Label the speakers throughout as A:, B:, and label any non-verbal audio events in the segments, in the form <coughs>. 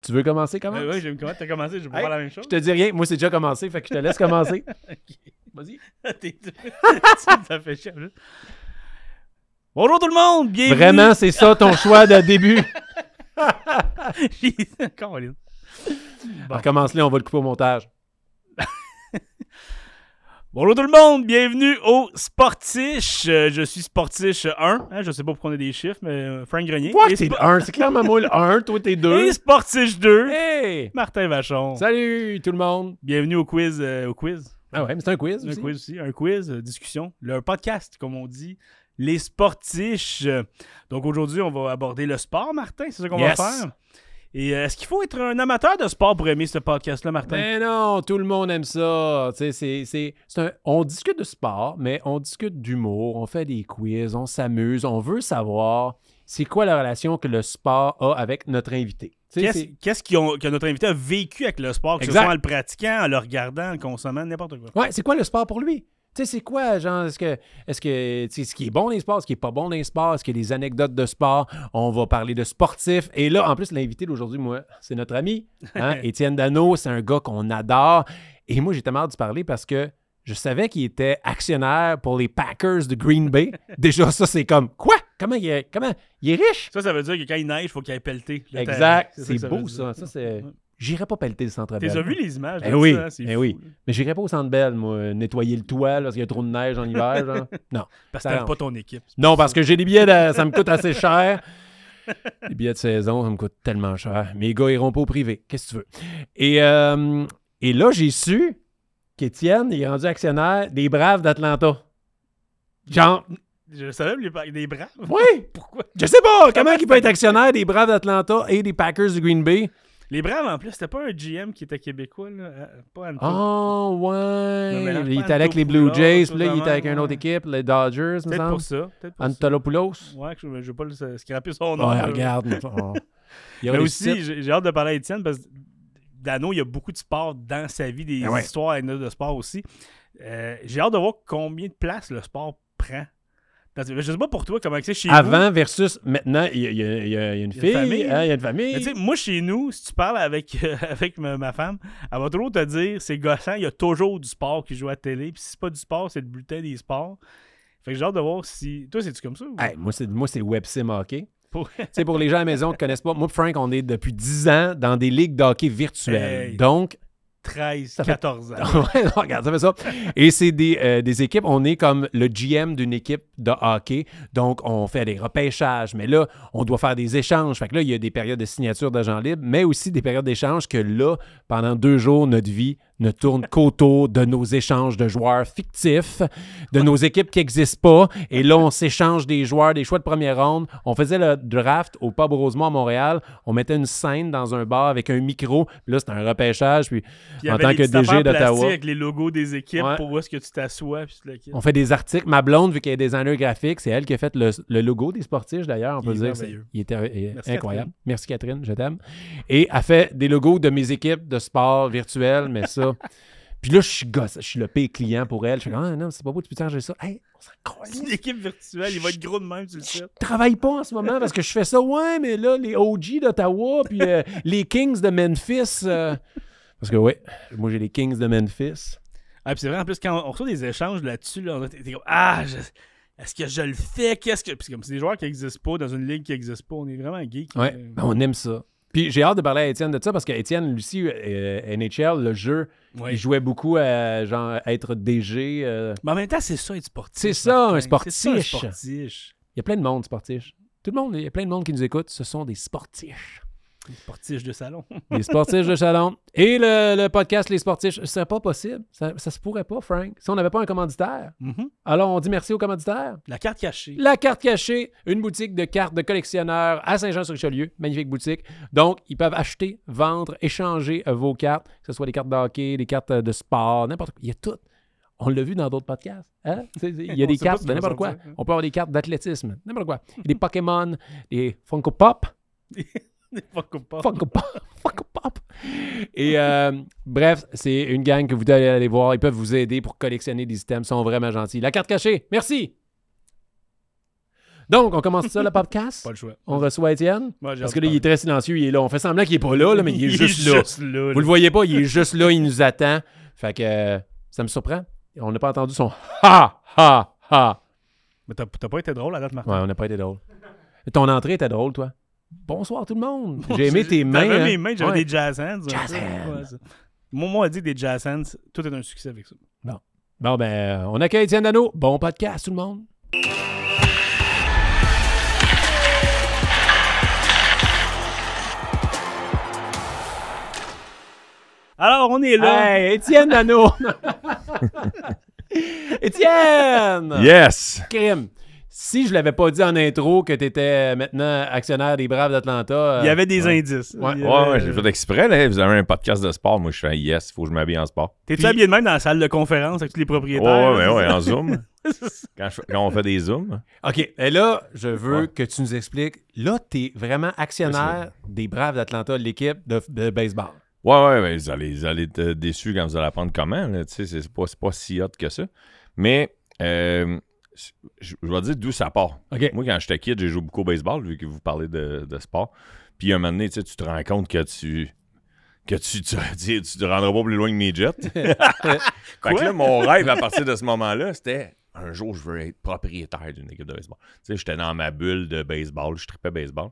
A: Ah Tu veux commencer comment?
B: Oui, j'aime comment t'as commencé, je vais
A: Hey,
B: faire la même chose.
A: Je Ben te dis rien, moi c'est déjà commencé, fait que je te laisse <laughs> commencer. Vas-y.
B: <laughs> T'es dur. Tu nous as fait chier, en plus. Bonjour tout le monde, bienvenue.
A: Vraiment, c'est ça <laughs> ton choix de début.
B: <laughs> J'ai- Colin. Bon.
A: Recommence-le, on va le couper au montage.
B: Bonjour tout le monde, bienvenue au Sportiche. Euh, je suis Sportiche 1. Hein, je sais pas pourquoi on a des chiffres, mais euh, Frank Grenier.
A: Quoi
B: Et
A: que t'es
B: Spo-
A: le 1, c'est clairement moi le 1, toi t'es 2.
B: Et Sportiche
A: Eh.
B: 2.
A: Hey!
B: Martin Vachon.
A: Salut tout le monde!
B: Bienvenue au quiz. euh, au quiz.
A: Ah ouais, mais c'est un quiz.
B: Un
A: aussi.
B: quiz aussi, un quiz, euh, discussion, le podcast, comme on dit, les sportiches. Euh, Donc aujourd'hui, on va aborder le sport, Martin, c'est ça qu'on
A: Yes.
B: va faire. Et euh, est-ce qu'il faut être un amateur de sport pour aimer ce podcast-là, Martin?
A: Mais Ben non, tout le monde aime ça. Tu sais, c'est- c'est- c'est un- on discute de sport, mais on discute d'humour, on fait des quiz, on s'amuse, on veut savoir c'est quoi la relation que le sport a avec notre invité. Tu sais,
B: Qu'est-ce
A: c'est-
B: qu'est-ce qu'ils ont- que notre invité a vécu avec le sport, que
A: Exact.
B: ce soit en le pratiquant, en le regardant, en le consommant, n'importe quoi.
A: Ouais, c'est quoi le sport pour lui? Tu sais, c'est quoi, genre, est-ce que, est-ce que, tu sais, ce qui est bon dans les sports, ce qui est pas bon dans les sports, est-ce qu'il y a des anecdotes de sport? On va parler de sportifs. Et là, en plus, l'invité d'aujourd'hui, moi, c'est notre ami,
B: <laughs>
A: hein, Étienne Dano. C'est un gars qu'on adore. Et moi, j'étais marre de parler parce que je savais qu'il était actionnaire pour les Packers de Green
B: <laughs>
A: Bay. Déjà, ça, c'est comme, quoi? Comment il est, comment, il est riche?
B: Ça, ça veut dire que quand il neige, il faut qu'il aille pelleter. le terrain.
A: Exact.
B: ça
A: C'est
B: que veut
A: beau,
B: dire.
A: ça. Ça, c'est,
B: Ouais.
A: j'irai pas pelleter le centre
B: T'es
A: Bell.
B: déjà vu les images?
A: Ben
B: de
A: oui,
B: ça, hein? C'est
A: ben
B: fou,
A: oui.
B: là.
A: Mais j'irai pas au centre belle, moi, nettoyer le toit là, parce qu'il y a trop de neige en hiver.
B: <laughs>
A: genre. Non.
B: Parce
A: Ça
B: que t'aimes
A: rentre.
B: pas ton équipe.
A: Non, parce que j'ai des billets, de- ça me coûte assez cher. Les billets de saison, ça me coûte tellement cher. Mes gars iront pas au privé. Qu'est-ce que tu veux? Et, euh, et là, j'ai su qu'Étienne est rendu actionnaire des Braves d'Atlanta. Genre,
B: Je savais, mais les pa- les braves.
A: oui!
B: Pourquoi?
A: Je sais pas! Comment il peut être actionnaire des Braves d'Atlanta et des Packers de Green Bay?
B: Les Braves, en plus, c'était pas un GM qui était québécois, là. euh, Pas Anto.
A: Oh,
B: Non, mais
A: ouais!
B: là,
A: Il
B: pas
A: était allé avec les Blue
B: Antopoulos,
A: Jays,
B: tout
A: puis là,
B: de
A: il était avec
B: même,
A: une autre
B: ouais.
A: équipe, les Dodgers, me
B: Peut-être
A: semble.
B: pour ça. Peut-être pour ça.
A: Antolopoulos?
B: Ouais, que je, je veux pas le euh, scraper son nom.
A: Ouais,
B: là.
A: regarde.
B: <laughs>
A: on- Il y a
B: Mais
A: réussi.
B: aussi, j'ai j'ai hâte de parler à Étienne parce que Dano, il y a beaucoup de sports dans sa vie, des
A: Ah ouais.
B: histoires et de sport aussi. Euh, j'ai hâte de voir combien de place le sport prend. Dans- je sais pas pour toi comment c'est chez vous.
A: Avant versus maintenant, il y a, il y a- il y a une
B: Il y a une
A: fille, hein, il
B: famille.
A: y a, une famille.
B: Mais tu sais, moi, chez nous, si tu parles avec, <laughs> euh, avec ma, ma femme, elle va toujours te dire c'est gossant, il y a toujours du sport qui joue à la télé. Puis si c'est pas du sport, c'est le bulletin des sports. Fait que j'ai hâte de voir si. Toi, c'est-tu comme ça? ou-
A: Hey, moi, c'est, moi, c'est Web Sim Hockey.
B: Pour-
A: Tu sais, pour les gens à la maison qui ne connaissent pas, moi, Frank, on est depuis 10 ans dans des ligues de hockey virtuelles.
B: Hey.
A: Donc, <laughs>
B: 13,
A: fait-
B: 14 ans. <laughs>
A: ouais, non, regarde, ça fait ça. Et c'est des, euh, des équipes, on est comme le GM d'une équipe de hockey. Donc, on fait des repêchages, mais là, on doit faire des échanges. Fait que là, il y a des périodes de signature d'agents libres, mais aussi des périodes d'échange que là, pendant deux jours, notre vie ne tourne
B: <laughs>
A: qu'autour de nos échanges de joueurs fictifs, de nos équipes qui n'existent pas. Et là, on s'échange des joueurs, des choix de première ronde. On faisait le draft au Pub Rosemont à Montréal. On mettait une scène dans un bar avec un micro. Puis là, c'était un repêchage. Puis
B: Puis il y
A: en
B: avait
A: tant
B: les
A: que
B: petites
A: DG
B: affaires
A: d'Ottawa.
B: plastiques Avec les logos des équipes
A: Ouais.
B: pour où est-ce que tu t'assois. Puis tu le quittes.
A: on fait des articles. Ma blonde, vu qu'elle est designer graphique, c'est elle qui a fait le, le logo des sportifs, d'ailleurs. On
B: Il
A: peut
B: est
A: dire que c'est
B: merveilleux.
A: il était euh,
B: Merci,
A: incroyable. Merci Catherine, je t'aime. Et a fait des logos de mes équipes de sport virtuel, mais
B: <laughs>
A: ça. Puis là, je suis gosse, je suis le pire client pour elle. Je suis comme, ah non, c'est pas beau, tu peux changer ça. Hey, on s'en
B: C'est
A: calisse.
B: <laughs> une équipe virtuelle, il va être gros de même, tu le sais.
A: Je travaille pas en ce moment parce que je fais ça. Ouais, mais là, les OG d'Ottawa, puis euh, les Kings de Memphis. euh, parce que, ouais, moi, j'ai les Kings de Memphis.
B: Ah, puis c'est vrai, en plus, quand on reçoit des échanges là-dessus, là, on est- t'es comme Ah, je- est-ce que je le fais Qu'est-ce que. Puis c'est comme c'est des joueurs qui n'existent pas dans une ligue qui n'existe pas. On est vraiment geek.
A: Ouais,
B: Euh,
A: ben, on aime ça. Puis j'ai hâte de parler à Étienne de ça parce qu'Étienne, euh, Lucie, NHL, le jeu,
B: ouais.
A: il jouait beaucoup à genre être DG. euh,
B: Mais en même temps, c'est ça être sportif.
A: C'est ça, un
B: Martin.
A: sportiche.
B: C'est ça, un sportiche.
A: Il y a plein de monde sportif. Tout le monde, il y a plein de monde qui nous écoute. Ce sont des sportifs.
B: Un sportiche de salon. <laughs>
A: Des sportifs de salon. Et le, le podcast Les Sportifs, ce serait pas possible. Ça, ça se pourrait pas, Frank. Si on n'avait pas un commanditaire.
B: Mhm.
A: Alors on dit merci au commanditaire.
B: La carte cachée.
A: La carte cachée, une boutique de cartes de collectionneurs à Saint-Jean-sur-Richelieu, magnifique boutique. Donc, ils peuvent acheter, vendre, échanger euh, vos cartes, que ce soit des cartes de hockey, des cartes euh, de sport, n'importe quoi. Il y a tout. On l'a vu dans d'autres podcasts. hein? Tu sais, Il y a
B: On
A: des
B: sait pas
A: cartes
B: ce
A: de
B: qui va
A: n'importe quoi.
B: sortir, hein.
A: On peut avoir des cartes d'athlétisme, n'importe quoi. Il y a des Pokémon, des Funko Pop.
B: <laughs> Fuck pas.
A: Funko <laughs> Pop. Funko Pop. Et euh, bref, c'est une gang que vous devez aller voir. Ils peuvent vous aider pour collectionner des items. Ils sont vraiment gentils. La carte cachée, merci. Donc, on commence ça, le podcast.
B: Pas le choix.
A: On reçoit Étienne.
B: Moi, j'ai
A: Oh. Parce que
B: envie
A: là,
B: de
A: il est très silencieux. Il est là. On fait semblant qu'il est pas là, là, mais il est
B: <laughs>
A: juste là.
B: là,
A: Vous le voyez pas, il est juste là, il nous attend. Fait que euh, ça me surprend. On n'a pas entendu son <laughs> ha ha ha.
B: Mais t'as t'as pas été drôle à date, Martin.
A: Ouais, on n'a pas été drôle. Ton entrée était drôle, toi. Bonsoir tout le monde. J'ai aimé tes mains.
B: J'avais
A: hein.
B: mes mains, j'avais
A: Ouais.
B: des jazz hands. un peu.
A: Jazz hands.
B: Ouais, ça. Moi, moi, on dit des jazz hands. Tout est un succès avec ça.
A: Bon, ben, euh, on accueille Étienne Dano. Bon podcast, tout le monde.
B: Alors, on est là.
A: Hey, Étienne
B: <laughs>
A: Dano. Étienne!
C: Yes!
A: Crime. Si je l'avais pas dit en intro que tu étais maintenant actionnaire des Braves d'Atlanta. euh,
B: Il y avait des
A: ouais.
B: indices.
A: Ouais,
B: Il y
C: Ouais,
B: avait- euh,
C: ouais, j'ai fait exprès, là. Vous avez un podcast de sport. Moi, je fais yes, faut que je m'habille en sport.
B: T'es-tu
A: Puis-
B: habillé de même dans la salle de conférence avec tous les
C: Ouais,
B: propriétaires?
C: ouais,
B: là?
C: ouais, ouais, en zoom. Quand, je- quand on fait des zooms.
A: OK. Et là, je veux
C: Ouais.
A: que tu nous expliques. Là, tu es vraiment actionnaire des Braves d'Atlanta, l'équipe de, de baseball.
C: Ouais, ouais, ouais, vous allez, vous allez être déçus quand vous allez apprendre comment. là. Tu sais, c'est pas, c'est pas si hot que ça. Mais, euh, je je vais dire d'où ça part.
A: OK.
C: Moi, quand j'étais kid, j'ai joué beaucoup au baseball, vu que vous parlez de, de sport. Puis, un moment donné, tu sais, tu te rends compte que tu. Que tu, <laughs> tu, tu, tu te rendras pas plus loin que mes jets. Fait que là, mon rêve à partir de ce moment-là, c'était un jour, je veux être propriétaire d'une équipe de baseball. Tu sais, j'étais dans ma bulle de baseball, je tripais baseball.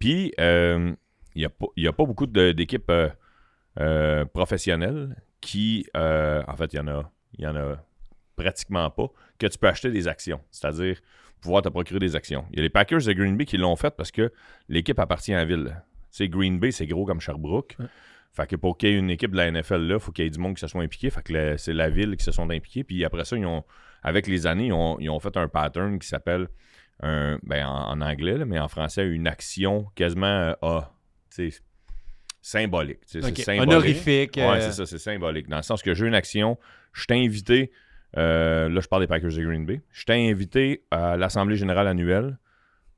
C: Puis, euh, il n'y a, pas beaucoup de- d'équipes euh, euh, professionnelles qui, euh, en fait, il y en a, il y en a pratiquement pas, que tu peux acheter des actions, c'est-à-dire pouvoir te procurer des actions. Il y a les Packers de Green Bay qui l'ont fait parce que l'équipe appartient à la ville. Tu sais, Green Bay, c'est gros comme Sherbrooke. Fait que pour qu'il y ait une équipe de la NFL, là, faut qu'il y ait du monde qui se soit impliqué. Fait que le- c'est la ville qui se sont impliqués. Puis après ça, ils ont, avec les années, ils ont, ils ont fait un pattern qui s'appelle, un, ben, en, en anglais, là, mais en français, une action quasiment euh, ah, tu sais, symbolique. Tu sais,
A: OK.
C: C'est symbolique.
A: Honorifique.
C: Ouais,
A: euh,
C: c'est ça, c'est symbolique. Dans le sens que j'ai une action, je t'ai invité, euh, là je parle des Packers de Green Bay, je t'ai invité à l'Assemblée générale annuelle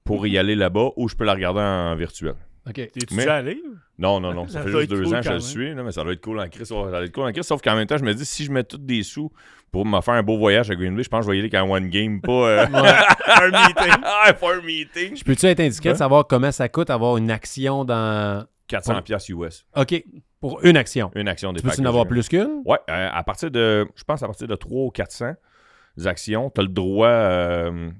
C: pour
B: Mhm.
C: y aller là-bas ou je peux la regarder en virtuel.
A: OK.
B: T'es-tu
C: Mais-
B: déjà allé?
C: Non, non, non, ça
B: Ça
C: fait
B: doit
C: juste
B: être
C: deux
B: cool
C: ans
B: quand
C: que je le
B: même.
C: suis, là, mais ça doit être cool en crise. Ça doit être cool en crise, sauf qu'en même temps, je me dis, si je mets tous des sous pour me faire un beau voyage à Green Bay, je pense que je vais y aller qu'en one game, pas
B: <laughs>
C: euh,
B: un
A: <laughs>
B: meeting.
C: <laughs> ah, pas un meeting.
A: Je peux-tu être indiqué de
C: Ouais.
A: savoir comment ça coûte avoir une action dans.
C: 400 piastres US,
A: OK. Pour une action.
C: une action des
A: Tu peux-tu
C: Packers.
A: en avoir
C: de Green Bay.
A: plus qu'une?
C: Ouais, euh, à partir de, je pense à partir de 300 ou 400 actions, tu as le droit, euh,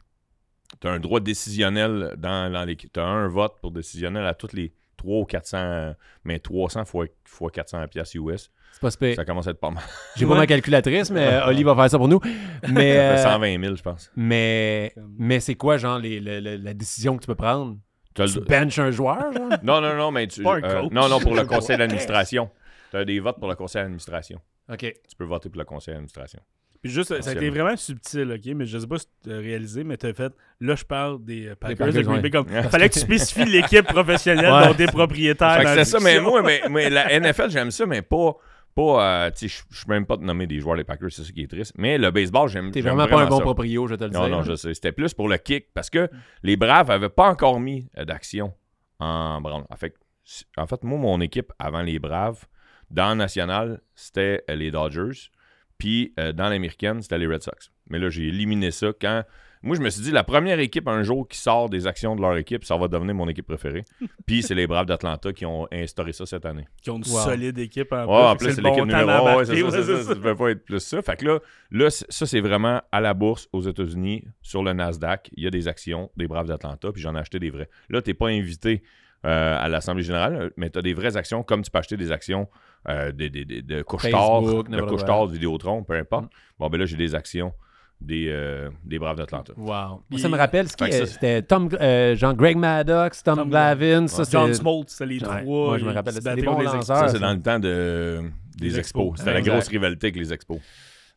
C: t'as un droit décisionnel dans, dans l'équipe. Tu as un vote pour décisionnel à toutes les 300 ou 400, euh, mais 300 fois, fois 400 piastres US,
A: C'est pas super.
C: ça commence à être pas mal.
A: J'ai pas ma calculatrice, mais euh, Oli va faire ça pour
C: <laughs>
A: nous. Mais,
C: Ça fait
A: euh,
C: 120 000, je pense.
A: mais, mais c'est quoi, genre, les- le- le- la décision que tu peux prendre?
C: T'as Euh, le-
A: Tu benches un joueur,
C: <laughs>
A: genre?
C: Non, non, non, mais tu.
B: Pas un
C: euh,
B: coach.
C: non, non, pour le conseil d'administration. Tu as des votes pour le conseil d'administration.
A: OK.
C: Tu peux voter pour le conseil d'administration.
B: Puis juste, ça a été vraiment subtil, OK? Mais je sais pas si t'as réalisé, mais t'as fait... Là, je parle des euh, Packers, de
A: Packers,
B: Green
A: ouais.
C: <laughs>
B: Bay. Comme, fallait que tu spécifies l'équipe professionnelle
A: Ouais.
B: dont t'es propriétaire.
C: Fait que
B: dans la
C: c'est ça, mais
B: discussion.
C: moi, mais, mais la NFL, j'aime ça, mais pas. pas euh, tu sais, je je suis même pas de nommer des joueurs des Packers, c'est ça qui est triste. Mais le baseball, j'aime.
A: T'es
C: j'aime
A: vraiment pas un bon
C: ça.
A: proprio, je te le dis.
C: Non, non, je sais. C'était plus pour le kick parce que les Braves avaient pas encore mis euh, d'action en branle. En fait, si- en fait, moi, mon équipe avant les Braves, dans la nationale, c'était euh, les Dodgers. Puis euh, dans l'américaine, c'était les Red Sox. Mais là, j'ai éliminé ça quand. Moi, je me suis dit, la première équipe un jour qui sort des actions de leur équipe, ça va devenir mon équipe
A: <laughs>
C: préférée. Puis c'est les Braves d'Atlanta qui ont instauré ça cette année.
B: Qui ont une
A: Wow.
B: solide équipe en
C: Ouais, en plus,
B: fait que
C: c'est
B: le
C: l'équipe
B: bon
C: numéro
B: talent
C: un.
B: à
C: Ouais, c'est ça,
B: marquer,
C: c'est
B: ouais,
C: ça, ça peut pas être plus ça. Fait que là, là c- ça, c'est vraiment à la bourse aux États-Unis, sur le Nasdaq. Il y a des actions des Braves d'Atlanta, puis j'en ai acheté des vrais. Là, t'es pas invité euh, à l'Assemblée générale, mais tu as des vraies actions, comme tu peux acheter des actions euh, des- des- des- de Couchetard,
A: Facebook,
C: de
A: n'importe Mm.
C: Couchetard, de Vidéotron, peu importe. Bon, ben là, j'ai des actions des, euh, des Braves d'Atlanta.
A: Wow.
B: Puis-
A: ça me rappelle ce qui
C: Fait que ça,
A: euh, c'était Tom, euh, genre Greg Maddox, Tom,
B: Tom
A: Glavin, ça c'est.
B: John Smoltz, c'est les
A: Ouais,
B: trois. euh,
A: moi, je me
B: ils
A: rappelle,
B: se
A: c'était des
B: battaient
A: bons
B: pour les
A: lanceurs.
C: Ça,
A: Ah, ça.
C: c'est dans le temps de, des
B: Des
C: expos.
B: expos.
C: C'était la
A: Exact.
C: grosse rivalité avec les expos.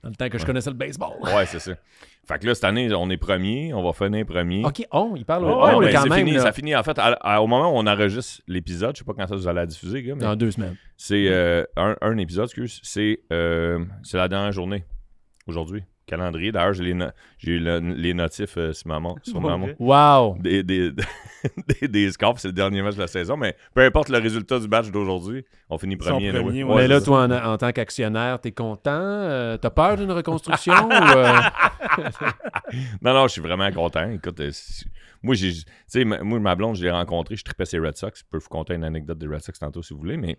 A: Dans le temps que je connaissais le baseball.
C: Ouais, c'est ça. Fait que là, cette année, on est premier, on va finir premier.
A: Ok, on, il parle.
C: Ouais,
A: on,
C: ouais,
A: est quand
C: c'est
A: même.
C: fini,
A: là.
C: ça finit en fait à- à- au moment où on enregistre l'épisode, je sais pas quand ça vous allez la diffuser, gars, mais
A: Dans deux semaines.
C: c'est euh, un, un épisode, excuse, c'est euh, c'est la dernière journée aujourd'hui. Calendrier, d'ailleurs, j'ai les, no- j'ai le- les notifs euh, sur ma mon- sur ma mon-
B: Ok.
A: Wow.
C: Des, des, <laughs> des, des scores, c'est le dernier match de la saison, mais peu importe le résultat du match d'aujourd'hui, on finit
B: Ils sont
C: premier. anyway.
B: premiers,
C: Ouais,
B: ouais.
A: Mais là,
C: c'est
A: toi, en, en tant qu'actionnaire, t'es content? Euh, T'as peur d'une reconstruction? ou, euh,
C: ça. Non, non, je suis vraiment content. Écoute, euh, si- Moi, j'ai, tu sais, ma- moi, ma blonde, je l'ai rencontrée, je tripais ses Red Sox. Je peux vous conter une anecdote des Red Sox tantôt si vous voulez, mais.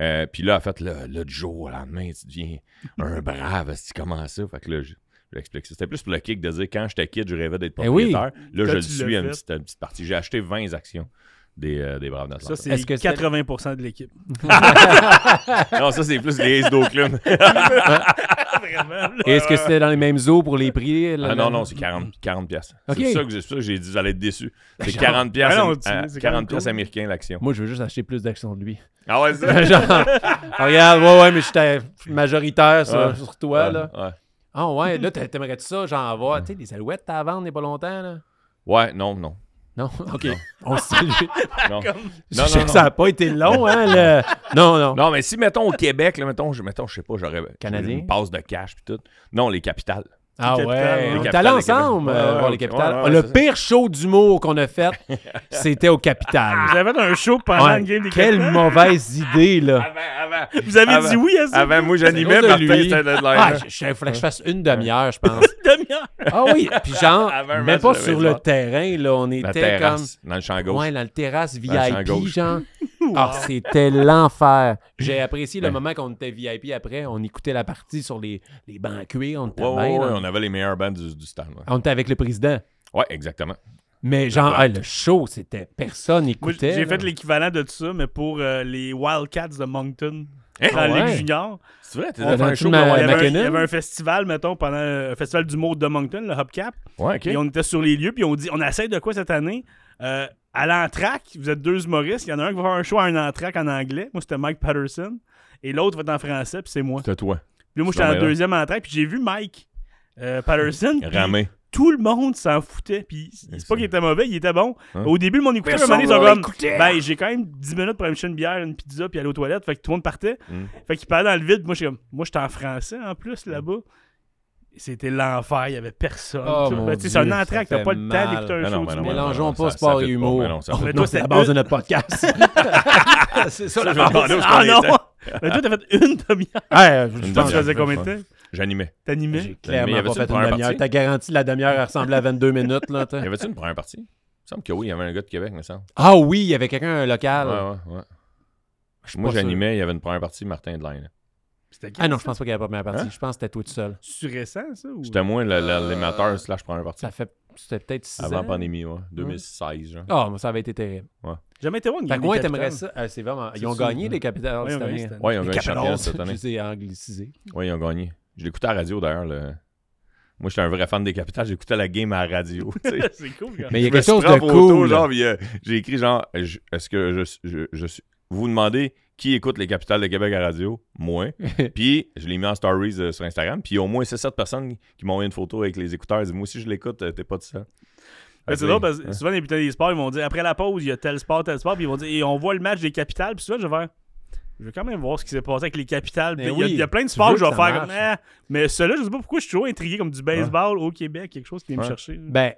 C: euh, puis là, en fait, là, là, du jour au lendemain,
B: <laughs>
C: tu deviens un brave, si comment ça? Fait que là, je. je l'explique ça. C'était plus pour le kick de dire quand j'étais kid, je rêvais d'être
A: Eh oui.
C: propriétaire. Là,
B: Toi,
C: je le
B: tu
C: suis
B: l'as
C: à une
B: fait.
C: petite, à une petite partie. J'ai acheté 20 actions des, euh, des Braves d'Atlanta.
B: Ça, c'est
A: Est-ce que c'était-
B: 80% de l'équipe.
C: non, ça, c'est plus les Aces
B: <laughs>
C: Ah, d'Oakland.
A: Ah,
B: Vraiment, là.
A: Et Est-ce que c'était dans les mêmes eaux pour les prix? là,
C: Ah non,
A: là?
C: non, c'est 40, 40 piastres.
A: Ok.
C: C'est ça que j'ai- c'est pour ça que j'ai dit, vous allez être déçus. C'est
A: Genre-
C: 40
B: <laughs>
C: piastres,
B: Ah non,
C: am-
B: tu-
C: ah,
B: c'est quand
C: 40
B: même
C: piastres
B: cool.
C: américains l'action.
A: Moi, je veux juste acheter plus d'actions de
C: <laughs>
A: lui.
C: Ah ouais, c'est ça?
A: Genre, regarde, ouais, ouais, mais j'étais majoritaire sur,
C: Ouais.
A: sur toi, là.
C: Ouais, ouais.
A: Ah ouais, là, t'a- t'aimerais-tu ça, genre, avoir, tu sais, des alouettes à vendre, il n'y a pas longtemps, là?
C: Ouais, non, non.
A: Non, OK. On se
C: <laughs>
A: salue.
C: Non.
A: Je
C: Non,
A: sais
C: non,
A: que ça n'a pas été long, hein, le... Non, non.
C: non, mais si, mettons, au Québec, là, mettons, je, mettons, je sais pas, j'aurais
A: Canadien?
C: une passe de cash puis tout. Non, les capitales.
A: ah
B: les
A: ouais,
B: capitales, ouais.
A: on
C: Les
A: est allés
C: capitales, les
A: ensemble
C: capitales.
A: euh,
C: Ouais,
A: voir les
C: ouais,
A: capitales.
C: ouais, ouais,
A: le
C: c'est ça.
A: pire show d'humour qu'on a
C: <laughs>
A: fait, c'était au Capital.
B: Vous avez fait un show pendant
A: Ouais,
B: le game des
A: quelle
B: Capitals?
A: mauvaise idée, là.
C: Avant, avant.
B: Vous avez
C: Avant-
B: dit oui à ça?
C: <laughs> Avant, moi,
A: C'est à
C: j'animais,
A: cause de
C: Martin,
A: lui.
C: c'était le
A: Ah,
C: headliner.
A: je- je- il fallait que je fasse une demi-heure, je pense.
B: Demi-heure.
A: Ah oui, puis genre,
C: <laughs> Avant un
A: mais
C: match
A: pas
C: de
A: sur
C: baseball.
A: le terrain, là. On
C: La
A: était comme.
C: terrasse, dans le champ gauche.
A: Ouais, dans le terrasse VIP,
C: Dans le champ gauche. <laughs>
A: genre. Ah, c'était l'enfer. J'ai apprécié le moment qu'on était VIP après. On écoutait la partie sur les, les bancs en cuir, On était
C: Ouais, ouais,
A: bien,
C: ouais,
A: là.
C: on avait les meilleurs bandes du, du stand. Ouais,
A: On était avec le président.
C: Ouais, exactement.
A: Mais genre,
C: Ouais.
A: ah, le show, c'était personne
B: Moi,
A: n'écoutait.
B: J'ai
A: là.
B: fait l'équivalent de tout ça, mais pour euh, les Wildcats de Moncton.
C: Hein?
B: Dans la
A: Ah ouais?
B: Ligue junior.
C: C'est vrai, t'es
A: On fait un show
C: pour-
A: ma-
B: Il y, avait un, il y
A: McKinnon?
B: avait un festival, mettons, pendant euh, un festival d'humour de Moncton, le Hopcap.
C: Ouais, ok.
B: Et on était sur les lieux, puis on dit on essaie de quoi cette année Euh, À l'entraque, vous êtes deux humoristes. Il y en a un qui va faire un show à un entraque en anglais. Moi, c'était Mike Patterson. Et l'autre va être en français, puis c'est moi.
C: C'était toi.
B: Puis moi,
C: C'est
B: j'étais en
C: normal, hein?
B: deuxième entraque, puis j'ai vu Mike euh, Patterson. puis
C: <laughs> Ramé.
B: tout le monde s'en foutait. Puis c'est pas qu'il était mauvais, il était bon.
C: Hein?
B: Au début, le monde écoutait, à un
A: Personne
B: moment donné, ils sont
A: l'a
B: comme,
A: écouté.
B: Ben, j'ai quand même 10 minutes pour aller me chercher une bière, une pizza, puis aller aux toilettes. Fait que tout le monde partait.
C: Mm.
B: Fait qu'il parlait dans le vide. Puis Moi, j'étais comme, moi, j'étais en français en plus là-bas. C'était l'enfer, il y avait personne.
A: Oh,
B: Tout.
A: mon
B: Ben, tu sais, c'est un
A: Dieu,
B: entraque,
A: ça
B: t'as pas
A: fait
B: le temps d'écouter
A: mal.
B: un
C: Non,
B: show
C: non,
B: du
C: mais non,
A: <laughs>
B: monde.
C: mais
A: Mélangeons
C: non,
A: pas
C: ça-
A: sport
C: ça
A: et
C: fait pas,
A: humour.
C: mais non, ça fait
A: Non,
B: pas. Toi,
A: c'est la
B: c'est
A: base
B: une-
A: de notre
C: <laughs>
A: podcast. c'est ça,
C: Ça,
A: la
C: je vais
A: base.
C: demander où est-ce qu'on
B: Ah non!
C: était.
B: Mais toi, t'as fait une demi-heure.
A: Hey, je
C: Une
A: pense
B: Tu
C: demi-heure.
B: faisais combien de temps?
C: J'animais.
A: J'ai
B: T'animais?
A: clairement
C: avait-tu
A: pas
C: une
A: fait une
C: première
A: demi-heure.
C: partie?
A: T'as garanti la demi-heure elle ressemblait à 22 minutes. Là,
C: <laughs>
A: t'as-
C: Y avait-tu une première partie? Il me semble que oui, il y avait un gars de Québec, il me semble.
A: ah oui, il y avait quelqu'un un local.
C: Ouais, ouais, ouais.
A: Ah, Je suis
C: Moi,
A: pas sûr.
C: j'animais, il y avait une première partie, Martin Delaine.
B: C'était quand,
A: Ah non, je
B: ça?
A: pense pas qu'il y avait la première partie.
C: Hein?
A: Je pense que c'était toi tout seul.
B: C'est récent, ça? ou-
C: C'était moi le- le- l'animateur slash première partie.
A: Ça fait. C'était peut-être 6
C: Avant
A: ans.
C: la pandémie, ouais. 2016, genre.
A: Ah, moi, ça avait été terrible.
B: Jamais été voir une
A: Fait
B: game
A: que moi,
B: des
A: t'aimerais
B: Capitals.
A: ça. euh, c'est vraiment. Ils
B: C'est
A: ont
B: sûr,
A: gagné
B: hein.
A: les capitales
B: Ouais,
A: cette
B: ouais,
A: année.
B: c'était-
C: Ouais, ils ont
A: Les
C: gagné le championnat cette
A: Capitals. Je
C: année.
A: les ai anglicisés.
C: Ouais, ils ont gagné. Je l'écoutais à la radio, d'ailleurs. le- Moi, j'étais un vrai fan des Capitales, j'écoutais la game à la radio. <laughs> tu sais.
B: <laughs> C'est cool, quand
A: Mais il y a
C: Je me
A: quelque
C: suis
A: chose
C: pris en
A: de
C: photo,
A: cool.
C: genre, puis, euh, j'ai écrit genre, je- est-ce que je, je- je suis. Vous vous demandez qui écoute les capitales de Québec à radio?
A: <laughs>
C: Moi. puis je l'ai mis en stories euh, sur Instagram. Puis au moins, c'est 7 personnes qui m'ont envoyé une photo avec les écouteurs. Ils disent, moi aussi, je l'écoute, euh, t'es pas tout seul.
B: Mais c'est drôle parce que souvent, les putains des sports, ils vont dire après la pause, il y a tel sport, tel sport, puis ils vont dire et on voit le match des capitales, puis souvent, je vais faire, Je vais quand même voir ce qui s'est passé avec les capitales.
A: Mais
B: Puis Il y a-
A: oui,
B: il y, a plein de
A: tu
B: sports
A: veux
B: que je vais
A: que ça
B: faire comme
A: marche.
B: Eh. Mais ceux-là, je sais pas pourquoi je suis toujours intrigué comme du baseball au Québec, quelque chose qui vient
C: Ouais.
B: me chercher.
A: Ben,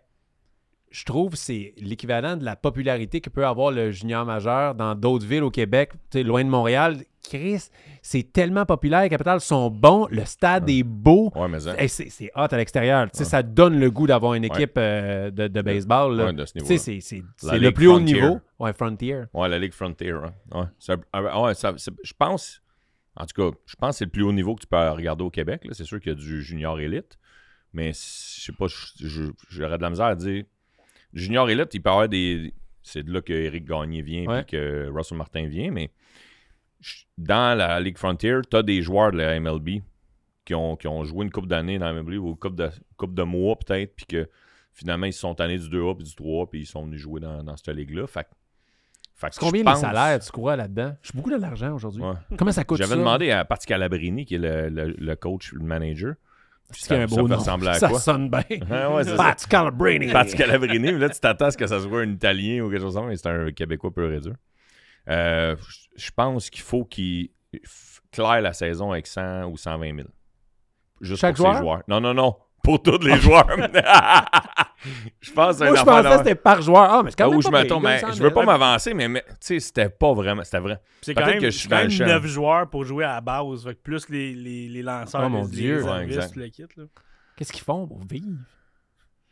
A: je trouve que c'est l'équivalent de la popularité que peut avoir le junior majeur dans d'autres villes au Québec, tu sais, loin de Montréal. Chris, c'est tellement populaire. Les capitales sont bons. Le stade est beau.
C: Ouais, mais ça.
A: Hey, c'est c'est hot à l'extérieur. Tu sais, Ça donne le goût d'avoir une
C: Ouais.
A: équipe euh, de, de baseball. là.
C: Ouais, de ce
A: Tu sais,
C: niveau-là.
A: c'est c'est-
C: La
A: c'est le
C: Ligue
A: plus haut
C: Frontier.
A: niveau. Ouais, Frontier.
C: Ouais, la Ligue Frontier. hein. Ouais. C'est un- ah, ouais, ça- c'est- je pense, en tout cas, je pense que c'est le plus haut niveau que tu peux regarder au Québec. là. C'est sûr qu'il y a du junior élite, mais c- je sais pas, je- je- j'aurais de la misère à dire. Junior élite, il peut y avoir des. C'est de là que Eric Gagné vient et
A: Ouais.
C: que Russell Martin vient, mais je- dans la Ligue Frontier, tu as des joueurs de la MLB qui ont, qui ont joué une coupe d'années dans la MLB ou une coupe de, coupe de mois peut-être, puis que finalement ils se sont tannés du 2A puis du 3A puis ils sont venus jouer dans, dans cette ligue-là. Fait, que- fait que
A: C'est combien
C: je
A: les
C: pense-
A: salaires, tu crois, là-dedans? Je suis beaucoup de l'argent aujourd'hui.
C: Ouais.
A: Comment ça coûte
C: J'avais
A: ça?
C: demandé à Patti Calabrini, qui est le, le- le coach, le manager.
A: <laughs>
C: Puis
A: C'est qu'il y a un
C: ça-
A: beau
C: ça
A: nom.
C: ressemblait à
A: ça
C: quoi?
A: sonne bien.
C: Ah ouais, <laughs> c'est ça.
A: Pat Calabrini.
C: Patti Calabrini, mais là, tu t'attends à ce que ça soit un Italien ou quelque chose comme ça, mais c'est un Québécois peu réduit. Euh, je pense qu'il faut qu'il f- claire la saison avec 100 ou 120 000. Juste
A: Chaque
C: pour
A: joueur?
C: ses joueurs. Non, non, non. Pour tous les joueurs.
A: <laughs>
C: je pense à
A: Moi, je pensais que c'était par joueur. Ah, mais c'est quand même
C: où
A: pas
C: Ben je me
A: pire,
C: tombe,
A: comme
C: mais
A: ça,
C: je veux pas
A: mais-
C: m'avancer, mais, mais tu sais, c'était pas vraiment. C'était vrai.
B: Puis C'est
C: peut-être
B: quand même,
C: que je
B: c'est
C: suis dans
B: quand
C: le
B: même
C: champ.
B: 9 joueurs pour jouer à la base, fait que plus les, les, les lanceurs,
A: Oh, mon
B: les, les
A: Dieu.
B: réservistes,
C: Ouais, exact.
B: tout le kit, là.
A: Qu'est-ce qu'ils font pour vivre?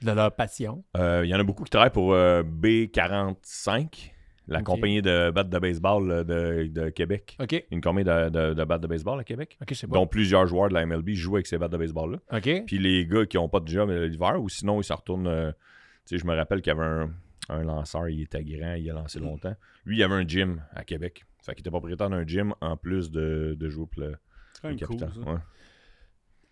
A: de leur passion.
C: Euh, Il y en a beaucoup qui travaillent pour euh, B45, la
A: Ok.
C: compagnie de battes de baseball euh, de, de Québec.
A: OK.
C: Une compagnie de, de- de battes de baseball à Québec.
A: OK, je sais pas.
C: Dont plusieurs joueurs de la MLB jouent avec ces battes de baseball-là.
A: OK.
C: Puis les gars qui n'ont pas de job euh, l'hiver, ou sinon ils se retournent. euh, tu sais, je me rappelle qu'il y avait un, un lanceur, il était grand, il a lancé
A: Hmm.
C: longtemps. Lui, il avait un gym à Québec. Fait qu'il était propriétaire d'un gym en plus de, de jouer pour le,
B: C'est quand
C: le
B: même cool.
C: Capitan.
B: ça.
C: Ouais.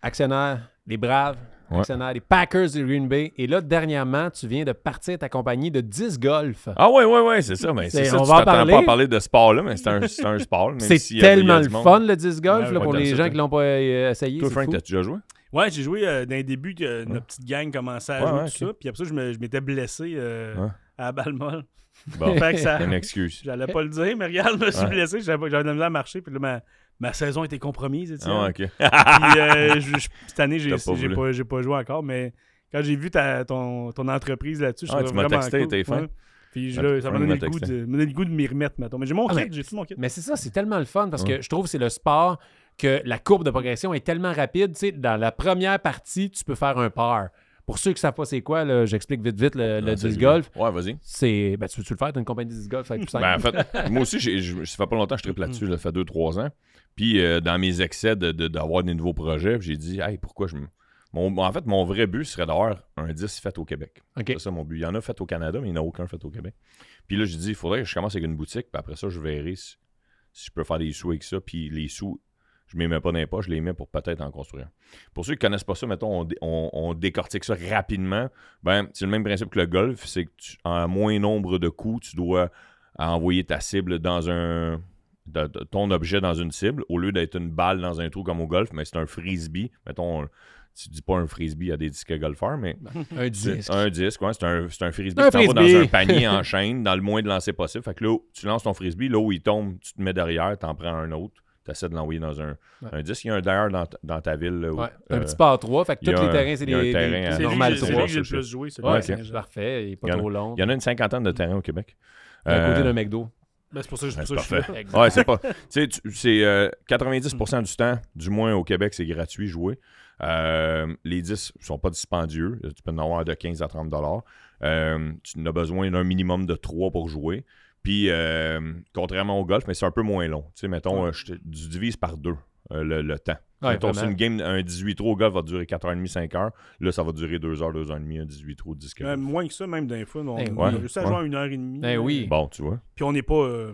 A: Actionnaire des Braves,
C: Ouais.
A: actionnaire des Packers de Green Bay. Et là, dernièrement, tu viens de partir ta compagnie de 10 golf.
C: Ah ouais, ouais, ouais, c'est ça. Mais c'est
A: C'est-
C: ça,
A: on
C: tu
A: va en
C: t'attends
A: parler.
C: pas à parler de sport là, mais c'est un, c'est un
A: <laughs>
C: sport. même
A: C'est
C: s'il y a- il y a
A: tellement
C: du
A: le
C: monde.
A: fun, le 10 golf,
B: Ouais,
A: là,
C: ouais,
A: pour
C: t'aimes
A: les
C: ça,
A: gens
C: toi?
A: qui l'ont pas euh, essayé.
C: Toi,
A: c'est
C: Frank,
A: fou.
C: t'as-tu déjà joué?
B: Ouais, j'ai joué euh, dans les débuts que euh, notre petite gang commençait à
C: Ouais,
B: jouer
C: ouais,
B: tout ça. Puis après ça, je me- je m'étais blessé euh,
C: Ouais.
B: à la balle molle.
A: <laughs>
C: Bon,
B: Fait que
C: <laughs>
B: ça-
C: une excuse.
B: J'allais pas le dire, mais regarde, je me suis
C: Ouais.
B: blessé, j'avais pas- j'avais de la misère à marcher, puis là, ma, ma saison était compromise, Étienne.
C: Ah, ok.
B: Puis euh, je- je- cette année, j'ai
C: T'as pas
B: j'ai
C: voulu.
B: pas, j'ai pas joué encore, mais quand j'ai vu ta, ton, ton entreprise là-dessus, je
C: Ah,
B: trouvais
C: tu m'as
B: vraiment
C: texté,
B: cool.
C: t'es fin.
B: Ouais. Puis je-
C: Ah,
B: là, ça m'a
C: Frank
B: donné,
C: m'a
B: le goût
C: texté.
B: de- m'a donné le goût de m'y remettre, mettons. Mais j'ai mon
A: Ah,
B: kit,
A: mais-
B: j'ai tout mon kit.
A: Mais c'est ça, c'est tellement le fun parce que je trouve que c'est le sport que la courbe de progression est tellement rapide. Tu sais, dans la première partie, tu peux faire un par. Pour ceux qui ne savent pas c'est quoi, là, j'explique vite vite le, le
C: Ah, c'est
A: disc
C: bien.
A: golf.
C: Ouais, vas-y.
A: C'est, ben, tu veux-tu le faire? T'as une compagnie de disc golf, ça va être plus simple.
C: Ben, en
A: <laughs>
C: fait, moi aussi, j'ai- je- ça fait pas longtemps que je tripe
A: Mm.
C: là-dessus, ça fait 2-3 ans. Puis euh, dans mes excès de- de- d'avoir des nouveaux projets, j'ai dit, hey, pourquoi je me. Mon- en fait, mon vrai but serait d'avoir un 10 fait au Québec.
A: OK.
C: C'est ça mon but. Il y en a fait au Canada, mais il n'y en a aucun fait au Québec. Puis là, j'ai dit, il faudrait que je commence avec une boutique, puis après ça, je verrai si, si je peux faire des sous avec ça. Puis les sous, je ne les mets pas dans les poches, je les mets pour peut-être en construire. Pour ceux qui ne connaissent pas ça, mettons, on, dé- on- on décortique ça rapidement. Ben, c'est le même principe que le golf, c'est que tu, en moins nombre de coups, tu dois envoyer ta cible dans un. de- de- ton objet dans une cible, au lieu d'être une balle dans un trou comme au golf, mais c'est un frisbee. Mettons, tu dis pas un frisbee à des disques golfeurs, mais
A: un
C: c'est
A: disque.
C: Un disque, ouais, c'est un, c'est un frisbee
A: Un
C: que t'envoies
A: frisbee.
C: dans un
A: <laughs>
C: panier en chaîne, dans le moins de lancer possible. Fait que là, tu lances ton frisbee, là où il tombe, tu te mets derrière, t'en prends un autre, t'essaies de l'envoyer dans un, un disque. Il y a un d'ailleurs dans, ta- dans ta ville. là, où-
A: Ouais,
C: euh,
A: un petit par 3. Fait que
C: il y a
A: tous les
C: un-
A: terrains, c'est
C: il y a un
A: des,
C: terrain
A: des
C: à-
A: petits
B: C'est lui,
A: normales
B: que j'ai-
C: c'est
B: c'est
A: trois.
B: lui que j'ai le
C: sur-
B: plus joué. celui-là.
A: Ouais,
C: ok.
A: c'est parfait. Il n'est pas
C: Il y en a-
A: trop long.
C: il y en a une cinquantaine de terrains au Québec.
A: à côté
C: Euh,
A: d'un
C: <laughs>
A: McDo.
B: Ben, c'est pour ça que je-
C: Ouais,
B: pour ça que je suis là.
C: parfait. Ouais, c'est pas. <laughs> tu sais, tu- c'est euh, 90% du temps, du moins au Québec, c'est gratuit jouer. Euh, les 10 sont pas dispendieux. Euh, Tu peux en avoir de 15 à 30 dollars. Euh, tu n'as besoin d'un minimum de 3 pour jouer. Puis, euh, contrairement au golf, mais c'est un peu moins long. Tu sais, mettons, euh, je te- tu divises par deux euh, le, le temps.
A: Ouais,
C: mettons, si
A: vraiment.
C: une game, un 18 trous au golf va durer 4h30, 5h. Là, ça va durer 2h, 2h30, un 18 trous, 10
B: Euh, moins que ça, même d'un fois. On,
A: Eh
B: on
A: oui.
B: a réussi à jouer à une heure et demie. euh,
A: Eh oui.
C: Bon, tu vois.
B: Puis on n'est pas, euh,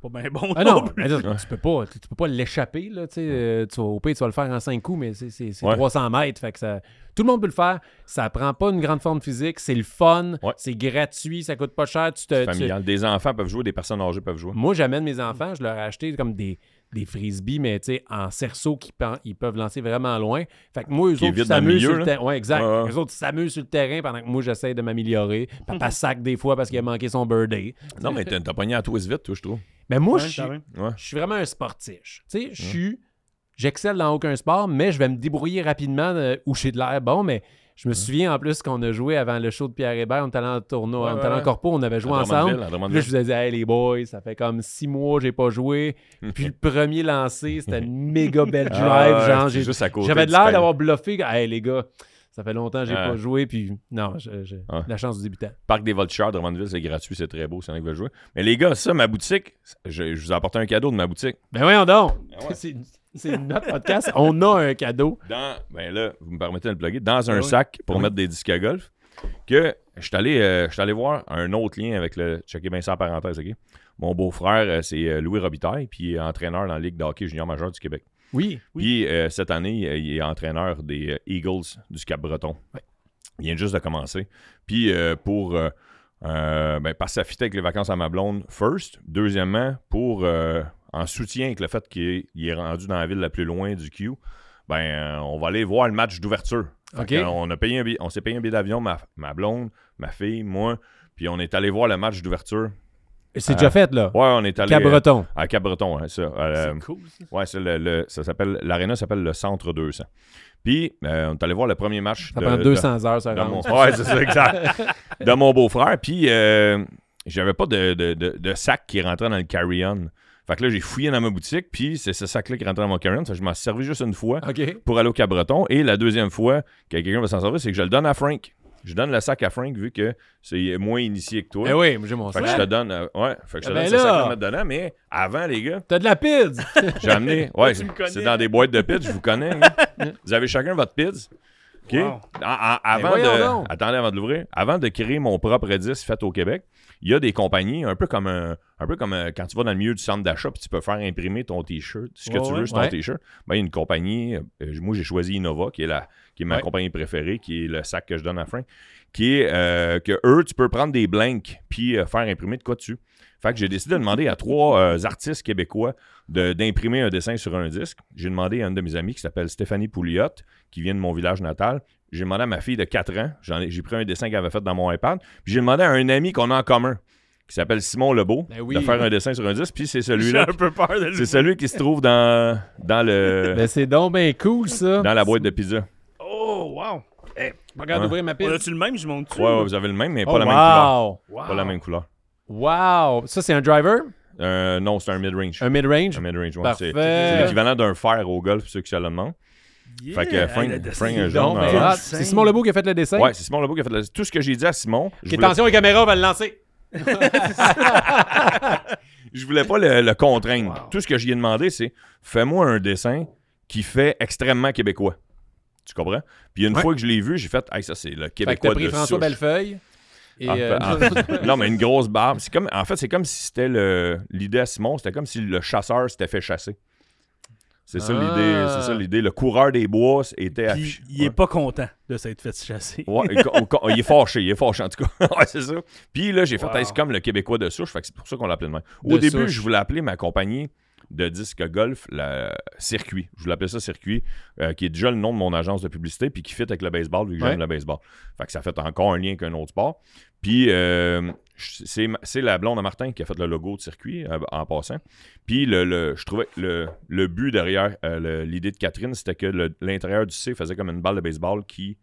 B: pas bien bon.
A: Ah non,
B: plus.
A: mais là, tu peux pas, tu, tu peux pas l'échapper. Là, tu sais, euh, tu vas- au pire, tu vas le faire en 5 coups, mais c'est, c'est- c'est
C: Ouais.
A: 300 mètres. Fait que ça, tout le monde peut le faire. Ça prend pas une grande forme physique. C'est le fun.
C: Ouais.
A: C'est gratuit. Ça coûte pas cher. Tu te, Euh, tu-
C: Familial. Des enfants peuvent jouer, des personnes âgées peuvent jouer.
A: Moi, j'amène mes enfants. Je leur ai acheté comme des, des frisbees, mais tu sais, en cerceau qui pen- ils peuvent lancer vraiment loin. Fait que moi, eux autres,
C: Qui est
A: ils
C: vide dans le
A: s'amusent
C: milieu,
A: sur le
C: là.
A: terrain. Ouais, exact.
C: Ouais, ouais.
A: Eux autres, ils s'amusent sur le terrain pendant que moi, j'essaie de m'améliorer. Papa sac des fois parce qu'il a manqué son birthday.
C: Non, mais t'as t'as pogné à twist vite, toi, je trouve.
A: Mais moi,
B: Ouais,
A: je suis-
B: quand même.
C: Ouais.
A: je suis vraiment un sportif. Tu sais, je suis. J'excelle dans aucun sport, mais je vais me débrouiller rapidement euh, où j'ai de l'air bon. Mais je me souviens en plus qu'on a joué avant le show de Pierre Hébert. On était allé en tournoi,
C: Ouais,
A: on était
C: ouais,
A: allé en
C: ouais.
A: corpo, on avait joué
C: À Drummondville,
A: ensemble.
C: à
A: Puis
C: Drummondville.
A: là, je vous ai dit, hey les boys, ça fait comme six mois que j'ai pas
C: <laughs>
A: joué. Puis le premier lancé, c'était une méga belle drive.
C: Ah,
A: genre,
C: c'était
A: j'ai-
C: juste à côté
A: j'avais de
C: du
A: l'air
C: panier.
A: d'avoir bluffé. Hey les gars, ça fait longtemps que j'ai
C: Ah.
A: pas joué. Puis non, je- je-
C: Ah.
A: la chance du débutant.
C: Parc des Vultures de Drummondville, c'est gratuit, c'est très beau, c'est un qui veut jouer. Mais les gars, ça, ma boutique, je, je vous ai apporté un cadeau de ma boutique.
A: Ben voyons donc,
C: Ah
A: <laughs>
C: ouais.
A: c'est c'est notre podcast. On a un cadeau.
C: Dans, ben là, vous me permettez de le plugger, dans un
B: Ah oui.
C: sac pour
A: Ah oui.
C: mettre des disques à golf, que je suis allé, euh, je suis allé voir un autre lien avec le. Checkez bien ça en parenthèse, OK? Mon beau-frère, euh, c'est euh, Louis Robitaille, puis il est entraîneur dans la Ligue de hockey junior majeur du Québec.
A: Oui.
C: Puis euh, cette année, euh, il est entraîneur des euh, Eagles du Cap-Breton. Il vient juste de commencer. Puis euh, pour. euh, euh, ben, parce que ça fitait avec les vacances à ma blonde, first. Deuxièmement, pour. euh, en soutien avec le fait qu'il est, il est rendu dans la ville la plus loin du Q, ben, euh, on va aller voir le match d'ouverture. Fait
A: OK.
C: que, euh, On, a payé un billet- on s'est payé un billet d'avion, ma, ma blonde, ma fille, moi. Puis on est allé voir le match d'ouverture.
A: C'est déjà fait, là.
C: Ouais, on est allé. euh,
A: Cabreton.
C: à Cap-Breton, hein, ça. Euh,
B: C'est cool, ça.
C: Ouais, c'est le, le- ça s'appelle l'aréna s'appelle le Centre 200. Puis euh, on est allé voir le premier match
A: Ça
C: de,
A: prend
C: de-
A: 200 heures sur
C: de mon,
A: rendre.
C: ouais, c'est ça, exact. de mon beau-frère. Puis euh, j'avais pas de, de- de- de sac qui rentrait dans le carry-on. Fait que là, j'ai fouillé dans ma boutique, puis c'est ce sac-là qui rentrait dans mon carry-on. Fait que je m'en suis servi juste une fois
A: <laughs> OK.
C: pour aller au Cabreton. Et la deuxième fois que quelqu'un va s'en servir, c'est que je le donne à Frank. Je donne le sac à Frank vu que c'est moins initié que toi.
A: Eh oui, moi, j'ai mon
C: Fait que
A: sac.
C: je te donne, euh, ouais, fait que je te
A: Ben
C: donne ce
A: là.
C: sac à mettre dedans, mais avant, les gars,
A: T'as de la pide!
C: <laughs> j'ai amené, ouais,
B: me
C: c'est
B: connais.
C: dans des boîtes de pids, je vous connais. hein. vous avez chacun votre pids. OK?
B: Wow.
C: En- en- avant
A: Ben voyons donc.
C: de, attendez avant de l'ouvrir, avant de créer mon propre disque fait au Québec, il y a des compagnies, un peu comme, un, un peu comme euh, quand tu vas dans le milieu du centre d'achat puis tu peux faire imprimer ton T-shirt, ce que
B: Ouais,
C: tu veux
B: ouais.
C: sur ton
A: Ouais.
C: T-shirt. Ben, il y a une compagnie, euh, euh, moi j'ai choisi Innova, qui est, la, qui est ma
A: Ouais.
C: compagnie préférée, qui est le sac que je donne à Frank, qui est euh, que eux, tu peux prendre des blanks puis euh, faire imprimer de quoi dessus. Fait que j'ai décidé de demander à trois euh, artistes québécois de- d'imprimer un dessin sur un disque. J'ai demandé à une de mes amies qui s'appelle Stéphanie Pouliot, qui vient de mon village natal. J'ai demandé à ma fille de 4 ans, j'en ai- j'ai pris un dessin qu'elle avait fait dans mon iPad, puis j'ai demandé à un ami qu'on a en commun, qui s'appelle Simon Lebeau,
A: Ben oui.
C: de faire un dessin sur un disque, puis c'est
A: <laughs>
B: J'ai
C: celui-là.
B: un peu peur de le
C: C'est celui qui se trouve dans, dans, le,
A: <laughs> Ben, c'est donc bien cool, ça.
C: dans la boîte de pizza.
B: Oh, wow.
A: Regarde
C: Ouais.
A: ouvrir ma pide.
B: On a-tu le même? Je monte-tu?
C: Ouais, ouais, vous avez le même, mais pas,
A: Oh,
C: la, même couleur.
A: wow.
B: Wow.
C: pas la même couleur.
A: Wow! Ça, c'est un driver?
C: Euh, non, c'est un mid-range.
A: Un mid-range?
C: Un mid-range, ouais,
A: Parfait.
C: c'est c'est l'équivalent d'un fer au golf, pour ceux qui se le demandent.
B: Yeah.
C: Fait que Frank-
B: Hey, le
C: Frank,
B: dessin.
C: un jaune,
A: Donc, ben,
C: orange.
A: hot. c'est Simon Lebeau qui a fait le dessin?
C: Ah, Ouais, c'est Simon Lebeau qui a fait le- tout ce que j'ai dit à Simon. Je
A: Ok,
C: voulais-
A: Attention, les caméras va le lancer.
C: je voulais pas le, le contraindre.
B: Wow.
C: Tout ce que j'y ai demandé, c'est fais-moi un dessin qui fait extrêmement québécois. Tu comprends? Puis une
A: Ouais.
C: fois que je l'ai vu, j'ai fait, hey, ça, c'est le
A: Fait que t'as
C: québécois
A: pris
C: de
A: François
C: souche.
A: Bellefeuille. Et,
C: Ah,
A: euh,
C: ben, ah, <laughs> non, mais une grosse barbe. C'est comme, en fait, c'est comme si c'était le- l'idée à Simon, c'était comme si le chasseur s'était fait chasser. C'est ça
A: Ah.
C: l'idée, c'est ça l'idée. Le coureur des bois était
B: Puis,
C: affiché.
B: il est pas content de s'être fait chasser.
C: Ouais, il, con- con- il est fâché, il est fâché en tout cas. <laughs> ouais, c'est ça. Puis là, j'ai fait,
B: Wow.
C: Hey, c'est comme le Québécois de souche, fait que c'est pour ça qu'on l'appelait de même. Au
A: De
C: début,
A: souche.
C: je voulais appeler ma compagnie de disque golf, la Circuit. Je voulais appeler ça Circuit, euh, qui est déjà le nom de mon agence de publicité, puis qui fit avec le baseball, vu que
A: Ouais.
C: j'aime le baseball. Fait que ça fait encore un lien qu'un autre sport. Puis euh, je- c'est ma- c'est la blonde à Martin qui a fait le logo de Circuit, euh, en passant. Puis le, le- je trouvais le, le but derrière euh, le- l'idée de Catherine, c'était que le- l'intérieur du C faisait comme une balle de baseball qui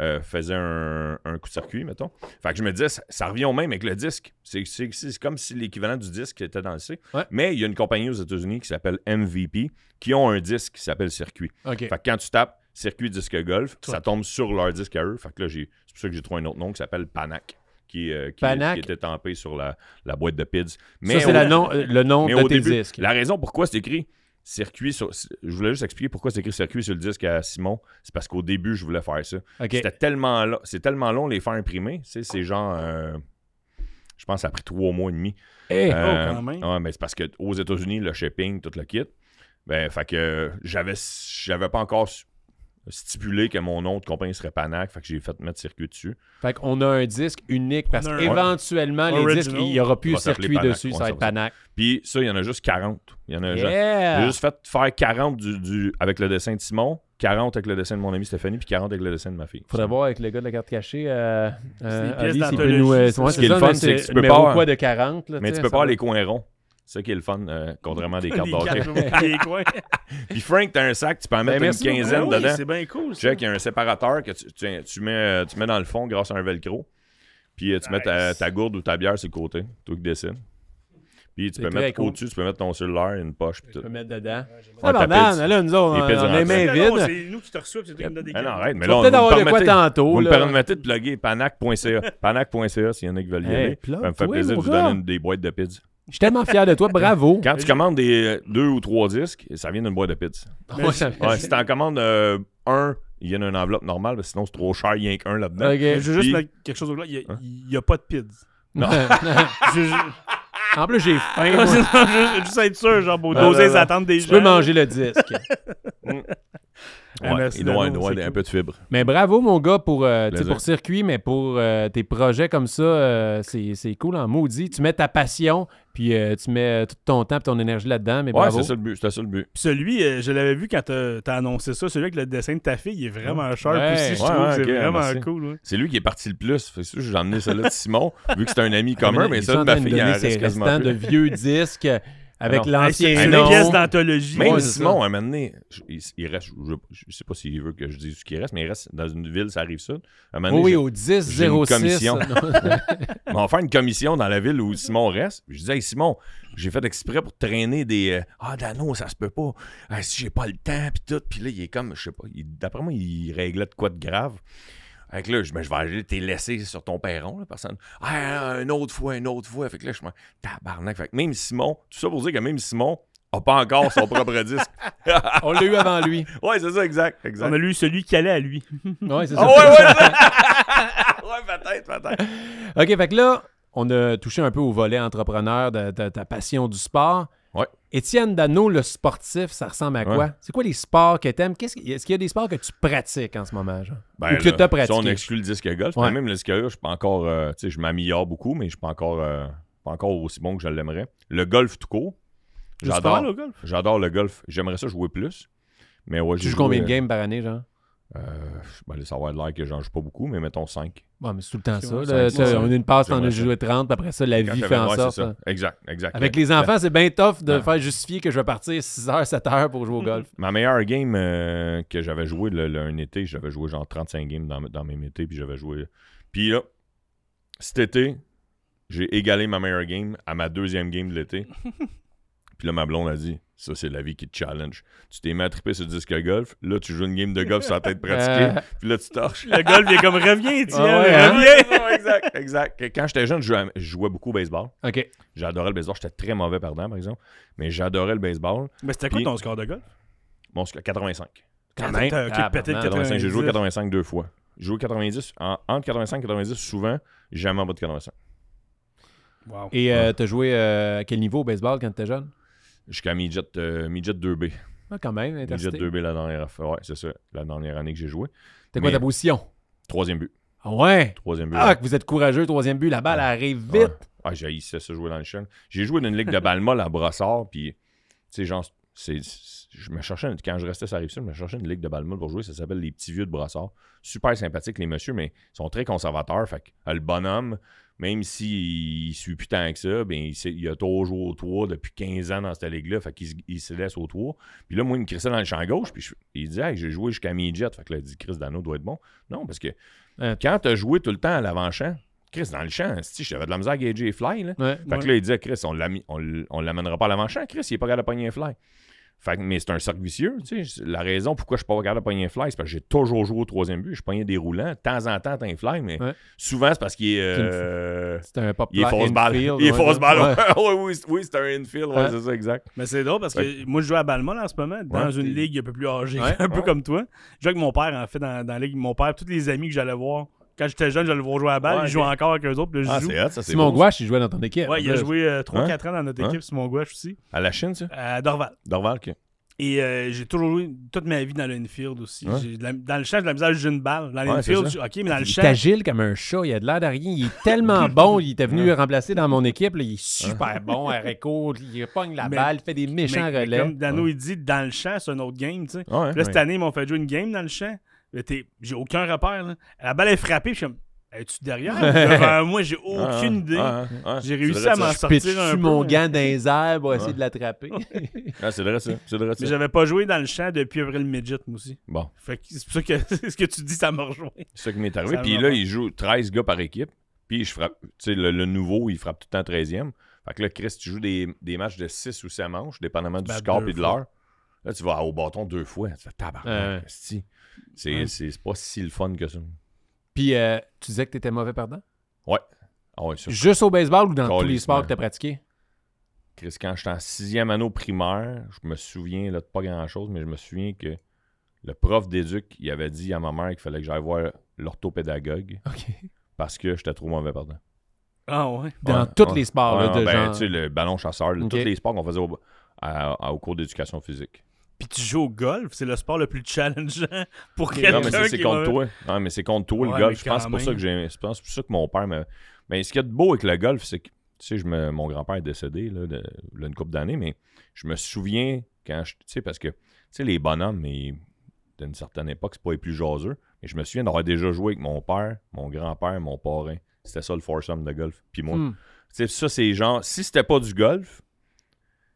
C: euh, faisait un, un coup de circuit, mettons. Fait que je me disais, ça, ça revient au même avec le disque. C'est- C'est c'est comme si l'équivalent du disque était dans le C.
A: Ouais.
C: Mais il y a une compagnie aux États-Unis qui s'appelle MVP qui ont un disque qui s'appelle Circuit.
A: <laughs> OK.
C: Fait que quand tu tapes circuit disque golf,
B: Toi.
C: ça tombe sur leur disque à eux. Fait que là, j'ai- c'est pour ça que j'ai trouvé un autre nom qui s'appelle Panac, qui, euh, qui-
A: Panac.
C: qui était tampé sur la, la boîte de PIDS.
A: ça, c'est
C: au-
A: la nom- euh, le nom
C: mais
A: de
C: au
A: tes
C: début,
A: disques.
C: la raison pourquoi c'est écrit circuit sur. Je voulais juste expliquer pourquoi c'est écrit circuit sur le disque à Simon. C'est parce qu'au début, je voulais faire ça.
A: OK.
C: C'était tellement long. C'est tellement long les faire imprimer. Tu sais, c'est genre. euh, je pense que ça a pris trois mois
A: <laughs>
C: et demi.
A: Eh,
C: Euh,
B: quand même.
C: ouais, mais c'est parce que aux États-Unis, le shipping, tout le kit. Ben, fait que euh, j'avais j'avais pas encore s- stipulé que mon nom de compagnie serait Panac. Fait que j'ai fait mettre circuit dessus.
A: Fait qu'on a un disque unique parce
B: On a un-
A: qu'éventuellement, les
B: Original.
A: disques, il n'y aura plus
C: On
A: de
C: va s'appeler
A: circuit
C: Panac,
A: dessus,
C: ouais,
A: ça va
C: ça
A: être
C: va
A: Panac.
C: Puis ça, il y en a juste 40. Il y en a genre- J'ai
A: Yeah!
C: juste fait faire 40 du, du- avec le dessin de Simon, 40 avec le dessin de mon ami Stéphanie, puis 40 avec le dessin de ma fille.
A: Faudrait voir avec le gars de la carte cachée. Euh, euh,
B: des pièces
A: Oli, s'il peut
B: d'anthologie,
A: nous, euh,
B: c'est
A: ouais,
B: ça.
A: c'est
C: Ce qui est
A: ça,
C: le fun,
A: mais
C: c'est que tu peux
A: numéro
C: pas-
A: quoi de 40. là,
C: Mais tu
A: sais,
C: peux
A: ça va.
C: pas avoir les coins ronds. C'est ça qui est le fun, euh,
A: <laughs>
C: contrairement à des cartes
B: Les
C: d'hockey.
B: cartes, les coins.
C: Puis Frank, t'as un sac, tu peux en mettre une
A: Ben, merci beaucoup.
C: <laughs> quinzaine
B: Ah oui,
C: dedans.
B: C'est bien cool. ça.
C: Check, il y a un séparateur que tu, tu- tu mets, euh, tu mets dans le fond grâce à un velcro. Puis euh, tu mets ta,
B: Nice.
C: ta gourde ou ta bière sur le côté, toi qui décides. Puis tu
A: C'est
C: peux
A: très
C: mettre
A: cool.
C: au-dessus, tu peux mettre ton cellulaire, une poche. Puis tout.
A: Tu peux mettre dedans.
C: Ouais,
A: Ah,
C: ta
A: Bernard,
C: pizza.
A: là, nous autres,
C: Les
A: on-
C: pizzas
A: on a les
C: en
A: mains
B: Ah non,
A: vides.
B: c'est nous qui te reçois, puis c'est toi qui me donnes des
C: Ah non,
B: cartes.
C: arrête, mais
A: Tu
C: là,
A: vas
C: on
A: peut-être
C: vous
A: avoir de quoi
C: permettez-
A: tantôt.
C: Vous
A: là.
C: me permettez de
A: <laughs>
C: plugger panac.ca. Panac.ca, s'il y en a qui veulent y
A: Hey,
C: aller.
A: plug,
C: ça me fait
A: toi,
C: plaisir de
A: mon
C: vous
A: gars.
C: donner une- des boîtes de pizza.
A: Je suis tellement fier de toi, bravo.
C: Quand tu commandes des euh, deux ou trois disques, ça vient d'une boîte de pizza.
A: <laughs> Ouais, ça-
C: Ouais, si t'en commandes euh, un, il y en a une enveloppe normale, parce que sinon c'est trop cher, il y en a qu'un là-dedans.
A: Ok.
B: Je veux juste
C: Puis-
B: mettre quelque chose au là. Il
C: Hein?
B: n'y a, pas de pids.
A: <laughs>
C: <laughs>
B: Je- <laughs> je-
A: en plus, j'ai <laughs> faim.
B: Non,
A: moi.
B: juste, juste être sûr, genre, pour
C: Ah,
A: Ben,
B: doser
A: ben,
B: les
A: ben.
B: attentes des
A: Tu
B: gens.
A: peux manger le
C: <laughs>
A: disque.
B: Ah,
C: Ouais,
B: merci,
C: il doit, il
B: Dano,
C: doit
B: c'est
C: avoir un
B: cool.
C: peu de fibre.
A: Mais bravo, mon gars, pour, euh, tu sais,
C: Plaisir.
A: pour circuit, mais pour euh, tes projets comme ça, euh, c'est c'est cool en maudit. Tu mets ta passion, puis euh, tu mets euh, tout ton temps et ton énergie là-dedans, mais
C: Ouais,
A: bravo.
C: c'est ça le but. C'était ça le but.
B: Puis celui, euh, je l'avais vu quand t'as t'as annoncé ça, celui avec le dessin de ta fille, il est vraiment cher.
A: Ouais.
B: aussi, je
C: Ouais,
B: trouve,
C: ouais,
B: c'est
C: ok,
B: vraiment
C: merci.
B: cool. ouais.
C: C'est lui qui est parti le plus. Fait que c'est sûr, j'ai emmené celle-là
A: <laughs>
C: de Simon, vu que c'est un ami commun,
A: Ils
C: mais
A: sont
C: ça,
A: en
C: ma
A: train de
C: fille,
A: donner
C: elle
A: ses
C: reste quasiment
A: restants de
C: plus.
A: vieux <laughs> disques euh, avec
C: non.
B: Hey, C'est
A: l'ancien
B: c'est une
A: nom.
B: pièce d'anthologie.
C: Même
A: Ouais, c'est
C: Simon, à un moment donné, je- il, il reste, je, je sais pas s'il veut que je dise ce qu'il reste, mais il reste dans une ville, ça arrive ça. À un moment
A: Oui,
C: donné,
A: oui,
C: j'ai-
A: au 10
C: j'ai une
A: 06.
C: commission. Mais on va faire une commission dans la ville où Simon reste. Je disais, Hey, Simon, j'ai fait exprès pour traîner des. euh, Ah, Dano, ça se peut pas. Ah, si j'ai pas le temps, puis tout. Puis là, il est comme, je sais pas. il- D'après moi, il réglait de quoi de grave. Fait que là, je, ben, je vais aller, t'es laissé sur ton perron, la personne. Ah, une autre fois, une autre fois. Fait que là, je me tabarnak. Fait que même Simon, tout ça pour dire que même Simon a pas encore son propre <laughs> disque.
A: <laughs> On l'a eu avant
C: <laughs>
A: lui.
C: Ouais, c'est ça, exact. exact.
B: On a lu celui qui allait à lui.
A: Ouais, c'est ça.
C: Ah ouais,
B: <laughs>
C: ouais, ouais. ouais, peut-être, peut-être.
A: OK, fait que là, on a touché un peu au volet entrepreneur de, de ta passion du sport.
C: Ouais.
A: Étienne Dano, le sportif, ça ressemble à quoi?
C: Ouais.
A: C'est quoi les sports que t'aimes? Qu'est-ce qu'il- Est-ce qu'il y a des sports que tu pratiques en ce moment, genre?
C: Ben,
A: Ou que
C: là,
A: t'as pratiqué?
C: Si on exclut le disque golf,
A: Ouais.
C: mais même le disque golf, je suis pas encore. euh, tu sais, je m'améliore beaucoup, mais je suis pas encore, euh, pas encore aussi bon que je l'aimerais. Le golf tout court,
B: Juste
C: j'adore.
B: pas mal au golf.
C: J'adore le golf. J'aimerais ça jouer plus. Mais ouais,
A: Tu
C: j'ai
A: joues combien de
C: joué,
A: games par année, genre?
C: euh, ben, là, ça va de l'air que j'en joue pas beaucoup, mais mettons 5.
A: Ouais, mais c'est tout le temps
B: C'est
A: ça.
B: vrai,
A: là.
B: c'est
A: T'as-
B: vrai.
A: on a une passe,
C: C'est
A: t'en
C: vrai,
A: as
C: ça.
A: joué 30, puis après ça, la vie fait en sorte. hein.
C: Exact, exact.
A: Avec
C: La-
A: les enfants, c'est bien tough de faire justifier que je vais partir 6 h 7 h pour jouer
C: Mm-hmm.
A: au golf.
C: Ma meilleure game euh, que j'avais joué le, le- un été, j'avais joué genre 35 games dans, dans mes étés, puis j'avais joué. Puis là, cet été, j'ai égalé ma meilleure game à ma deuxième game de <laughs> l'été. puis là, ma blonde a dit Ça, c'est la vie qui te challenge. Tu t'es mis à triper sur le disque golf, là, tu joues une game de golf sans t'être pratiqué, <laughs>
A: Euh.
C: puis là, tu torches.
B: Le golf, il est comme reviens, Étienne,
A: Ah ouais, hein?
B: reviens.
C: exact, exact. Quand j'étais jeune, je jouais- je jouais beaucoup au baseball.
A: OK.
C: J'adorais le baseball. J'étais très mauvais perdant, par exemple, mais j'adorais le baseball.
B: Mais c'était
C: Puis-
B: quoi ton score de golf
C: Mon score 85.
A: Quand
B: T'as-
A: même.
B: t'as- ok,
A: Ah,
B: peut-être
A: maman.
B: 80.
C: 85, j'ai joué 85 deux fois. J'ai joué 90, en- entre 85 et 90, souvent, jamais en bas de 85.
B: Wow.
A: Et euh, t'as joué euh, à quel niveau au baseball quand t'étais jeune?
C: Jusqu'à midget, euh, midget 2B.
A: Ah, quand même,
C: Midget
A: intéressant.
C: 2B la dernière fois. Ouais, c'est ça, la dernière année que j'ai joué.
A: T'es quoi
C: Mais-
A: ta position?
C: Troisième but.
A: Ah ouais?
C: Troisième but.
A: Ah, que vous êtes courageux, troisième but, la balle
C: Ouais.
A: arrive vite.
C: Ouais. Ah, j'ai haï ça, ça, jouer dans le champ. J'ai joué dans une ligue de balle molle à Brossard, puis, tu sais, genre, c'est- c'est- je me cherchais, une- quand je restais sur la Rive-Sud, je me cherchais une ligue de balle molle pour jouer, ça s'appelle les petits vieux de Brossard. Super sympathiques, les messieurs, mais ils sont très conservateurs, fait que euh, le bonhomme, même s'il ne suit plus tant que ça, ben, il, sait- il a toujours joué au toit depuis 15 ans dans cette ligue-là, fait qu'il se- il se laisse au toit. Puis là, moi, il me crissait dans le champ gauche, puis je- il dit « Hey, j'ai joué jusqu'à midget », fait que là, il dit « Chris Dano doit être bon ». Non, parce que
A: Euh,
C: quand tu as joué tout le temps à l'avant-champ, Chris, dans le champ, si j'avais de la misère à gager les fly, là.
A: Ouais.
C: Fait que là, il disait, Chris, on l'a mis- on l- on l'amènera pas à l'avant-champ. Chris, il est pas capable de pogner un fly. Fait que, mais c'est un cercle vicieux. tu sais. La raison pourquoi je suis pas capable de pogner un fly, c'est parce que j'ai toujours joué au troisième but. Je pognais des roulants. De temps en temps, t'as un fly, mais
A: Ouais.
C: souvent, c'est parce qu'il est.
A: C'est une-
C: euh,
A: C'était un pop
C: Il est
A: fly
C: fausse balle.
A: infield,
C: Il est
A: ouais,
C: fausse
A: ouais.
C: balle.
A: Ouais.
C: Ouais, oui, c'est- oui, c'est un infield. Ouais,
A: Ouais.
C: c'est ça, exact.
B: Mais c'est drôle parce que moi, je joue à Balmol en ce moment, dans
C: Ouais,
B: une
C: t'es-
B: ligue un peu plus âgée,
A: Ouais,
B: un peu
C: ouais.
B: comme toi. Je joue avec mon père, en fait, dans, dans la ligue. Mon père, tous les amis que j'allais voir, quand j'étais jeune, j'allais voir jouer à la balle.
C: Ouais,
B: ils jouent
C: ok.
B: encore avec eux autres. Puis là, je
C: Ah,
B: joue.
C: c'est hot, ça, <laughs> c'est
A: Simon
C: beau,
A: Gouache, il jouait dans ton équipe.
B: Ouais, il a
A: Là,
B: joué 3-4 ans dans notre
C: Hein?
B: équipe, Simon Gouache aussi,
C: ça. À la Chine, ça.
B: à Dorval.
C: Dorval, qui.
B: Et euh, j'ai toujours joué toute ma vie dans l'infield aussi.
C: Ouais.
B: J'ai de la- dans le champ, j'ai de la misère, j'ai une balle. Dans
C: Ouais,
B: l'infield,
C: c'est
B: je- ok, mais dans le
A: Il est
B: champ,
A: agile comme un chat, il a de l'air de rien. Il
C: <laughs>
A: est tellement bon, il était venu remplacer dans mon équipe. là, il est super bon, à récord, il pogne la
B: Mais-
A: balle, il fait des méchants
B: mais- mais
A: relais.
B: comme Dano, il dit, dans le champ, c'est un autre game, tu sais.
C: Ouais,
B: Puis là,
C: ouais.
B: cette année, ils m'ont fait jouer une game dans le champ. Là, t'es- J'ai aucun repère. là. La balle est frappée. puis Je suis comme, es-tu derrière?
C: <laughs>
B: Devant moi, j'ai
C: Ah,
B: aucune
C: ah,
B: idée.
C: ah, ah,
B: J'ai
C: c'est
B: réussi
C: vrai,
B: à
C: ça.
B: m'en
A: Je
B: sortir
A: pitche
B: un peu.
A: mon gant dans les airs pour essayer
C: euh, Ouais.
A: de l'attraper.
C: Ah, c'est vrai, ça. C'est vrai, ça.
B: Mais j'avais pas joué dans le champ depuis avril midget, moi aussi.
C: Bon.
B: Fait que c'est pour ça que <laughs> ce que tu dis, ça me rejoint.
C: C'est ça qui m'est arrivé.
B: Ça
C: Puis
B: va
C: là,
B: pas.
C: il joue 13 gars par équipe. Puis je frappe. Tu sais, le, le nouveau, il frappe tout le temps 13e. Fait que là, Chris, tu joues des, des matchs de 6 ou 7 manches, dépendamment du
B: Bah,
C: score
B: deux
C: et de
B: fois.
C: l'heure. Là, tu vas au bâton deux fois. Tu fais
A: Ouais, ouais.
C: tabarnak. esti. C'est c'est- c'est pas si le fun que ça.
A: <laughs> Puis euh, tu disais que tu étais mauvais perdant?
C: Ouais. Ah ouais, ça.
A: Juste au baseball ou dans tous les
C: Calissement.
A: sports que tu as pratiqués?
C: Chris, quand j'étais en sixième anneau primaire, je me souviens là, de pas grand-chose, mais je me souviens que le prof d'éduc, il avait dit à ma mère qu'il fallait que j'aille voir l'orthopédagogue
A: OK.
C: parce que j'étais trop mauvais perdant.
B: Ah ouais.
A: Dans
C: Ouais,
A: tous
C: ouais.
A: les sports. là,
C: Ouais,
A: de
C: ben,
A: genre-
C: tu sais, le ballon chasseur, là,
A: Ok.
C: tous les sports qu'on faisait au, à- à- au cours d'éducation physique.
B: Puis tu joues au golf, c'est le sport le plus challengeant <laughs> pour
C: Non,
B: quelqu'un
C: mais ça, c'est
B: qui
C: contre
B: va-
C: toi. Non, mais c'est contre toi,
B: Ouais,
C: le
B: mais
C: golf. Je pense que c'est
B: quand
C: pour ça que j'ai. Je pense que c'est pour ça que mon père me. Mais ce qu'il y a de beau avec le golf, c'est que. Tu sais, je me- mon grand-père est décédé, là, de- là, une couple d'années, mais je me souviens quand je. Tu sais, parce que. Tu sais, les bonhommes, mais d'une certaine époque, c'est pas les plus jaseux. Mais je me souviens d'avoir déjà joué avec mon père, mon grand-père, mon parrain. C'était ça le foursome de golf. Puis moi.
A: Hmm.
C: Tu sais, ça, c'est genre, si c'était pas du golf,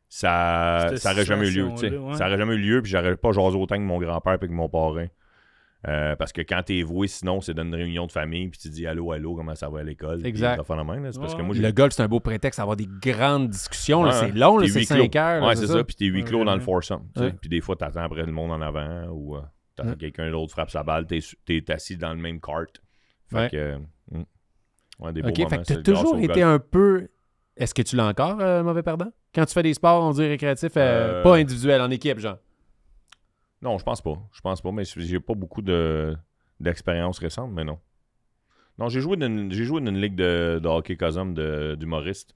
C: ça,
B: Cette
C: ça aurait jamais eu lieu. tu sais.
B: situation-là, ouais.
C: Ça aurait jamais eu lieu, puis j'aurais pas jasé autant que mon grand-père et que mon parrain. Euh, parce que quand t'es voué, sinon, c'est dans une réunion de famille, puis tu dis allô, allô, comment ça va à l'école.
A: Exact.
C: Puis des affaires de même, là. C'est parce que
B: Ouais.
C: moi, j'ai-
A: Le golf, c'est un beau prétexte à avoir des grandes discussions. là.
C: Ouais,
A: c'est long, là,
C: t'es
A: c'est
C: huis clos.
A: 5 heures. là,
C: Ouais, c'est ça. Puis t'es huit
B: Ouais,
C: clos dans le
B: ouais.
C: foursome. tu
A: Ouais.
C: sais. Puis des fois, t'attends après le monde en avant ou euh, T'attends
A: Ouais.
C: que quelqu'un d'autre frappe sa balle, t'es su- t'es assis dans le même cart. Fait
A: Ouais.
C: que. euh, mm. Ouais, des beaux
A: OK, fait
C: moments,
A: que tu
C: c'est
A: as
C: grâce au
A: toujours
C: golf.
A: été un peu. Est-ce que tu l'as encore, euh, mauvais perdant? Quand tu fais des sports, on dit récréatif, euh,
C: Euh,
A: pas individuel, en équipe, genre.
C: Non, je pense pas. Je pense pas, mais j'ai pas beaucoup de d'expérience récente, mais non. Non, j'ai joué dans une- j'ai joué dans une ligue de, de hockey cosum de- d'humoristes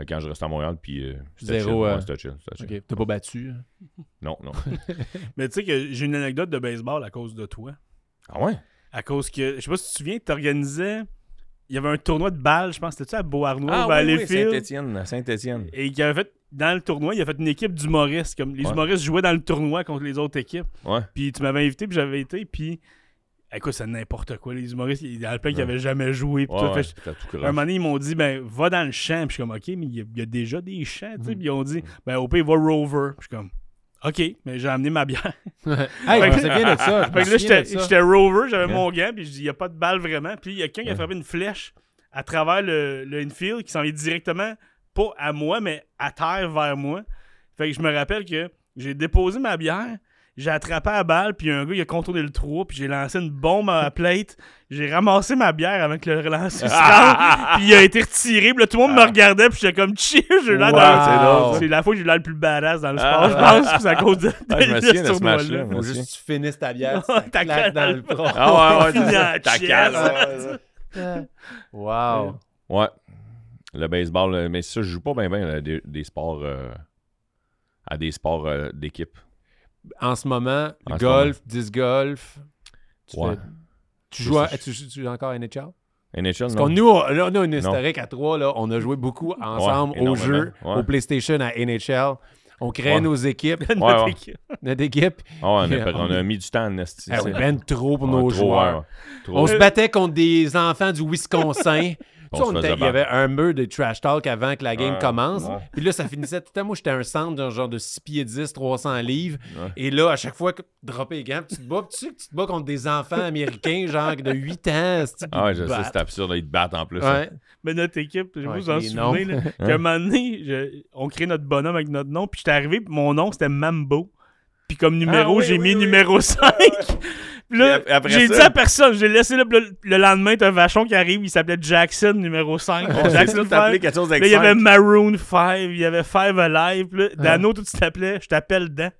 C: euh, quand je restais à Montréal, puis euh, c'était
A: Zéro,
C: chill. Ouais,
A: euh,
C: c'était chill, c'était chill.
A: OK, t'as pas battu. hein?
C: Non,
A: <laughs>
C: non.
B: Mais tu sais que j'ai une anecdote de baseball à cause de toi.
C: Ah ouais?
B: À cause que, je sais pas si tu te souviens, t'organisais. Il y avait un tournoi de balles, je pense. C'était-tu à Beauharnois
C: Ah
B: ou à
C: oui, oui,
B: Valleyfield?
C: Saint-Étienne, à Saint-Étienne.
B: bah, Et il avait fait, dans le tournoi, il a fait une équipe d'humoristes. Comme les
C: Ouais.
B: humoristes jouaient dans le tournoi contre les autres équipes.
C: Ouais.
B: Puis tu m'avais invité, puis j'avais été, puis. Écoute, c'est n'importe quoi. Les humoristes, il y en a plein qui
C: Ouais.
B: n'avaient jamais joué. Puis
C: Ouais,
B: tout. Fait
C: ouais,
B: que je-
C: c'était tout
B: un
C: croche.
B: moment donné, ils m'ont dit, ben, va dans le champ. Puis je suis comme, OK, mais il y, a- il y a déjà des champs.
C: Mhm.
B: tu sais. Puis ils ont dit, ben, au pire, va rover. Puis je suis comme, OK, mais j'ai amené ma bière.
C: hein.
A: <laughs> hey,
C: <laughs>
A: je me souviens de ça. je me
B: <laughs> Fait que là,
A: souviens
B: j'étais
A: de ça.
B: j'étais rover, j'avais
C: Ouais.
B: mon gant, puis je dis, il n'y a pas de balle vraiment. Puis il y a quelqu'un qui a
C: Ouais.
B: frappé une flèche à travers le, le infield qui s'en est directement, pas à moi, mais à terre vers moi. Fait que je me rappelle que j'ai déposé ma bière, j'ai attrapé la balle, puis un gars, il a contourné le trou, puis j'ai lancé une bombe à la plate. J'ai ramassé ma bière avant que le relanceur se rende, puis il a été retiré. Puis là, tout le monde me regardait, puis j'étais comme, chill, j'ai l'air d'un-
A: Wow.
B: C'est la fois que j'ai l'air le plus badass dans le sport,
C: Ah.
B: je pense, puis c'est à cause de,
C: Ah, je
B: <laughs> de
C: me souviens de ce
B: tournoi-là.
C: match-là, moi.
A: Faut
C: aussi.
A: juste que tu finisses ta
C: <laughs>
A: bière.
B: Ouais,
A: tu
B: ta
A: claques
B: claque
A: dans le front.
C: Ah ouais,
B: Fini
C: ouais,
B: en
C: ouais. Ta
B: chess.
C: cale,
A: <laughs> Ah. wow.
C: Ouais. Le baseball, euh, mais ça, je joue pas bien bien là, des, des sports euh, à des sports euh, d'équipe.
A: En ce moment,
C: En ce
A: golf, disc golf. Tu,
C: Ouais.
A: fais- tu joues, à-
C: Je-
A: tu, joues- tu joues encore à NHL?
C: NHL,
A: Parce
C: non?
A: qu'on nous, on- là, on a une
C: Non.
A: historique à trois, là. On a joué beaucoup ensemble
C: énormément.
A: au jeu,
C: Ouais.
A: au PlayStation, à NHL. On créait
C: Ouais.
A: nos
C: <laughs>
A: équipes,
B: <laughs>
C: Ouais, ouais.
A: notre équipe.
C: Ah ouais, on, a,
A: <laughs> Yeah.
C: on a mis du temps en esti,
A: Ah
C: tu
A: oui,
C: sais.
A: ben trop pour
C: Ouais,
A: nos
C: trop,
A: joueurs.
C: ouais, ouais. Trop.
A: On se battait contre des enfants du
C: <laughs>
A: Wisconsin. Tu sais,
C: On se
A: on était-
C: faisait
A: il y avait un mur de trash talk avant que la game
C: Ouais,
A: commence.
C: ouais.
A: Puis là, ça finissait tout le temps. Moi, j'étais un centre d'un genre de 6 pieds 10, 300 livres.
C: Ouais.
A: Et là, à chaque fois que dropper les gants, puis tu te bats. Puis tu sais que tu te bats contre des enfants américains, genre de 8 ans. c'est-tu, puis
C: Ah ouais,
A: ils
C: je
A: te
C: sais,
A: battent.
C: c'est absurde. Ils te battent en plus. hein.
A: Ouais.
B: Mais Ben, notre équipe, je sais pas
A: Ouais,
B: si vous en
A: les noms.
B: souvenez,
A: <laughs>
B: là, qu'à un moment donné, je- on crée notre bonhomme avec notre nom, puis j'étais arrivé, puis mon nom, c'était Mambo. Puis comme numéro,
C: Ah oui,
B: j'ai
C: oui,
B: mis
C: oui.
B: numéro 5. <laughs> puis là,
C: Et ap- après
B: j'ai
C: ça-
B: dit à personne, j'ai laissé là, puis le, le lendemain, t'as un vachon qui arrive, il s'appelait Jackson, numéro 5.
C: On s'est
B: Jackson
C: tout appelé
B: 5.
C: quelque chose avec
B: Là, il y
C: cinq.
B: avait Maroon 5, il y avait Five Alive. puis Là, Dano,
A: Ouais.
B: tout tu t'appelais, je t'appelle Dan.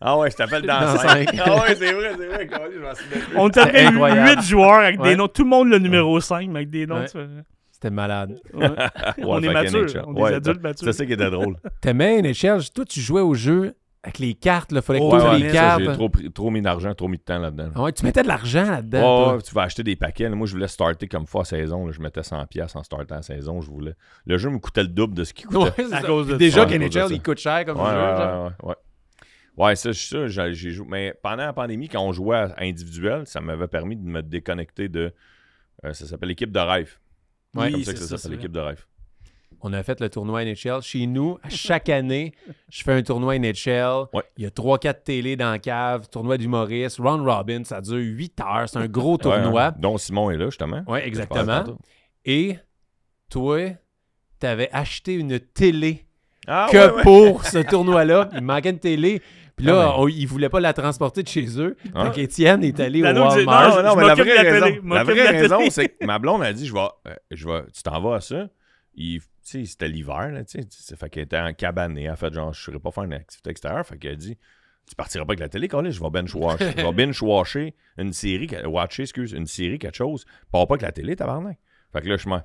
C: Ah ouais, je t'appelle dans,
A: Dans
C: cinq.
A: cinq.
C: Ah ouais, c'est vrai, c'est vrai. comment je m'en souviens plus.
B: On
A: C'est
B: t'appelait
A: Ah, incroyable.
B: 8 joueurs avec
A: Ouais.
B: des noms. Tout le monde le numéro 5, mais avec des noms.
A: Ouais.
B: tu fais-
A: C'était malade.
B: Ouais. on
C: Ouais,
B: est
C: fait que
B: matures.
C: NHL.
B: On est
C: Ouais,
B: adultes matures.
C: C'est ça qui était drôle.
A: T'aimais NHL? Toi, tu jouais au jeu avec les cartes. Il fallait que
B: Oh,
A: t'ouvres
B: ouais,
A: les
B: ouais,
C: ça,
A: cartes.
C: J'ai trop, pris- trop mis d'argent, trop mis de temps là-dedans.
A: Ah ouais, tu mettais de l'argent là-dedans.
C: Ouais,
A: toi.
C: ouais, tu vas acheter des paquets. là. Moi, je voulais starter comme fois à saison. là. Je mettais 100$ piastres en startant à saison. Je voulais... Le jeu me coûtait le double de ce qu'il coûtait.
A: Ouais, c'est
B: À
A: ça.
B: cause
A: Puis
B: de
A: déjà
C: ça.
A: que
C: Ouais, à cause de
A: NHL,
C: ça.
A: il coûte cher comme
C: ouais,
A: jeu.
C: ouais,
A: genre.
C: ouais, ouais, ouais. Ouais, ça, je suis sûr, j'ai- j'ai joué. Mais pendant la pandémie, quand on jouait à individuel, ça m'avait permis de me déconnecter de. euh, ça s'appelle l'équipe de rêve.
A: Ouais.
C: comme
B: Oui,
C: ça que
B: c'est
C: ça
B: ça, c'est
C: s'appelle l'équipe de rêve.
A: On a fait le tournoi NHL. Chez nous, à chaque année, je fais un tournoi NHL.
C: Ouais.
A: Il y a 3-4 télés dans la cave, tournoi d'humoristes, round robin, ça dure 8 heures. C'est un gros tournoi.
C: Ouais, hein. dont Simon est là, justement.
A: Ouais,
C: Je parlais
A: exactement.
C: tantôt.
A: Et toi, t'avais acheté une télé
C: Ah,
A: que
C: ouais, ouais.
A: pour ce
C: <laughs>
A: tournoi-là. Il manquait une télé. Puis là,
C: Ah
A: on- ils voulaient pas la transporter de chez eux.
C: Ah.
A: Donc, Étienne est allé
B: Dano
A: au
B: disait,
A: Walmart.
B: Ah je-
C: Non, non,
B: je
C: mais la
B: m'occupe de
C: vraie
B: la télé,
C: raison,
B: je
C: la
B: m'occupe de
C: vraie
B: la télé.
C: raison, c'est que ma blonde a dit je vais, euh, je vais, tu t'en vas à ça. Il, tu sais, c'était l'hiver, là, tu sais, ça fait qu'elle était en cabane et elle a fait genre je ne pas faire une activité extérieure, fait qu'elle a dit tu partiras pas avec la télé, Colin, je vais binge watcher, je vais binge watcher une série, que- watcher, excuse, une série quelque chose, pars pas avec la télé, tabarnak. Fait que là je m'en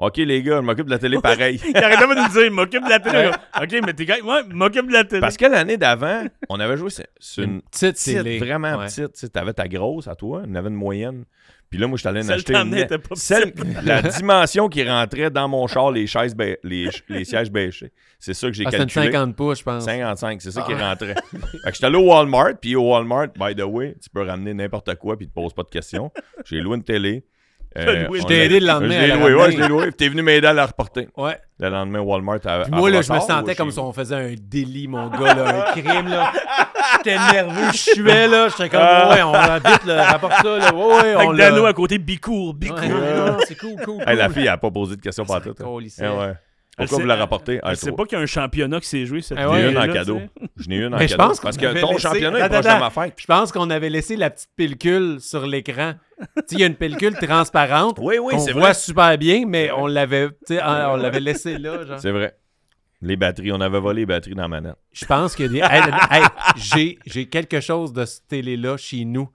C: OK les gars, je m'occupe de la télé
B: <laughs>
C: pareil.
B: Il arrêtait pas de nous dire, il m'occupe de la télé. ok, mais t'es gars, ouais, il m'occupe de la télé.
C: Parce que l'année d'avant, on avait joué sur- sur
A: Une
C: une
A: petite
C: petite,
A: télé.
C: vraiment
A: Ouais.
C: petite. Tu avais ta grosse à toi, on avait une moyenne. Puis là, moi, je t'allais en
B: Celle
C: acheter
B: que
C: une.
B: t'emmenais était pas
C: Celle- <laughs> la dimension qui rentrait dans mon char, les, chaises ba- les, ch- les sièges bêchés. C'est ça que j'ai
A: Ah, c'était une
C: calculé.
A: 50 pouces, je pense.
C: 55, c'est ça qui
A: Ah.
C: rentrait. Fait que j'étais allé au Walmart, puis au Walmart, by the way, tu peux ramener n'importe quoi, puis tu te poses pas de questions. J'ai loué
A: <laughs>
C: une télé. Euh,
B: T'as loué.
C: on
B: Je
A: t'ai
C: l'a-
A: aidé le lendemain
C: Je
A: à la
C: l'ai loué, ouais,
A: ramener.
C: je l'ai loué. Puis t'es venu m'aider à la reporter.
A: Ouais.
C: Le lendemain, Walmart à,
A: Puis
C: à
A: moi, là, je me
C: Brossard,
A: sentais
C: ou
A: comme
C: chez
A: si
C: vous.
A: on faisait un délit, mon gars, là, un crime, là. J'étais nerveux, je suais, là. J'étais comme,
C: Ah.
A: ouais, on va vite, là, rapporte ça, là. Ouais, ouais, on
B: Avec
A: l'a.
B: Dano à côté, Bicourt,
A: Ouais,
B: Bicourt.
A: non, non, c'est cool, cool, cool. <laughs>
C: Hey, la fille, elle a pas posé de questions par tout.
A: Colissait.
C: Ah ouais. Pourquoi
B: sait-
C: vous la rapportez? Ah,
B: Je sais
C: trop.
B: pas qu'il y a un championnat qui s'est joué cette
A: Ah
C: J'en
A: ouais,
C: ai
B: année-là,
C: une en
B: tu
C: cadeau.
B: sais.
C: Je n'ai une en
A: Mais je
C: cadeau.
A: pense qu'on
C: Parce que
A: avait
C: ton
A: laissé-
C: championnat est
A: Attends,
C: proche de
A: attends.
C: ma fête.
A: Je pense qu'on avait laissé la petite pellicule sur l'écran. Tu sais, Il y a une pellicule transparente.
C: Oui, oui,
A: on
C: c'est
A: voit
C: vrai.
A: super bien, mais on l'avait tu sais, on on l'avait laissé là. genre.
C: C'est vrai. Les batteries, on avait volé les batteries dans la manette.
A: Je pense qu'il y a des.
B: <laughs>
A: Hey, hey, j'ai- J'ai quelque chose de ce télé-là chez nous.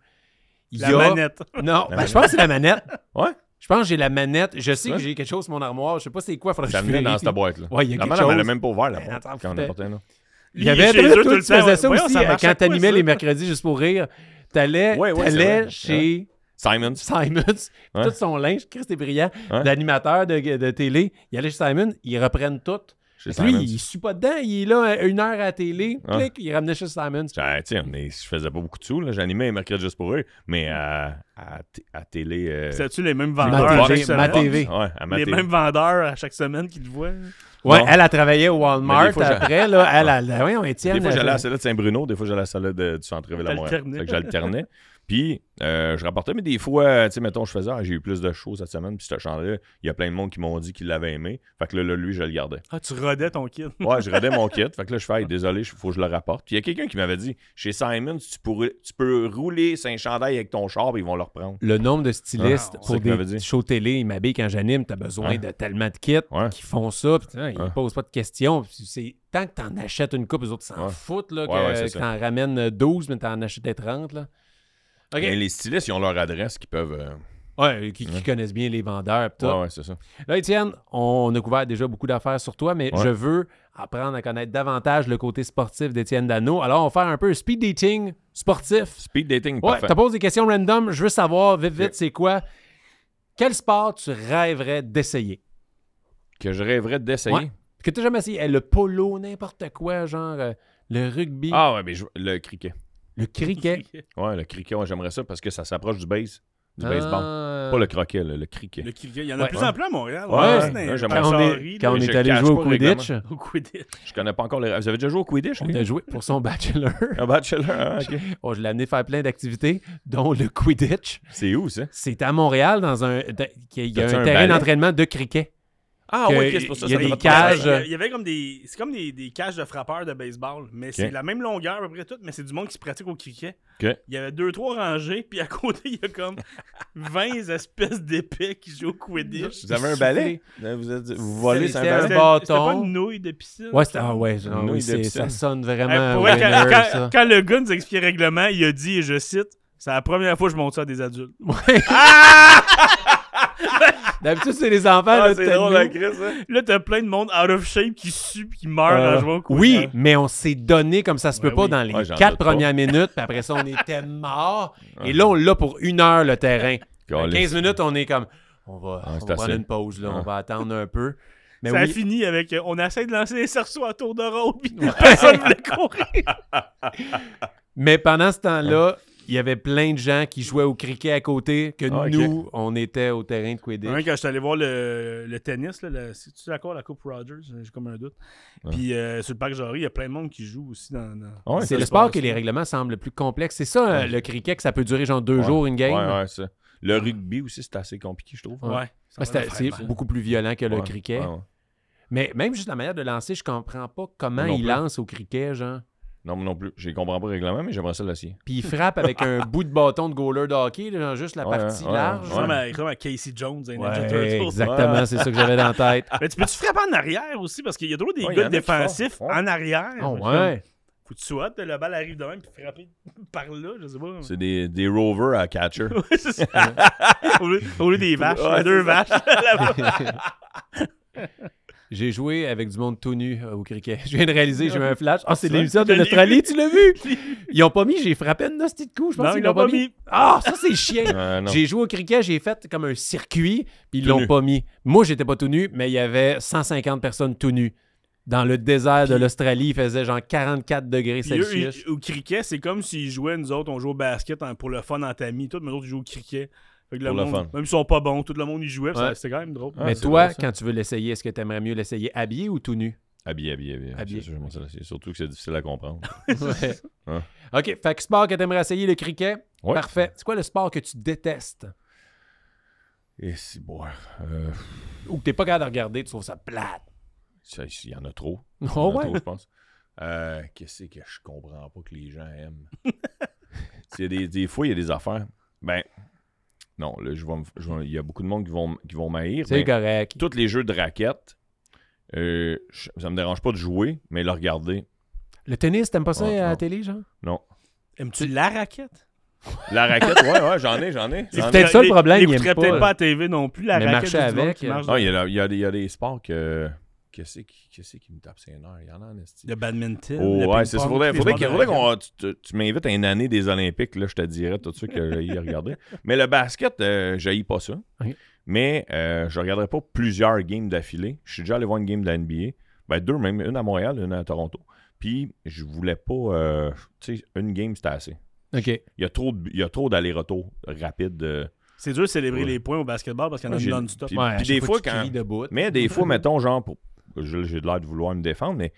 A: Il y
B: La
A: a-
B: manette.
A: Non, ben, je pense que c'est la manette.
C: Ouais?
A: Je pense que j'ai la manette. Je sais
C: Ouais.
A: que j'ai quelque chose sur mon armoire. Je sais pas c'est quoi. Faudrait que
C: Ça
A: je
C: venait dans
A: vérifie.
C: cette boîte-là.
A: Ouais, il y a
C: La
A: quelque
C: madame, elle a
A: chose.
C: même pas ouvert la
A: Ben,
C: boîte
A: attends,
C: quand on
A: foutais.
C: a porté là.
A: Il y
B: Lui,
A: avait
B: chez
A: toi,
B: eux,
A: toi,
B: tout le
A: tu
B: temps,
A: faisais ça
B: voyons,
A: aussi
B: ça
A: euh,
B: marche
A: quand
B: à quoi,
A: t'animais
B: ça?
A: les mercredis juste pour rire. T'allais
C: Ouais, ouais, c'est
A: t'allais
C: vrai.
A: chez
C: Simons.
A: Simons,
C: Ouais.
A: tout son linge, Christ est brillant,
C: Ouais.
A: d'animateur de, de télé. Il allait chez Simon, ils reprennent tout.
C: Chez
A: Fait que Lui,
C: Simons. Ah.
A: il suit pas dedans, il est là à une heure à la télé,
C: Ouais.
A: clic, il ramenait chez Simon.
C: Ah, tu sais, on est- je faisais pas beaucoup de sous, là. J'animais les mercredis juste pour eux, mais à, à, t- à télé. euh,
B: C'était-tu les mêmes
A: Ma
B: vendeurs à
A: TV,
B: chaque
A: ma
B: semaine?
A: TV.
C: Ouais, à ma
B: Les
C: TV.
B: mêmes vendeurs à chaque semaine qui te voient.
A: Ouais,
C: Bon.
A: elle a travaillé au
C: Mais
A: Walmart
C: des fois, j'a-
A: après, là, elle a, la- voyons, Étienne.
C: Des fois, j'allais à
A: elle-
C: la salle de Saint-Bruno, des fois, j'allais à la salle de- du centre-ville à Montréal.
B: T'alternais.
C: Fait que <laughs> j'alternais. Puis, euh, je rapportais, mais des fois, tu sais, mettons, je faisais, ah, j'ai eu plus de shows cette semaine, puis ce chant-là, il y a plein de monde qui m'ont dit qu'ils l'avaient aimé. Fait que là, là, lui, je le <laughs> gardais.
B: Ah, tu rodais ton kid.
C: Ouais, je redais mon kit. Fait que là, je fais, Hey, désolé, il faut que je le rapporte. Puis, il y a quelqu'un qui m'avait dit, chez Simon, tu, pourrais- tu peux rouler Saint-Chandail avec ton char, puis ils vont le reprendre.
A: Le nombre de stylistes
B: Ah,
C: c'est ça
A: pour
C: qu'il m'avait
A: des
C: dit.
A: shows télé, ils m'habillent quand j'anime, t'as besoin
C: Ouais.
A: de tellement de kits
C: Ouais.
A: qui font ça, puis, hein, ils
C: Ouais.
A: posent pas de questions. puis c'est- Tant que t'en achètes une coupe, les autres s'en
C: Ouais.
A: foutent, là,
C: Ouais, ouais,
A: que,
C: c'est
A: que
C: ça.
A: t'en ramènes 12, mais t'en achetais 30, là. OK.
C: Mais les stylistes, ils ont leur adresse qu'ils peuvent. euh,
A: Ouais, qui, qui connaissent bien les vendeurs. pis tout.
C: Ouais, ouais, c'est ça.
A: Là, Étienne, on a couvert déjà beaucoup d'affaires sur toi, mais
C: Ouais.
A: je veux apprendre à connaître davantage le côté sportif d'Étienne Dano. Alors, on va faire un peu un speed dating sportif.
C: Speed dating,
A: Ouais,
C: Mm, parfait.
A: je te pose des questions random. Je veux savoir, vite, vite,
C: Ok.
A: c'est quoi? Quel sport tu rêverais d'essayer?
C: que je rêverais d'essayer.
A: Ouais. Que tu jamais essayé? Eh, Le polo, n'importe quoi, genre euh, le rugby,
C: Ah, ouais, mais je- le cricket.
A: le cricket.
C: Ouais, le cricket, ouais, j'aimerais ça parce que ça s'approche du base, <laughs> du
A: Ah.
C: baseball. Pas le croquet, là, le cricket.
B: <laughs> Le cricket. Il y en a de
A: Ouais.
B: plus en plus à Montréal.
C: Ouais,
B: On va
C: ouais,
B: dans les
C: ouais, j'aimerais
A: Quand on
B: Pansarries,
A: est, quand on
B: là,
A: est
C: je
A: allé
C: cache
A: jouer au
C: pas le règlement.
A: Quidditch,
B: au Quidditch.
C: Je connais pas encore les rêves. Vous avez déjà joué au Quidditch?
A: on
C: les
A: a
C: gars?
A: joué pour son bachelor.
C: Un bachelor, hein, <laughs> ok.
A: Oh, je l'ai amené faire plein d'activités, dont le Quidditch.
C: C'est où, ça?
A: C'est à Montréal, dans un. de- qu'il y a
C: T'as-tu
A: un
C: un
A: terrain
C: balai?
A: d'entraînement de cricket.
C: Ah,
A: Que
C: ouais, ok, c'est pour ça.
A: il y a
C: ça
A: des
C: va te-
A: cages.
B: Il y a- il y avait comme des. C'est comme des, des cages de frappeurs de baseball. Mais c'est la même longueur à peu près tout, mais c'est du monde qui se pratique au cricket.
C: Ok.
B: Il y avait deux, trois rangées, puis à <laughs> côté, il y a comme 20 espèces d'épées qui jouent au Quidditch.
C: Vous avez un balai? Vous, êtes... vous volez, c'est un
A: C'est-
C: balai?
B: C'était-
A: bâton.
B: C'était pas une nouille de piscine.
A: Ouais, c'est- ah ouais, genre,
C: Nous,
A: oui,
C: il
A: c'est-
C: dit
A: ça
C: ça.
A: sonne
B: Eh,
A: vraiment.
B: pour vrai, quand,
A: winner,
B: quand-
A: ça.
B: quand le gars nous expliquait le règlement, il a dit, et je cite, c'est la première fois que je monte ça à des adultes.
A: <laughs> Ouais. <laughs> D'habitude, c'est les enfants.
C: Ah,
A: Ben, là,
C: c'est
A: t'as
C: drôle,
A: nous.
C: la crise, hein?
B: Là, t'as plein de monde out of shape qui sue puis qui meurt
C: Euh,
B: en jouant au Quidditch.
A: Oui, mais on s'est donné comme ça se peut
B: Ouais,
A: pas
B: oui.
A: dans les
C: Ouais, j'en
A: quatre
C: doute pas. Ah.
A: premières minutes, puis après ça, on
C: <laughs>
A: était morts. Et là, on l'a pour une heure, le terrain. À 15 minutes, on est comme, on va,
C: Ah,
A: on
C: c'est
A: va prendre
C: assez.
A: une pause, là,
C: Ah.
A: on va attendre un peu. Mais
B: ça
A: oui.
B: a fini avec euh, on essaie de lancer des cerceaux à tour de rôle, puis personne voulait courir.
A: Mais pendant ce
C: Ah.
A: temps-là, il y avait plein de gens qui jouaient au cricket à côté, que
C: Ah, ok.
A: nous, on était au terrain de Quidditch.
B: Quand je suis allé voir le, le tennis, là, la- c'est-tu d'accord, la Coupe Rogers euh, J'ai comme un doute.
C: Ouais.
B: Puis euh, sur le parc Jarry, il y a plein de monde qui joue aussi dans. dans-
C: Ouais,
A: c'est
C: ça,
A: le
C: c'est
A: sport
B: pas
A: que
B: ça.
A: les règlements semblent le plus complexe. C'est ça,
C: Ouais.
A: euh, le cricket, que ça peut durer genre deux
C: Ouais.
A: jours une game.
C: Ouais, ouais, ça. Le rugby aussi, c'est assez compliqué, je trouve.
A: Ouais.
B: ça
A: Ouais,
B: va
A: Ah, c'est
B: leur
A: c'est
B: faire mal.
A: beaucoup plus violent que le
C: Ouais,
A: cricket.
C: ouais, ouais.
A: Mais même juste la manière de lancer, je comprends pas comment
C: Moi non
A: il
C: plus.
A: lance au cricket, genre.
C: Non, moi non plus. Je comprends pas le règlement, mais j'aimerais ça l'acier.
A: Puis il frappe avec
C: <laughs>
A: un bout de bâton de goaler de hockey, là, genre juste la
C: Ouais,
A: partie
C: ouais, ouais.
A: large.
B: C'est Comme, à, comme à Casey Jones, hein, Ninja
A: Ouais,
B: Turtles.
A: exactement, c'est ça que j'avais dans la
C: <laughs>
A: tête.
B: Mais tu peux-tu frapper en arrière aussi? Parce qu'il y a toujours des
C: Ouais, y en
B: gars
C: a qui
B: défensifs
C: font, font.
B: en arrière.
A: Oh,
B: Je suis
A: ouais.
B: comme, Faut que tu sautes, le bal arrive de même, puis frapper <laughs> par là, je sais pas.
C: C'est des, des rovers à
A: <laughs>
C: catcher.
B: Ouais, c'est ça. <laughs> au, lieu, au lieu des vaches,
C: Ouais,
B: deux vaches. là-bas.
A: J'ai joué avec du monde tout nu euh, au cricket. <laughs> Je viens de réaliser, j'ai eu un flash. Ah, c'est
B: vrai?
A: l'émission de
B: Je l'ai
A: l'Australie,
B: vu.
A: tu l'as vu? Ils ont pas mis, j'ai frappé une hostie de coup. Je pense
B: Non,
A: qu'ils
B: ils
A: l'ont
B: l'ont
A: pas
B: pas
A: mis.
B: mis.
A: Ah, ça, c'est chiant.
C: Euh, non.
A: J'ai joué au cricket, j'ai fait comme un circuit, puis ils
C: Tout
A: l'ont
C: nu.
A: pas mis. Moi, j'étais pas tout nu, mais il y avait 150 personnes tout nues. Dans le désert de l'Australie, il faisait genre 44 degrés
B: Puis eux,
A: Celsius.
B: ils- au cricket, c'est comme s'ils jouaient, nous autres, on joue au basket en- pour le fun en tamis, tout, mais nous autres, ils jouent au cricket. Fait que
C: Pour le
B: monde,
C: fun.
B: Même s'ils sont pas bons, tout le monde y jouait, puis
A: Ouais.
B: ça- c'était quand même drôle.
C: Ah,
A: mais
C: c'est
A: toi,
C: drôle, ça.
A: quand tu veux l'essayer, est-ce que tu aimerais mieux l'essayer habillé ou tout nu?
C: Habillé, habillé, habillé.
A: Habillé.
C: C'est sûr, j'aimerais ça l'acier. Surtout que c'est difficile à comprendre.
A: Ouais.
C: Ouais.
A: OK, fait que sport que tu aimerais essayer, le cricket.
C: Ouais.
A: Parfait. C'est quoi le sport que tu détestes?
C: Et si, euh, boire. Euh,
A: ou que t'es pas capable de regarder, tu trouves ça plate.
C: Ça, Il y en a trop. Il y en
A: <laughs> Oh,
C: a
A: ouais.
C: trop, je pense. Euh, Qu'est-ce que je comprends pas que les gens aiment? <laughs> Il y a des, des fois, il y a des affaires. Ben, non, là, je vais me- je vais- il y a beaucoup de monde qui vont, qui vont m'haïr.
A: C'est
C: mais-
A: correct.
C: tous les jeux de raquettes, euh, je- ça me dérange pas de jouer, mais le regarder,
A: Le tennis, t'aimes pas ça
C: Ouais,
A: à la
C: Ah, non.
A: télé, genre?
C: non.
B: Aimes-tu la raquette?
C: La raquette, ouais, ouais, j'en ai, j'en ai. j'en ai.
A: peut-être ça le problème, il
B: Il
A: aime pas. euh,
B: peut-être pas à TV non plus la
A: Mais
B: raquette.
A: marcher
B: il y a du monde
A: avec,
B: qui
A: euh,
B: marche
C: Non, Ah, il y, a la- il y a des- il y a des sports que. Qu'est-ce qui, qu'est-ce qui me tape ses nerfs? Il y en a en esti.
B: Le badminton.
C: Oh,
B: le
C: ouais, c'est ça.
B: ping-pong,
C: Faudrait,
B: les
C: faudrait,
B: sports
C: qu'il-
B: de
C: faudrait
B: raquette.
C: qu'on. Tu, tu- tu m'invites à une année des Olympiques, là, je te dirais tout de suite que j'ai
B: <laughs>
C: regardé. Mais le basket, euh, j'haïs pas ça.
A: Ok.
C: Mais euh, je regarderai pas plusieurs games d'affilée. Je suis déjà allé voir une game de la NBA. Ben, deux même, une à Montréal, une à Toronto. Puis, je voulais pas. euh, tu sais, une game, c'était assez.
A: OK.
C: Il y a trop, de- il y a trop d'aller-retour rapide. euh.
B: C'est dur de célébrer
C: Ouais.
B: les points au basketball parce qu'il y en a
C: Ouais, j'ai-
B: non-stop.
C: Puis- puis des fois, quand- Mais des fois, mettons, genre, pour- je- j'ai l'air de vouloir me défendre, mais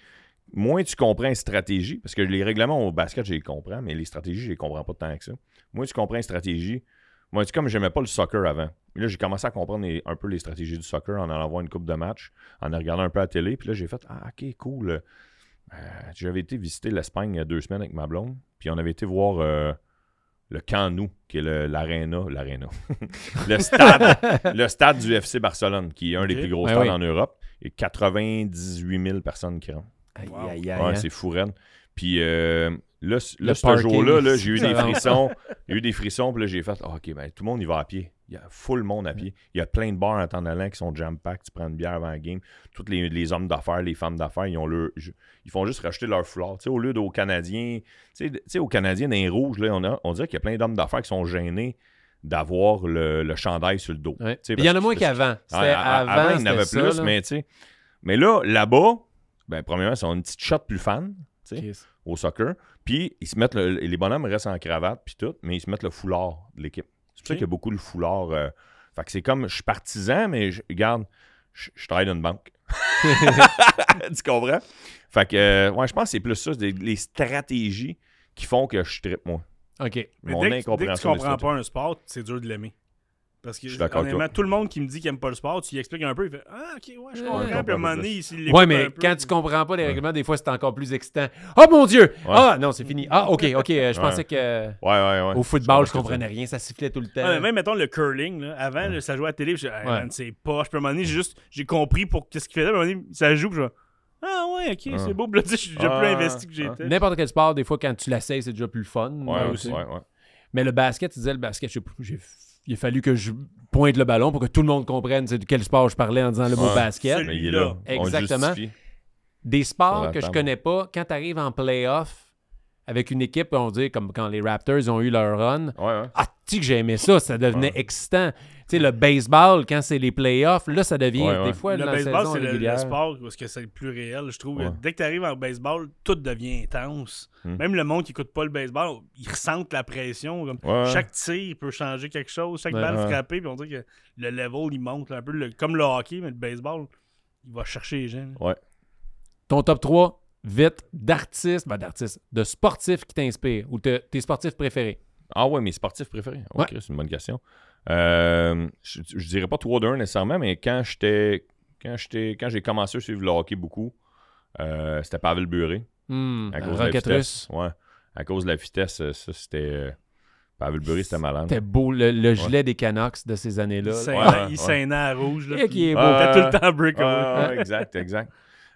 C: moins tu comprends une stratégie, parce que les règlements au basket, je les comprends, mais les stratégies, je les comprends pas tant que ça. Moins tu comprends une stratégie, moi, tu comme j'aimais pas le soccer avant. Puis Là, j'ai commencé à comprendre les- un peu les stratégies du soccer en allant voir une coupe de match, en regardant un peu la télé. Puis là, j'ai fait Ah, ok, cool. Euh, J'avais été visiter l'Espagne il y a deux semaines avec ma blonde. Puis on avait été voir euh, le Camp Nou, qui est le- l'aréna. L'aréna. <laughs> le stade. le stade du FC Barcelone, qui est un des
B: Ok.
C: plus gros
A: Ben
C: stades
A: oui.
C: en Europe. Et 98 000 personnes qui rentrent.
A: Aïe,
B: Wow.
A: aïe,
C: Ouais,
A: aïe. hein.
C: c'est fou, raide. Puis euh, là, c- là,
A: Le
C: ce
A: parking,
C: jour-là, là, j'ai eu
A: <laughs> ça
C: des
A: rentre.
C: frissons. J'ai eu des frissons, puis là, j'ai fait Ah, OK, ben, tout le monde y va à pied. Il y a full monde à pied. Il y a plein de bars en t'en allant qui sont jam-pack. Tu prends une bière avant la game. Tous les, les hommes d'affaires, les femmes d'affaires, ils ont leur, ju- ils font juste racheter leur foulard. Tu sais, au lieu d'aux Canadiens, tu sais, tu sais, aux Canadiens, dans les rouges, là, on, a, on dirait qu'il y a plein d'hommes d'affaires qui sont gênés d'avoir le, le chandail sur le dos.
A: Ouais.
C: Tu sais,
A: Mais Il y en
C: parce
A: a
C: que-
A: moins qu'avant. C'était
C: Ouais, à-
A: avant,
C: il y en
A: c'était
C: avait
A: ça,
C: plus,
A: là.
C: mais tu sais. Mais là, là-bas, ben, premièrement, ils sont une petite shot plus fan tu sais,
A: Chris.
C: au soccer. Puis ils se mettent le- les bonhommes restent en cravate puis tout, mais ils se mettent le foulard de l'équipe. C'est pour ça
B: Ok.
C: qu'il y a beaucoup le foulard. euh, fait que c'est comme je suis partisan, mais je garde, je, je travaille dans
A: <laughs>
C: une banque. tu comprends? Fait que euh, ouais, je pense que c'est plus ça, c'est des- les stratégies qui font que je trippe moi.
A: OK.
B: Mais
C: Mon
B: dès, que- dès que tu
C: incompréhension des
B: comprends
C: stratégies.
B: pas un sport, c'est dur de l'aimer. Parce que,
C: Je suis d'accord avec
B: honnêtement, tout le monde qui me dit qu'il aime pas le sport, tu lui expliques un peu, il fait Ah, ok, ouais, je
A: Ouais,
B: comprends.
A: je
B: Puis à un
C: comprends
B: moment
C: pas
B: donné,
C: plus.
B: il s'il l'écoute
A: Ouais, mais
B: un peu,
A: quand tu
B: il-
A: comprends pas les règlements, des fois, c'est encore plus excitant. Oh mon Dieu! Ah, non, c'est fini. Ah, OK, OK. euh, Je
C: Ouais.
A: pensais que.
C: Ouais, ouais, ouais.
A: Au football,
C: Je
A: je
C: comprends ce que
A: comprenais rien, ça sifflait tout le
B: Ah,
C: Euh,
B: mais
A: temps.
B: même, mettons, le curling, là, avant, là, ça jouait à la télé, puis je disais, Hey,
A: Ouais.
B: man, c'est poche. Puis à un moment donné, j'ai juste, j'ai compris pour qu'est-ce qu'il faisait. Puis à un moment donné, ça joue, puis je fais, Ah, ouais, ok,
C: Ah.
B: c'est beau. Puis là, tu sais, je suis déjà
C: Ah,
B: plus investi que
C: ah.
B: j'étais.
A: N'importe quel sport, des fois, quand tu l'essayes, c'est déjà plus le fun.
C: Ouais,
A: Donc,
C: ouais,
A: c'est-
C: ouais, ouais.
A: Mais le basket, tu disais, le basket, j'ai- j'ai- il a fallu que je pointe le ballon pour que tout le monde comprenne c'est de quel sport je parlais en disant le mot
C: Ouais.
A: basket.
B: Celui-
C: Mais il est là. On le
A: Exactement.
C: justifie.
A: Des
C: Sur
A: sports
C: la
A: que je
C: table.
A: connais pas, quand tu arrives en playoff avec une équipe, on dit, comme quand les Raptors ont eu leur run,
C: Ouais, ouais.
A: ah, tu sais que j'aimais ça, ça devenait excitant. Tu sais, le baseball, quand c'est les playoffs, là, ça devient,
C: Ouais, ouais.
A: des fois,
B: le
A: dans la
B: baseball,
A: saison
B: c'est le- le,
A: régulière.
B: sport parce que c'est le plus réel. Je trouve
C: Ouais.
B: dès que tu arrives en baseball, tout devient intense.
C: Hmm.
B: Même le monde qui écoute pas le baseball, ils ressentent la pression. comme
C: Ouais, ouais.
B: Chaque tir peut changer quelque chose, chaque
A: Ouais,
B: balle
C: ouais.
B: frappée, puis on dirait que le level il monte là, un peu le- comme le hockey, mais le baseball, il va chercher les gens. là.
A: Ton top 3, vite, d'artistes, ben d'artistes, de sportifs qui t'inspirent ou te- tes sportifs préférés.
C: Ah ouais, mes sportifs préférés.
A: Ouais.
C: Ok, c'est une bonne question. Euh, je, je dirais pas 3 de 1 nécessairement, mais quand j'étais. Quand j'étais. Quand j'ai commencé à suivre le hockey beaucoup, euh, c'était Pavel Buré.
A: Hmm,
C: À cause de la
A: Rocket Russe.
C: vitesse. Ouais. À cause de la vitesse, euh, ça c'était. euh, Pavel Buré, c'était malade. Ah,
A: C'était beau, le, le gilet des Canucks de ces années-là. là.
B: Il s'en-
C: ouais, ouais.
B: il s'en a à rouge. Là,
A: Et
B: puis
A: qui est
B: il
A: beau.
B: fait
C: Ah,
B: tout le temps breakaway.
C: Ah, ouais, exact, exact.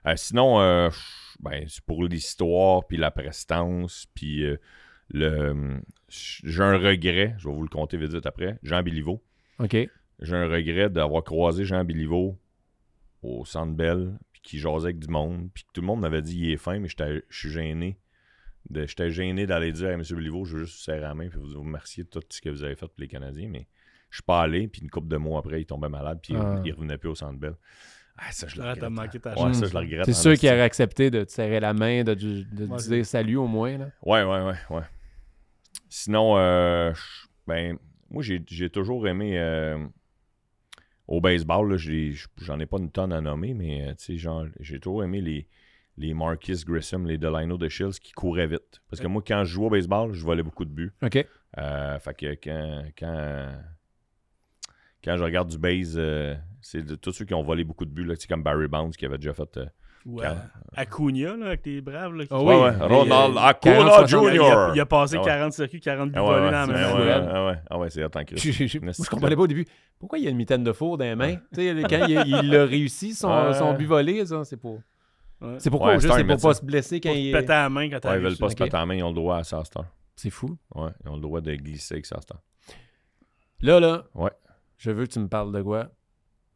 C: Euh, sinon, euh, je- ben, c'est pour l'histoire, puis la prestance, puis euh, le. J'ai un regret, je vais vous le compter vite vite après. Jean Béliveau.
A: OK.
C: j'ai un regret d'avoir croisé Jean Béliveau au Centre Bell, puis qui jasait avec du monde, puis que tout le monde m'avait dit il est fin, mais j'étais- je suis gêné. de- J'étais gêné d'aller dire à M. Béliveau, je veux juste vous serrer la main, puis vous vous remercier de tout ce que vous avez fait pour les Canadiens, mais je suis pas allé, puis une couple de mois après, il tombait malade, puis il-
A: Ah.
C: il, revenait plus au Centre Bell. Ah, ça, je le
B: Ah, t'as
C: regrette.
B: manqué ta
C: Ouais,
B: chance.
C: ça, je le regrette.
A: C'est
C: en
A: sûr
C: esti.
A: qu'il aurait accepté de te serrer la main, de, de- de
B: Ouais,
A: dire salut au moins. Là.
C: Ouais, ouais, ouais, ouais. Sinon, euh, je- ben, moi, j'ai j'ai toujours aimé euh, au baseball, là, j'ai- j'en ai pas une tonne à nommer, mais euh, tu sais, genre, j'ai toujours aimé les, les Marcus Grissom, les Delano de Shields qui couraient vite. Parce que moi, quand je jouais au baseball, je volais beaucoup de buts.
A: OK.
C: Euh, fait que quand, quand, quand je regarde du base, euh, C'est de tous ceux qui ont volé beaucoup de buts, là, tu sais, comme Barry Bonds qui avait déjà fait. euh,
B: Ouais.
C: Car-
B: Acuna, là, avec les braves. Là, qui-
A: Ah
C: Ouais, ouais,
A: mais,
C: Ronald
A: euh,
C: Acuna
A: 40,
B: il, a,
C: Jr.
B: il a passé
C: Ah ouais.
B: 40 circuits, 40 buts
C: Ah ouais,
B: volés dans
C: ouais,
B: la
C: c'est-
B: même
C: ah
B: année.
C: ouais,
A: nouvelle.
C: ah ouais, ah ouais, c'est attends,
A: Je, je-
C: Chris.
A: je- moi, je
C: Nasty
A: comprenais pas au début. Pourquoi il y a une mitaine de four dans les mains? Tu sais, quand il, il l'a réussi, son,
C: Ouais.
A: son but volé, ça, c'est pour.
B: Ouais.
A: C'est pourquoi
C: Ouais,
A: au juste
C: Star,
A: c'est
C: il
A: pour
C: met
A: pas
C: ça.
A: se blesser quand
B: Pour
A: il
B: te péter
A: est.
B: à la main quand
C: Ouais, ils
B: t'arrives
C: veulent
B: sur-
C: pas se
A: ok.
C: mettre en main, ils ont le droit à ça à cette heure.
A: C'est fou.
C: Ouais, ils ont le droit de glisser avec ça à cette heure.
A: Là, là,
C: Ouais.
A: je veux que tu me parles de quoi?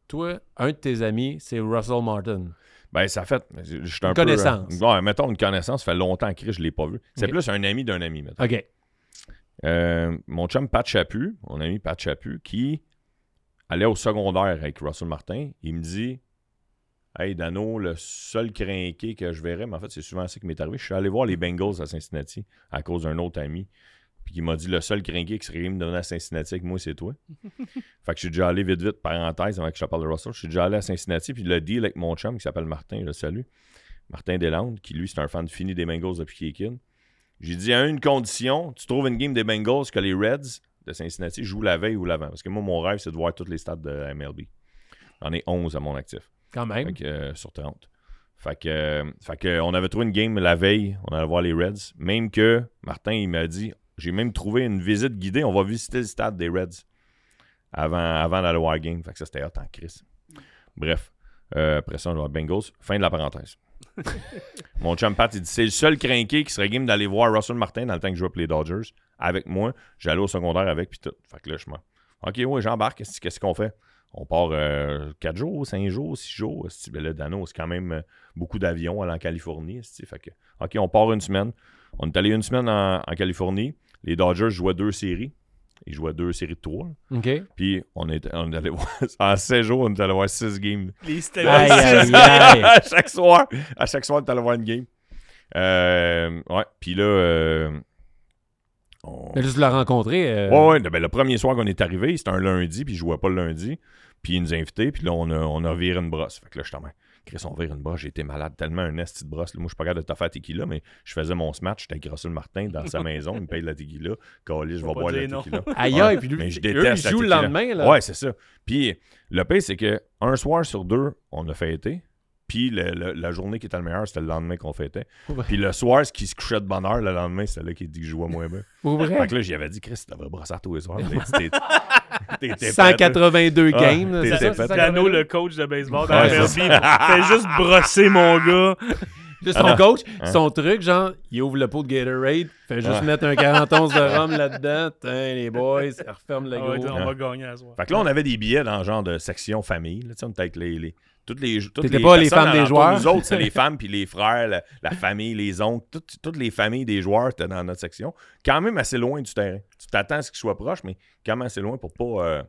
A: Toi, un de tes amis, c'est Russell Martin.
C: Ben, ça fait. Je suis un
A: Une
C: peu. euh,
A: connaissance.
C: ouais, mettons une connaissance, ça fait longtemps que je l'ai pas vu. C'est
A: Ok.
C: plus un ami d'un ami, mettons.
A: OK.
C: Euh, mon chum Pat Chapu, mon ami Pat Chapu, qui allait au secondaire avec Russell Martin, il me dit Hey Dano, le seul crinqué que je verrais, mais en fait, c'est souvent ça qui m'est arrivé. Je suis allé voir les Bengals à Cincinnati à cause d'un autre ami. Puis il m'a dit le seul crinqué qui serait me donner à Cincinnati avec moi, c'est toi. fait que je suis déjà allé vite, vite, parenthèse, avant que je te parle de Russell. Je suis déjà allé à Cincinnati, puis le deal avec mon chum qui s'appelle Martin, je le salue. Martin Deslandes, qui lui, c'est un fan fini des Bengals depuis qu'il est kid. J'ai dit à une condition, tu trouves une game des Bengals que les Reds de Cincinnati jouent la veille ou l'avant. Parce que moi, mon rêve, c'est de voir tous les stades de la MLB. J'en ai 11 à mon actif.
A: Quand même.
C: Fait que, euh, sur 30. Fait que, euh, fait que, euh, on avait trouvé une game la veille, on allait voir les Reds. Même que Martin, il m'a dit, j'ai même trouvé une visite guidée, on va visiter le stade des Reds avant, avant d'aller voir la game. Fait que ça, c'était hot en crise. Bref, euh, après ça, on va voir Bengals. Fin de la parenthèse. Mon chum Pat, il dit, c'est le seul crinqué qui serait game d'aller voir Russell Martin dans le temps que je jouais pour les Dodgers. Avec moi, j'allais au secondaire avec, puis tout. Fait que là, je m'en... OK, ouais, j'embarque, Qu'est-ce- qu'est-ce qu'on fait? On part 4 jours, 5 jours, 6 jours. esti. Ben là, Dano, c'est quand même euh, beaucoup d'avions allant en Californie. esti. Fait que, OK, on part une semaine. On est allé une semaine en, en Californie. Les Dodgers jouaient deux séries. Ils jouaient deux séries de trois.
A: OK.
C: Puis on est, on est allé <laughs> voir. En 16 jours, on est allé voir 6 games.
B: Les
A: Aïe, aïe,
B: stéroïdes.
A: aïe. <laughs>
C: à chaque soir. À chaque soir, on est allé voir une game. Euh, ouais. Puis là. euh, on-
A: Mais juste le rencontrer. euh,
C: Ouais, ouais, ben, le premier soir qu'on est arrivé, c'était un lundi, puis je jouais pas le lundi. Puis il nous a invités, puis là, on a, on a viré une brosse. Fait que là, je t'en Chris, on vire une brosse. J'ai été malade tellement, un esti de brosse. là. Moi, je suis pas capable de te faire tequila, mais je faisais mon smash. J'étais avec Russell Martin
A: <laughs>
C: dans sa maison. Il me paye de la tequila. Calé, je
B: Faut
C: vais
B: pas
C: boire de la
B: dire non.
C: tequila.
A: Aïe,
C: Ouais.
A: aïe, puis lui,
C: Mais je
A: <laughs> eux,
C: déteste
A: ils
C: la
A: jouent le
C: tequila.
A: lendemain. Là.
C: Ouais, c'est ça. Puis le pire, c'est que un soir sur deux, on a fêté. Puis le- le- la journée qui était le meilleur, c'était le lendemain qu'on fêtait.
A: Ouais.
C: Puis le soir, ce qui se couchait de bonne heure, le lendemain, c'était là qui dit que je jouais moins bien.
A: Pour vrai.
C: Fait que là, j'y avais dit, Chris, t'avais brossé à tous les soirs. mais t'es- t'es- t'es prête, là.
A: 182
C: Ah,
A: games.
C: t'es-
A: c'est
C: t'es
A: ça, c'est
C: fait.
A: ça,
B: Dano,
A: quand même?
B: le coach de baseball dans
C: Ouais,
B: la
C: c'est
B: MLB, fait juste brosser mon
A: <laughs>
B: gars.
A: Là,
B: Ah.
A: Son coach,
C: Ah.
A: son truc, genre, il ouvre le pot de Gatorade, fait juste
C: Ouais.
A: mettre un 41 de rhum là-dedans. Tiens, les boys, ça referme le
B: Ah ouais,
A: gros.
B: on va gagner à soir.
C: Fait que là, on avait des billets dans le genre de section famille. Là, tu sais, on était avec les. les toutes les, toutes
A: T'étais pas les
C: personnes
A: femmes des
C: alentour.
A: joueurs? <laughs>
C: Nous autres, c'est les femmes, puis les frères, la, la famille, les oncles, toutes, toutes les familles des joueurs étaient dans notre section. Quand même assez loin du terrain. Tu t'attends à ce qu'ils soient proches, mais quand même assez loin pour pas. euh,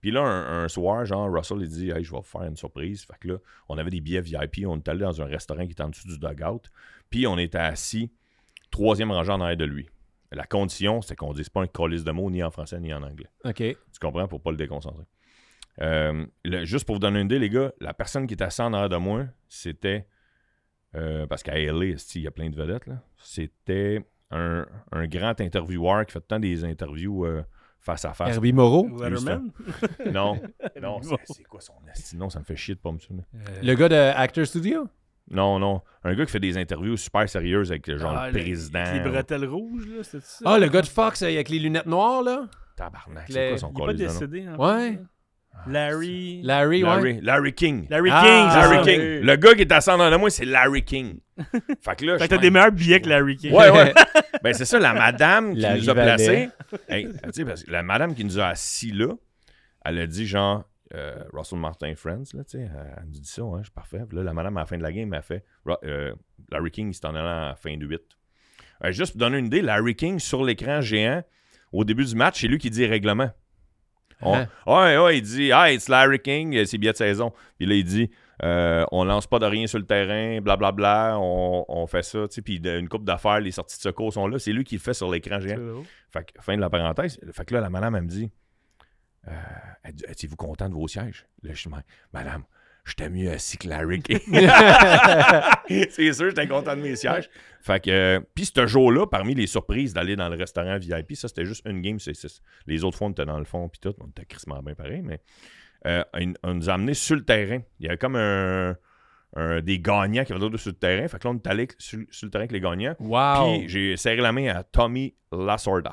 C: Puis là, un, un soir, genre, Russell, il dit Hey, je vais vous faire une surprise. Fait que là, on avait des billets VIP. On est allé dans un restaurant qui était en dessous du dugout. Puis on était assis, troisième rangée en arrière de lui. La condition, c'est qu'on dise pas un colis de mots ni en français ni en anglais.
A: OK.
C: Tu comprends? Pour pas le déconcentrer. Euh, le- juste pour vous donner une idée, les gars, la personne qui était assise en arrière de moi, c'était. euh, parce qu'à LA, esti, il y a plein de vedettes, là. C'était un, un grand intervieweur qui fait tant des interviews euh, face à face.
A: Herbie Moreau,
B: Letterman? <laughs>
C: Non, non, c'est- c'est quoi son esti? Non, ça me fait chier de pas me souvenir.
B: Euh,
A: le gars de Actor Studio.
C: Non, non. Un gars qui fait des interviews super sérieuses avec le genre
B: Ah,
C: le
B: le-
C: président.
B: avec Les bretelles rouges, là, c'est ça?
A: Ah, le gars de Fox euh, avec les lunettes noires, là.
C: Tabarnak,
A: Les-
C: c'est quoi son
B: Il est pas
C: colis de nom?
B: décédé, en
A: Ouais.
B: plus. Larry...
A: Larry, ouais. <laughs>
C: Larry, Larry King.
B: Larry
A: Ah,
B: King, c'est
C: Larry
B: ça.
C: King.
B: Fait
C: Le gars qui est assis en avant moi, c'est
B: <laughs>
C: Larry King. Fait que là,
B: que
C: je
B: t'as des meilleurs billets que Larry King.
C: Ouais, ouais. ben, c'est ça, la madame qui
A: La
C: nous a
A: Rivalet.
C: placés. Hey, tu sais, parce que la madame qui nous a assis là, elle a dit genre, euh, Russell Martin Friends, là, tu sais, elle elle nous dit ça, ouais, je suis parfait. Puis là, la madame, à la fin de la game, elle fait, Ru- euh, Larry King, c'est en allant à la fin de 8. Euh, juste pour donner une idée, Larry King, sur l'écran géant, au début du match, c'est lui qui dit règlement. On-
A: Hein?
C: Ouais, ouais, il dit, hey, it's Larry King, euh, c'est billet de saison. Puis là, il dit, euh, on lance pas de rien sur le terrain, blablabla, on, on fait ça, tu sais, puis de- une coupe d'affaires, les sorties de secours sont là, c'est lui qui le fait sur l'écran géant. Fait que, fin de la parenthèse, fait que là, la madame, elle me dit, euh, Êtes- êtes-vous content de vos sièges? Là, je suis comme, madame, j'étais mieux assis que Larry King. c'est sûr, j'étais content de mes sièges. Fait que, euh, puis ce jour-là, parmi les surprises d'aller dans le restaurant VIP, ça, c'était juste une game, c'est six. Les autres fois, on était dans le fond, puis tout, on était crissement bien pareil, mais euh, il- on nous a amenés sur le terrain. Il y avait comme un, un- des gagnants qui avaient d'autres sur le terrain. Fait que là, on est allé sur, sur le terrain avec les gagnants.
A: Wow.
C: Puis j'ai serré la main à Tommy Lasorda.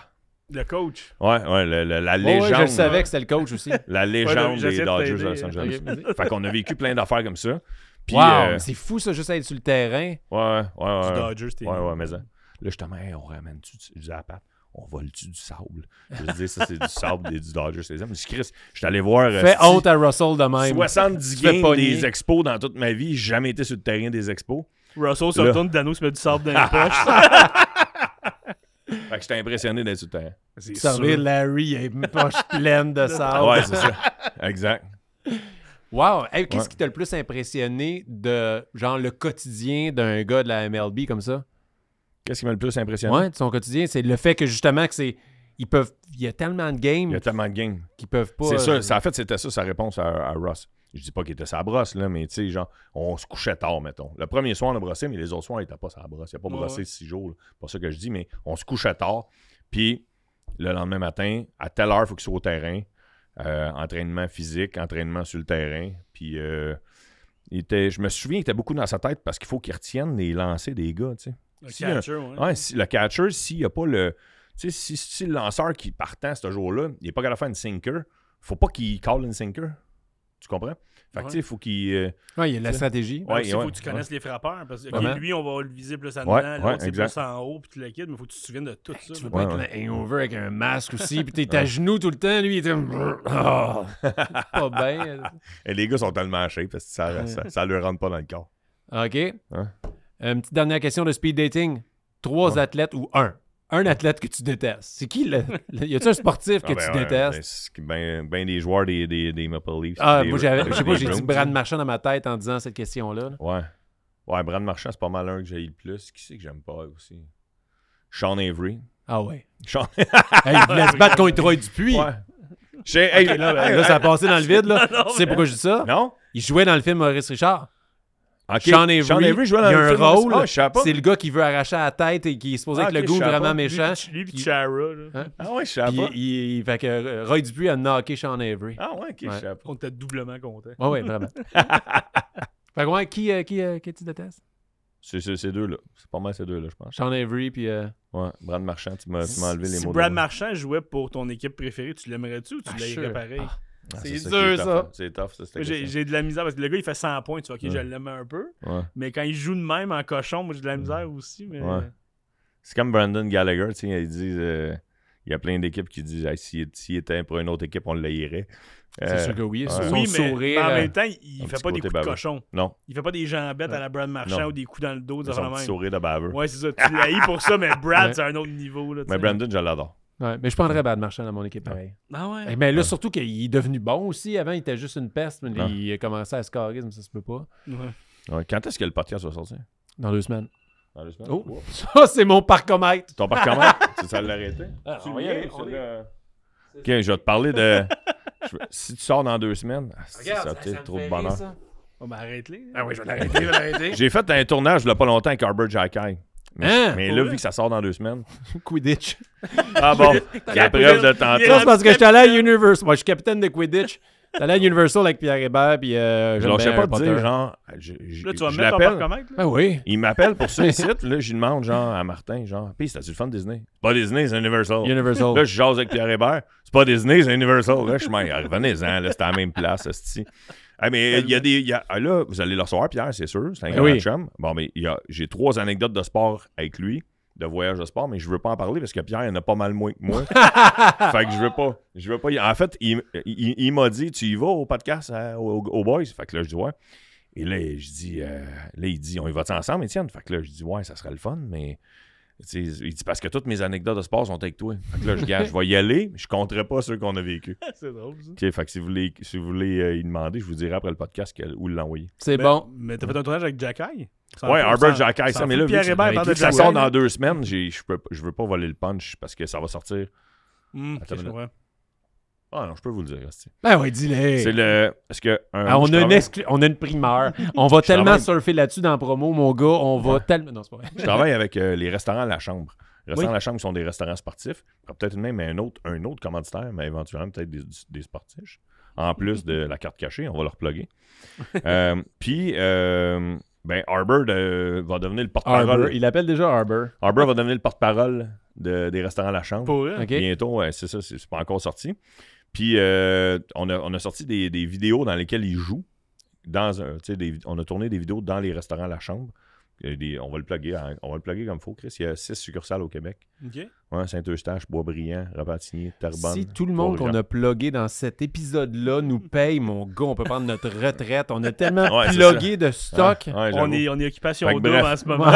B: Le coach.
C: Ouais, ouais, le- le- la
A: Oh, ouais,
C: légende. hein.
A: je le savais que c'était le coach aussi.
C: La légende
B: Ouais,
C: des
B: j'essaie de
C: Dodgers de
B: t'aider,
C: Los
B: euh,
C: Angeles.
A: <laughs> ok, vas-y.
C: fait qu'on a vécu plein d'affaires comme ça. Puis,
A: wow,
C: euh,
A: c'est fou ça, juste être sur le terrain.
C: ouais, ouais,
B: Du
C: ouais.
B: Dodgers, c'était.
C: Ouais, ouais, mais ça. Là, justement, Hey, on ramène-tu du, du Zapata? On vole-tu du sable? Je veux dire, ça, c'est du sable des, du Dodgers. C'est ça. Mais Chris, je suis allé voir. euh,
A: Fais
C: si-
A: honte à Russell de même.
C: 70
A: Tu te fais
C: games
A: pogner.
C: des expos dans toute ma vie. J'ai jamais été sur le terrain des expos.
B: Russell se
C: Là.
B: retourne, Dano se met du sable dans les
C: <laughs>
B: poches.
C: Fait que j'étais impressionné d'être sur le terrain.
B: C'est
A: Vous savez, Larry, il a une
C: <laughs>
A: poche pleine de sable.
C: Ouais, c'est ça.
A: <laughs>
C: Exact.
A: Wow! Hey, Qu'est-ce
C: Ouais.
A: qui t'a le plus impressionné de genre le quotidien d'un gars de la MLB comme ça?
C: Qu'est-ce qui m'a le plus impressionné?
A: Ouais, de son quotidien, c'est le fait que justement que c'est. Ils peuvent. Il y a tellement de
C: Il y a
A: games
C: tellement de games.
A: qu'ils peuvent pas.
C: C'est
A: euh,
C: ça, ça. En fait, c'était ça sa réponse à, à Ross. Je dis pas qu'il était sa brosse, là, mais tu sais, genre, on se couchait tard, mettons. Le premier soir, on a brossé, mais les autres soirs, il était pas sa brosse. Il a pas
B: Ouais,
C: brossé
B: ouais.
C: six jours, là. pas ça que je dis, mais on se couchait tard. Puis, le lendemain matin, à telle heure, il faut qu'il soit au terrain. Euh, entraînement physique, entraînement sur le terrain. Puis, euh, il était, je me souviens qu'il était beaucoup dans sa tête parce qu'il faut qu'il retienne les lancers des gars, tu sais.
B: Le
C: Si, un-
B: catcher, ouais.
C: Ouais, si- le catcher, s'il n'y a pas le. Tu sais, si, si le lanceur qui partant ce jour-là, il n'est pas capable de faire une sinker, faut pas qu'il call une sinker. Tu comprends? Fait que
B: Ouais.
C: tu sais, il faut qu'il. euh,
A: ouais, il y a de la
C: ça.
A: stratégie.
C: Ouais,
B: il
C: ouais,
B: faut que tu connaisses les frappeurs. Parce que ok,
A: Vraiment.
B: lui, on va le viser plus en
C: Ouais,
B: dedans,
C: ouais,
B: l'autre, c'est
C: exact.
B: plus en haut, puis tu le quittes, mais il faut que tu te souviennes de tout ça.
A: Tu veux
B: là.
A: pas
C: Ouais,
A: être un hangover avec un masque aussi, puis t'es à genoux tout le temps, lui, il est
C: <laughs>
A: comme. Ah! <laughs> pas bien.
C: Et les gars sont tellement hachés parce que ça, ça, ça leur rentre pas dans le corps.
A: OK.
C: Hein?
A: Euh, Une petite dernière question de speed dating. Trois
C: Ouais.
A: athlètes ou un? Un athlète que tu détestes. C'est qui le. le- y a-tu un sportif que
C: Ah, ben,
A: tu
C: ouais,
A: détestes?
C: ben, c'est que Ben, ben des joueurs des, des, des Maple Leafs.
A: Ah,
C: des-
A: moi, j'avais,
C: des-
A: je sais pas,
C: des
A: j'ai dit
C: Browns,
A: Brad Marchand dans ma tête en disant cette question-là. là.
C: Ouais. Ouais, Brad Marchand, c'est pas mal un que j'ai le plus. Qui c'est que j'aime pas aussi? Sean Avery.
A: Ah ouais.
C: Sean.
A: <laughs> Hey, il voulait se battre contre Roy Dupuis. <laughs>
C: ouais. J'ai- hey,
A: Là, ben, là, ça a passé
C: <laughs>
A: dans le vide. Là.
B: Non, non,
A: tu sais
B: mais-
A: pourquoi je dis ça?
C: Non?
A: Il jouait dans le film Maurice Richard.
C: Ok.
A: Sean Avery,
C: jouait dans
A: il a
C: le
A: un
C: film.
A: rôle.
C: Ah, je savais pas.
A: C'est le gars qui veut arracher la tête et qui est supposé
C: Ah,
A: être
C: ok,
A: le
C: je
A: goût
C: savais
A: vraiment
C: pas.
A: méchant.
B: Lui, lui puis
A: Puis-
B: Chara, là.
A: Hein?
C: Ah ouais, je
A: Puis
C: savais pas.
A: il, il- fait que euh, Roy Dupuis a knocké Sean Avery.
C: Ah ouais, ok, je
A: Ouais.
C: savais pas.
B: On était doublement contents.
A: Ouais, ouais, vraiment. <laughs> fait que ouais, qui, euh, qui, euh, qui tu détestes?
C: C'est c'est- ces deux-là. C'est pas mal ces deux-là, je pense.
A: Sean Avery, puis... euh,
C: Ouais, Brad Marchand, tu m'as tu m'as enlevé les
B: si
C: mots. de
B: Brad
C: la-
B: Marchand jouait pour ton équipe préférée, tu l'aimerais-tu ou tu
A: Ah,
B: l'aimerais
A: sure.
B: pareil?
A: Ah,
C: Ah,
A: c'est
C: ça qui est
A: dur,
C: tough,
A: ça.
C: hein. C'est tough, ça, c'était
B: J'ai
C: question.
B: j'ai de la misère parce que le gars, il fait 100 points, tu vois, ok,
C: Ouais.
B: je l'aime un peu.
C: Ouais.
B: Mais quand il joue de même en cochon, moi, j'ai de la misère aussi. Mais...
C: Mm. Ouais. C'est comme Brandon Gallagher, tu sais, ils disent. euh, Il y a plein d'équipes qui disent hey, s'il s'il était pour une autre équipe, on l'aillerait.
A: c'est
C: Euh,
A: sûr que oui. Son
B: Oui, mais,
A: sourire...
B: mais en
A: euh,
B: même temps, il
C: un
B: fait
C: petit
B: pas des
C: côté
B: coups de
C: baveux.
B: cochon.
C: Non,
B: Il fait pas des jambes à la Brad Marchand
C: Non.
B: ou des coups dans le dos, des
C: son
B: affaires de
C: petit
B: même.
C: sourire de baveux.
B: Ouais, c'est ça. Tu l'haïs pour ça, mais Brad,
A: Ouais.
B: c'est un autre niveau. Là, tu
C: Mais
B: sais.
C: Brandon, je l'adore.
A: ouais, mais je prendrais Brad Marchand dans mon équipe,
C: Ouais.
A: pareil.
B: Ah ouais.
A: Eh, Mais là, surtout qu'il est devenu bon aussi. Avant, il était juste une peste, mais
C: Ah.
A: il a commencé à scorer, mais ça se peut pas.
B: Ouais.
C: Ouais, Quand est-ce que le podcast va sortir
A: Dans deux semaines. <laughs>
C: Dans deux semaines?
A: Oh, ça, c'est mon parcomètre.
C: Ton parc comment Tu vas l'arrêter
A: Ah,
C: Tu
A: on
C: le
A: y
C: viens,
A: est, on
C: celui-là? Ok, je vais te parler de. je vais- Si tu sors dans deux semaines, ah, si, ça va peut-être trop de bonheur.
B: On m'arrête-les.
A: Ah oui, je vais l'arrêter, je vais l'arrêter.
C: J'ai fait un tournage il y a pas longtemps avec Arbor Jackai. Mais,
A: Hein?
C: mais
B: Pour
C: là,
B: vrai?
C: vu que ça sort dans
B: <laughs>
C: deux semaines.
A: Quidditch.
C: Ah bon, la preuve de
A: Ça,
C: tantôt.
A: c'est parce que j'étais allé à Universal. Moi, je suis capitaine de Quidditch. J'étais allé à Universal avec Pierre Hébert, puis euh,
C: Je
A: j'aime bien
C: lâchais pas
A: Harry
C: de
A: Potter.
C: dire, genre. Je, je-
B: Là, tu vas
C: je
B: mettre ton
C: l'appelle.
B: parcomètre. là?
A: Ah oui.
C: Il m'appelle pour ce site. Là, je lui demande, genre, à Martin, genre, Pis, c'était-tu le fun Disney? C'est Pas Disney, c'est Universal.
A: Universal.
C: Oh. Là, je jase avec Pierre Hébert. C'est pas Disney, c'est Universal. Là, je suis même, revenez-en, là, c'était à la même place, hostie. Ah, mais il y a des. il y a- ah, là, vous allez le recevoir, Pierre, c'est sûr. C'est un
A: Ben
C: grand
A: oui.
C: chum. Bon, mais il y a- j'ai trois anecdotes de sport avec lui, de voyage de sport, mais je veux pas en parler parce que Pierre, il en a pas mal moins que
A: <laughs>
C: moi. fait que je veux pas. Je veux pas. y- En fait, il, il- il m'a dit Tu y vas au podcast hein, au, au Boys Fait que là, je dis Ouais. Et là, je dis euh, Là, il dit On y va ensemble, Étienne Fait que là, je dis Ouais, ça serait le fun, mais. Tu sais, il dit parce que toutes mes anecdotes de sport sont avec toi. Fait que là, je gars, je vais y aller, mais je compterai pas ceux qu'on a vécu.
B: C'est drôle, ça.
C: OK, fait que si vous voulez, si vous voulez euh, y demander, je vous dirai après le podcast que- où l'envoyer.
A: C'est
B: Mais-
A: bon.
B: Mais t'as fait un tournage avec Jacky?
C: Ouais, Herbert Jacquet, ça, mais là, vu
B: Pierre
C: que,
B: Hébert
A: avec
B: parle
C: vu
B: de
C: que ça
B: Jacky.
C: sort dans deux semaines, j'ai- je, peux, je veux pas voler le punch parce que ça va sortir.
B: Hum,
C: Attends
B: ok, je
C: une
B: comprends.
C: Ah non, je peux vous le dire. hostie.
A: Ben oui, dis-le.
C: C'est le. Parce que. un-
A: Ah, on,
C: Euh, je
A: a une
C: travaille-
A: exclu- on a une
C: <laughs>
A: primeur. On va tellement
C: travaille-
A: surfer là-dessus dans la promo, mon gars. On va tellement. Non, c'est pas vrai.
C: Je travaille avec euh, les restaurants à la chambre. Les restaurants
B: Oui.
C: à la chambre sont des restaurants sportifs. Il y aura Peut-être même un autre, un autre commanditaire, mais éventuellement peut-être des, des sportifs. en plus de la carte cachée. On va leur plugger. Euh, Puis, euh, ben, Arbor de- va devenir le
A: Arbor.
C: porte-parole.
A: Il appelle déjà Arbor.
C: Arbor va devenir le porte-parole de- des restaurants à la chambre.
B: Pour eux.
A: OK.
C: Bientôt, ouais, c'est ça, c'est c'est pas encore sorti. Puis euh, on, a, on a sorti des, des vidéos dans lesquelles ils jouent. Dans un, tu sais, des- on a tourné des vidéos dans les restaurants à la chambre. Euh, des- on, va le plugger, en- on va le plugger comme il faut, Chris. Il y a six succursales au Québec.
B: OK.
C: Ouais, Saint-Eustache, Bois-Brillant, Rapatigny, Terrebonne.
A: Si tout le monde qu'on a plugué dans cet épisode-là nous paye, mon gars, on peut prendre notre retraite. On a tellement
C: <laughs> Ouais, c'est
A: plugué de stock.
C: Ouais, ouais,
B: on,
C: j'avoue.
B: est, on est occupation
C: Fait que
B: double
C: bref.
B: en ce moment.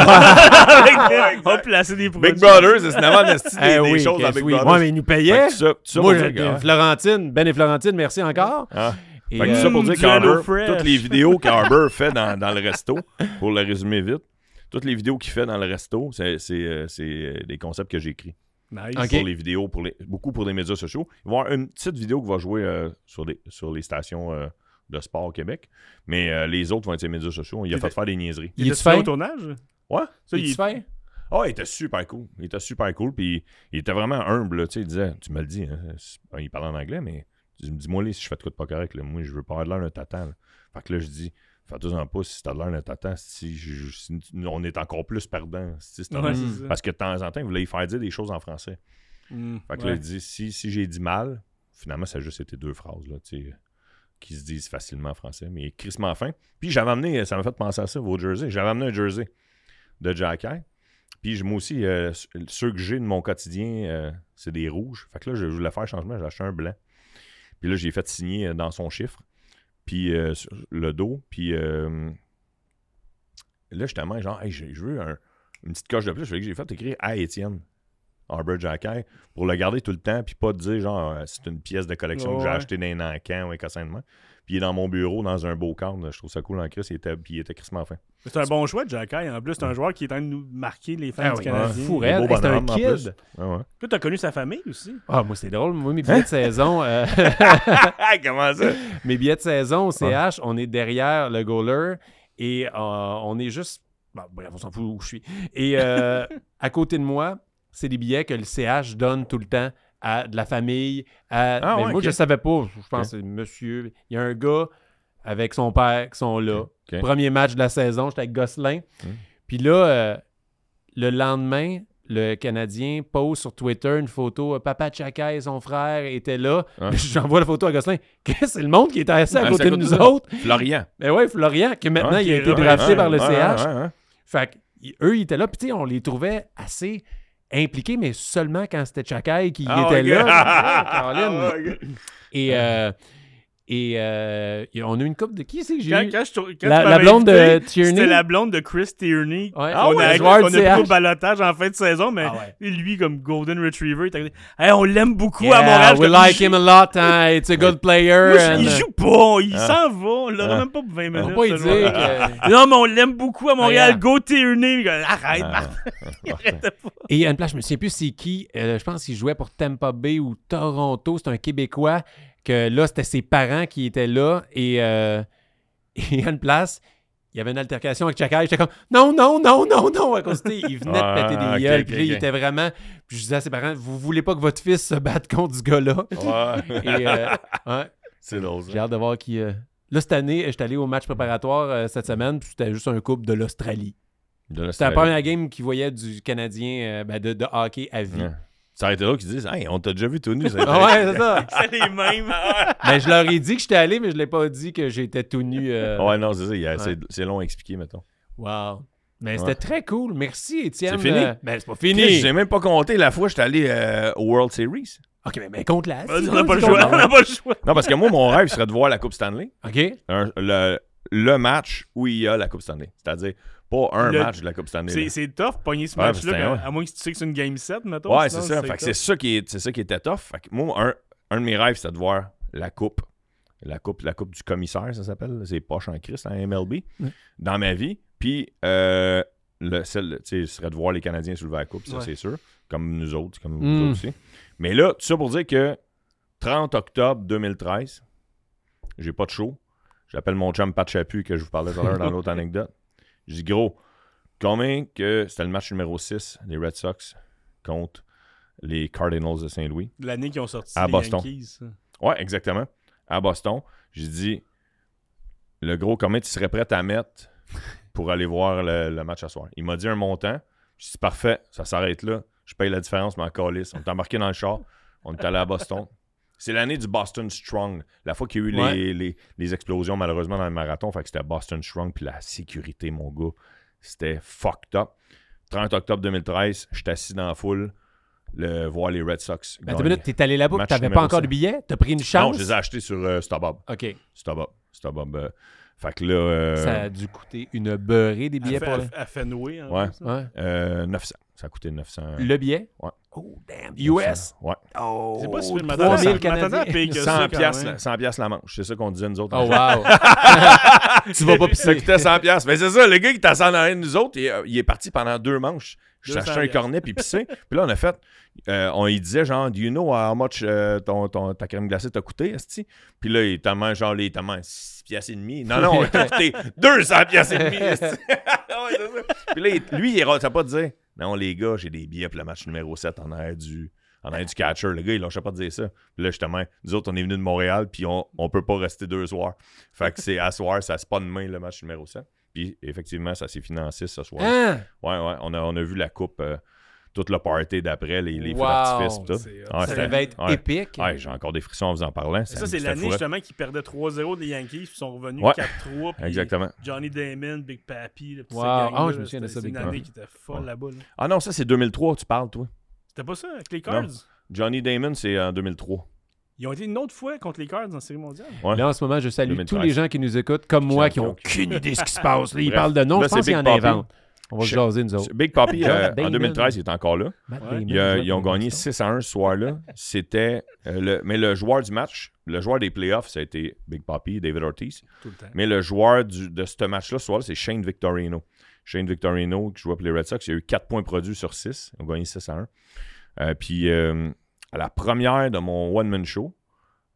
B: Avec- on place des produits.
C: Big Brother, c'est finalement un esti
A: <laughs>
C: des,
A: Eh
C: des
A: oui,
C: choses à
A: Chris,
C: Big
A: oui.
C: Brother.
A: Ouais, mais ils nous
C: Fait
A: payaient.
C: que ça- ça
A: Moi,
C: pour dire
A: j'ai-
C: que-
A: Florentine, Ben et Florentine, merci encore.
C: Ah.
A: Et,
C: Fait que ça
A: euh,
C: pour dire
B: Mm, du Hello
C: qu'Harbour,
B: Fresh.
C: toutes les
A: <laughs>
C: vidéos qu'Harbour fait dans, dans le resto, pour le résumer vite, toutes les vidéos qu'il fait dans le resto, c'est- c'est euh, c'est, euh, des concepts que j'écris.
B: Nice.
A: OK.
C: Pour les vidéos, pour les, beaucoup pour les médias sociaux. Il va y avoir une petite vidéo qui va jouer euh, sur, les, sur les stations euh, de sport au Québec, mais euh, les autres vont être sur les médias sociaux. Il a fait faire des niaiseries.
A: il est
B: était-tu là
A: fin.
B: au tournage?
C: Ouais.
B: Ça,
A: Il est
B: il-
A: fin.
C: Ah, il était super cool. Il était super cool. Puis il était vraiment humble. là, Tu sais, il disait, tu me le dis. hein, c'est- il parlait en anglais, mais tu me dis, moi, là, si je fais de quoi de pas correct, là, moi, je veux pas avoir de l'air d'un tatan. là. Fait que là, je dis, fais tout en pas si t'as de l'air d'un tatan. Si, je- si- on est encore plus perdant. si c'est-
B: Ouais,
A: Mm.
B: c'est ça.
C: Parce que de temps en temps, il voulait y faire dire des choses en français.
B: Mm.
C: Fait que
B: Ouais.
C: là, il dit, si, si j'ai dit mal, finalement, ça a juste été deux phrases, là, tu sais, qui se disent facilement en français, mais crissement fin. Puis j'avais amené, ça m'a fait penser à ça, vos jerseys. J'avais amené un jersey de Jacky. Puis je- moi aussi, euh, ceux que j'ai de mon quotidien, euh, c'est des rouges. Fait que là, je voulais faire changement, j'ai acheté un blanc. Puis là, j'ai fait signer euh, dans son chiffre. Puis euh, sur le dos. Puis euh, là, justement, genre, Hey, je je veux un- une petite coche de plus. Fait que j'ai fait écrire à Étienne, Arbor Jacky, pour le garder tout le temps. Puis pas te dire, genre, euh, c'est une pièce de collection que j'ai
B: Ouais.
C: achetée d'un encan ou un cassin de main. Puis il est dans mon bureau, dans un beau cadre. Je trouve ça cool en Chris. Il était, puis il était crissement fin.
B: C'est un bon choix, Jacky. En plus, c'est un joueur qui est en train de nous marquer les fans
A: Ah
B: du
A: oui.
B: Canadien.
A: Fou,
C: Des
A: raide.
C: beaux
A: Hey, C'est un
C: bonhommes, en plus.
A: kid.
C: Ah ouais.
A: <laughs>
B: Toi, t'as connu sa famille aussi.
A: Ah, moi, c'est drôle. Moi, mes billets
C: Hein?
A: de saison, euh,
C: Comment ça?
A: mes billets de saison au CH, on est derrière le goaler et euh, on est juste. Bon, bref, on s'en fout où je suis. Et
C: <laughs>
A: euh, à côté de moi, c'est des billets que le CH donne tout le temps à de la famille. À...
C: Ah
A: mais
C: ouais,
A: moi,
C: ok.
A: je ne savais pas. Je pense que c'est monsieur. Il y a un gars avec son père qui sont là.
C: Ok.
A: Premier match de la saison, j'étais avec Gosselin.
C: Hmm.
A: Puis là, euh, le lendemain, le Canadien pose sur Twitter une photo. euh, Papa Chaka et son frère étaient là.
C: Ah.
A: <laughs> J'envoie la photo à Gosselin. <laughs> Qu'est-ce que c'est le monde qui était assis à
C: Ah,
A: côté
C: c'est
A: de
C: à
A: nous
C: côté de nous
A: autres?
C: Florian.
A: Mais ouais, Florian, qui maintenant
B: Ah,
A: il a
B: qui
A: été
B: est là.
A: drafté
C: Ouais,
A: par le
C: ouais,
A: CH.
C: ouais, ouais.
A: Fait que, y- eux, ils étaient là. Puis tu sais, on les trouvait assez impliqués, mais seulement quand c'était Chakai qui
C: Ah,
A: était
C: ok.
A: là.
C: <laughs>
A: Ah, Caroline.
C: Ah, ouais, ok.
A: Et, euh, et euh, y- on a eu une coupe de qui c'est que j'ai
B: Quand,
A: eu?
B: quand je, quand
A: la,
B: tu m'avais
A: la blonde de
B: invité,
A: Tierney.
B: C'était la blonde de Chris Tierney.
A: Ouais.
B: on,
A: ouais,
B: a,
A: joueur
B: on a
A: du
B: pris
A: CH.
B: au balotage en fin de saison, mais
A: Ah ouais.
B: lui, comme Golden Retriever, il était- Hey, on l'aime beaucoup à
A: Yeah,
B: Montréal.
A: We
B: J'étais comme,
A: like
B: il
A: him a lot. hein. It's a good player.
B: joue-
A: and,
B: Il
A: uh,
B: joue pas, il
C: Ah.
B: s'en va. On l'aura
C: Ah.
B: même pas pour 20
A: faut
B: minutes.
A: pas y
B: ce
A: dire
B: joueur-là.
C: euh,
A: que-
B: <laughs> Non, mais on l'aime beaucoup à Montréal.
A: Ah, yeah.
B: Go Tierney. Il- Arrête,
C: Ah,
B: Martin.
A: <laughs>
C: ouais, ouais.
A: Et à une place, je me souviens plus c'est qui. euh, je pense qu'il jouait pour Tampa Bay ou Toronto. C'est un Québécois que là, c'était ses parents qui étaient là. Et, euh, <laughs> et à une place, il y avait une altercation avec Chakai. J'étais comme non, non, non, non, non. À cause de- il venait de
C: Ouais,
A: péter des
C: ok,
A: gueules.
C: ok,
A: puis là, il
C: ok.
A: était vraiment. Puis je disais à ses parents, vous voulez pas que votre fils se batte contre ce gars-là.
C: Ouais.
A: Et
C: <laughs>
A: euh, ouais,
C: C'est drôle. ça.
A: j'ai hâte de voir qui. euh, Là, cette année, j'étais allé au match préparatoire euh, cette semaine, puis c'était juste un couple de l'Australie.
C: De la
A: C'était la
C: Australie.
A: première game qu'ils voyaient du Canadien, euh, ben, de, de hockey à vie.
C: Ouais. Ça a été drôle qu'ils disent Hey, on t'a déjà vu tout nu. ça a été
A: Ah ouais, c'est ça.
B: C'est les mêmes.
A: Mais je leur ai dit que j'étais allé, mais je l'ai pas dit que j'étais tout nu. euh,
C: drôle. Ouais, non, c'est ça. il y a-
A: Ouais.
C: c'est- C'est long à expliquer, mettons.
A: Wow. Mais
C: Ouais.
A: c'était très cool. Merci, Étienne.
C: C'est fini?
A: Euh, ben, c'est pas
C: Chris,
A: fini.
C: J'ai même pas compté la fois que j'étais allé euh, au World Series.
A: OK, mais, mais compte la.
B: On n'a pas le choix. On n'a pas le choix.
C: Non, parce que moi, mon rêve serait de voir la Coupe Stanley.
A: OK.
C: Un- le, le match où il y a la Coupe Stanley. C'est-à-dire, pas un
B: Le-
C: match de la Coupe Stanley. là.
B: C'est c'est tough, pogner ce
C: Ouais,
B: match-là,
C: putain,
B: quand-
C: ouais.
B: à moins que tu sais que c'est une game 7, mettons.
C: Ouais, c'est
B: sinon,
C: ça. Fait que c'est
B: tough.
C: ça qui est- c'est ça qui était tough. Fait que moi, un, un de mes rêves, c'était de voir la coupe. La coupe, la coupe du commissaire, ça s'appelle. C'est poche en Christ, en MLB.
A: Ouais.
C: Dans ma vie. Puis, euh, le, celle, tu sais, ce serait de voir les Canadiens soulever la coupe, ça,
B: Ouais.
C: c'est sûr. Comme nous autres, comme
A: Mm.
C: vous autres aussi. Mais là, tout ça pour dire que 30 octobre 2013, j'ai pas de show. J'appelle mon chum Pat Chaput, que je vous parlais tout à l'heure dans l'autre anecdote. Je dis, gros, combien que c'était le match numéro 6 des Red Sox contre les Cardinals de Saint-Louis?
B: L'année qu'ils ont sorti
C: À
B: les
C: Boston.
B: Yankees.
C: Ouais, exactement. à Boston. J'ai dit, le gros, combien tu serais prêt à mettre pour aller voir le, le match à soir? Il m'a dit un montant. J'ai dit, parfait, ça s'arrête là. Je paye la différence, mais encore lisse. On est embarqué dans le char. On est allé à Boston. C'est l'année du Boston Strong. La fois qu'il y a eu les,
A: Ouais.
C: les- les explosions, malheureusement, dans le marathon, fait que c'était Boston Strong, puis la sécurité, mon gars, c'était fucked up. 30 octobre 2013, je suis assis dans la foule, le, voir les Red Sox.
A: Attends
C: gagner.
A: une minute, t'es allé là-bas,
C: Match
A: tu n'avais pas
C: numéro
A: encore de
C: cinq.
A: billets, t'as pris une
C: non,
A: chance.
C: je les ai achetés sur euh, StubHub.
A: OK.
C: StubHub. StubHub. euh, fait que là, euh,
A: Ça a dû coûter une beurrée des billets
B: à,
A: pour le...
B: Fe- à Fenway. en
C: Ouais.
B: plus, là.
A: Ouais.
C: euh, 900. Ça a coûté 900.
A: Le billet?
C: Ouais.
A: Oh, damn.
C: 900,
A: US?
C: Ouais.
A: Oh,
B: C'est pas si je
A: 3 000
B: m'attendais je m'attendais à
A: Canadiens.
B: payer que ça.
C: 100
B: quand
C: piastres,
B: même.
C: la- 100 piastres la manche. C'est ça qu'on disait nous autres.
A: Oh, wow. <laughs> tu vas pas
C: Ça
A: pisser.
C: coûtait 100 piastres. Mais c'est ça, le gars qui t'assemble dans rien de nous autres, il, euh, il est parti pendant deux manches. Je
B: 200
C: cherchais un cornet puis pisser. Puis là, on a fait, euh, on lui disait genre, do you know how much euh, ton, ton- ta crème glacée t'a coûté, esti? Puis là, il t'a mis genre, les t'a mis 6 piastres et demi. Non, non, il t'a coûté 200 piastres et demi, esti. Ouais, c'est ça. Puis là, il- lui, il ne pas de dire, non, les gars, j'ai des billets pour le match numéro 7 en arrière du... En arrière du catcher, le gars, il lâchait pas de dire ça. Puis là, justement, nous autres, on est venus de Montréal, puis on, on peut pas rester deux soirs. Fait que c'est à soir, ça se pas demain le match numéro 7. Puis effectivement, ça s'est financé ce soir.
A: Hein?
C: Ouais, ouais, on a, on a vu la coupe, euh, toute la party d'après, les, les feux
A: Wow,
C: d'artifice pis tout.
B: c'est hot. Ça
C: Ouais,
A: Ça
C: c'était-
A: devait être
C: ouais.
A: épique.
C: Ouais, j'ai encore des frissons en vous en parlant.
B: Ça, c'est
C: c'était
B: l'année
C: fourette.
B: justement qu'ils perdaient 3-0 des Yankees. Ils sont revenus
C: Ouais.
B: 4-3. puis
C: Exactement.
B: Johnny Damon, Big Papi, le petit
A: Wow.
B: gang-là,
A: Ah, je me
B: c'était-
A: souviens de ça,
B: C'est
A: Big
B: une année
C: Papi.
B: qui était folle
C: Ouais.
B: là-bas. là.
C: Ah non, ça c'est 2003, tu parles, toi.
B: C'était pas ça avec les Cards.
C: Non. Johnny Damon, c'est en 2003.
B: Ils ont été une autre fois contre les Cards en série mondiale.
C: Ouais.
A: Là, en ce moment, je salue
C: 2013.
A: tous les gens qui nous écoutent, comme moi, qui n'ont
C: Champion.
A: aucune idée de ce qui se passe. Là, ils
C: Bref.
A: parlent de nom,
C: Là,
A: je pense
C: c'est
A: qu'ils en
C: Big Papi.
A: inventent. On va se
C: Che-
A: jaser, nous autres.
C: Big Papi,
A: John
C: euh, en
A: Damon.
C: 2013, il est encore là.
A: Matt
B: Ouais.
A: Damon,
C: Il a-
A: John
C: ils ont
A: Boston.
C: gagné 6 à 1 ce soir-là. C'était. euh, le, mais le joueur du match, le joueur des playoffs, ça a été Big Papi, David Ortiz.
B: Tout le temps.
C: Mais le joueur du- de ce match-là, ce soir-là, c'est Shane Victorino. Shane Victorino, qui jouait pour les Red Sox, il a eu 4 points produits sur 6. Ils ont gagné 6 à 1. Euh, puis, euh, à la première de mon one-man show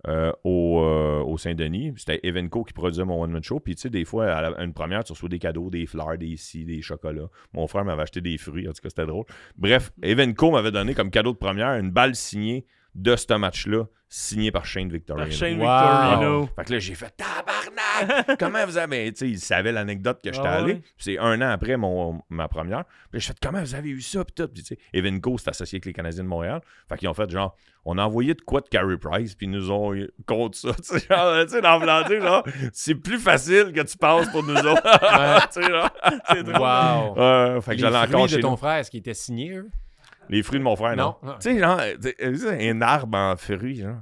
C: euh, au, euh, au Saint-Denis, c'était Evenco qui produisait mon one-man show. Puis, tu sais, des fois, à, la- à une première, tu reçois des cadeaux, des fleurs, des ci, des chocolats. Mon frère m'avait acheté des fruits. En tout cas, c'était drôle. Bref, Evenco m'avait donné comme cadeau de première une balle signée de ce match-là, signée par Shane Victorino.
B: Par Shane
A: Wow.
B: Victorino.
C: Ah, Fait que là, j'ai fait
A: <laughs>
C: tabarnak! Comment vous avez. Ben, tu sais, il savait l'anecdote que j'étais
B: Ah ouais?
C: allé. Puis C'est un an après mon, ma première. Puis là, j'ai fait comment vous avez eu ça? Puis tout. Puis, tu sais, Evenco, c'est associé avec les Canadiens de Montréal. Fait qu'ils ont fait genre, on a envoyé de quoi de Carey Price, puis ils nous ont contre ça. <laughs> Tu sais, genre, tu sais, dans Vlandais, genre, c'est plus facile que tu passes pour nous
A: <laughs>
C: autres. <laughs> tu sais, genre.
B: C'est drôle.
A: Wow.
C: Euh, fait que
A: Les
C: j'allais
A: fruits
C: encore
A: de
C: chez
A: ton
C: nous.
A: frère, est-ce qu'il était signé, eux?
C: Les fruits de mon frère, non?
A: Non.
C: Tu sais, genre, tu sais, un arbre en fruits, genre.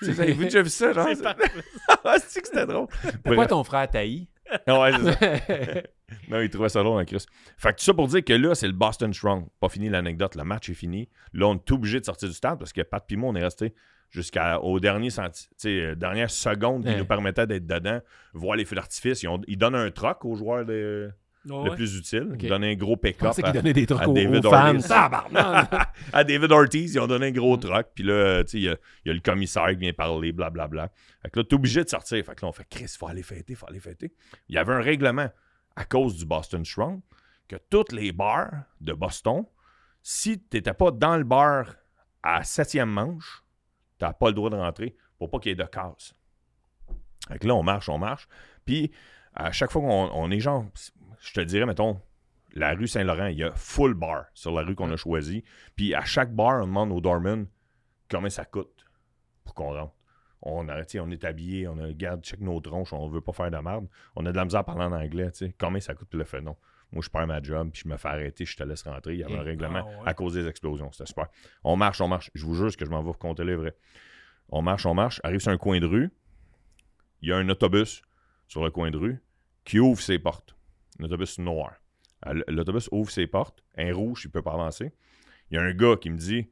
C: Tu sais,
A: <laughs>
C: avez-vous déjà vu ça, genre? <laughs>
B: C'est parfait.
C: Ah, c'est que c'était drôle.
A: Pourquoi ton frère
C: <laughs>
A: taillit?
C: Ah Ouais, c'est ça. Non, il trouvait ça long, hein, Chris. Fait que tout ça pour dire que là, c'est le Boston Strong. Pas fini l'anecdote, le match est fini. Là, on est obligé de sortir du stade parce que Pat Pimon, on est resté jusqu'au dernier centi- tu sais, euh, dernière seconde qui
A: Ouais.
C: nous permettait d'être dedans, voir les feux d'artifice. Ils, ont- ils donnent un troc aux joueurs de-
B: Ouais, <laughs>
C: le
B: ouais.
C: plus utile.
A: Ok.
C: Ils donnent un gros
A: Je
C: pick-up
A: pensais
C: à,
A: qu'il donnait des trucs
C: à
A: aux,
C: David
A: aux fans.
C: <laughs> Ortiz.
A: Tabarnak!
C: <laughs> à David Ortiz. Ils ont donné un gros troc. Puis là, euh, tu sais, il y, a- il y a le commissaire qui vient parler, blablabla. Fait que là, t'es obligé de sortir. Fait que là, on fait Chris, faut aller fêter, faut aller fêter. Il y avait un règlement à cause du Boston Strong que toutes les bars de Boston, si t'étais pas dans le bar à septième manche, t'as pas le droit de rentrer pour pas qu'il y ait de casse. Fait que là, on marche, on marche. Puis à chaque fois qu'on on est genre, je te dirais, mettons, la rue Saint-Laurent, il y a full bar sur la rue qu'on a choisie. Puis à chaque bar, on demande aux doorman combien ça coûte pour qu'on rentre. On, a, tu sais, on est habillé, on a garde, check nos tronches, on veut pas faire de merde. On a de la misère à parler en anglais, tu sais. Combien ça coûte Puis le fait non. Moi, je perds ma job, puis je me fais arrêter, je te laisse rentrer. Il y avait un
A: Eh,
C: règlement
B: ah ouais.
C: à cause des explosions. C'était super. On marche, on marche. Je vous jure ce que je m'en vais vous compter les vrais. On marche, on marche. Arrive sur un coin de rue. Il y a un autobus sur le coin de rue qui ouvre ses portes. Un autobus noir. Euh, l- L'autobus ouvre ses portes. Un rouge, il peut pas avancer. Il y a un gars qui me dit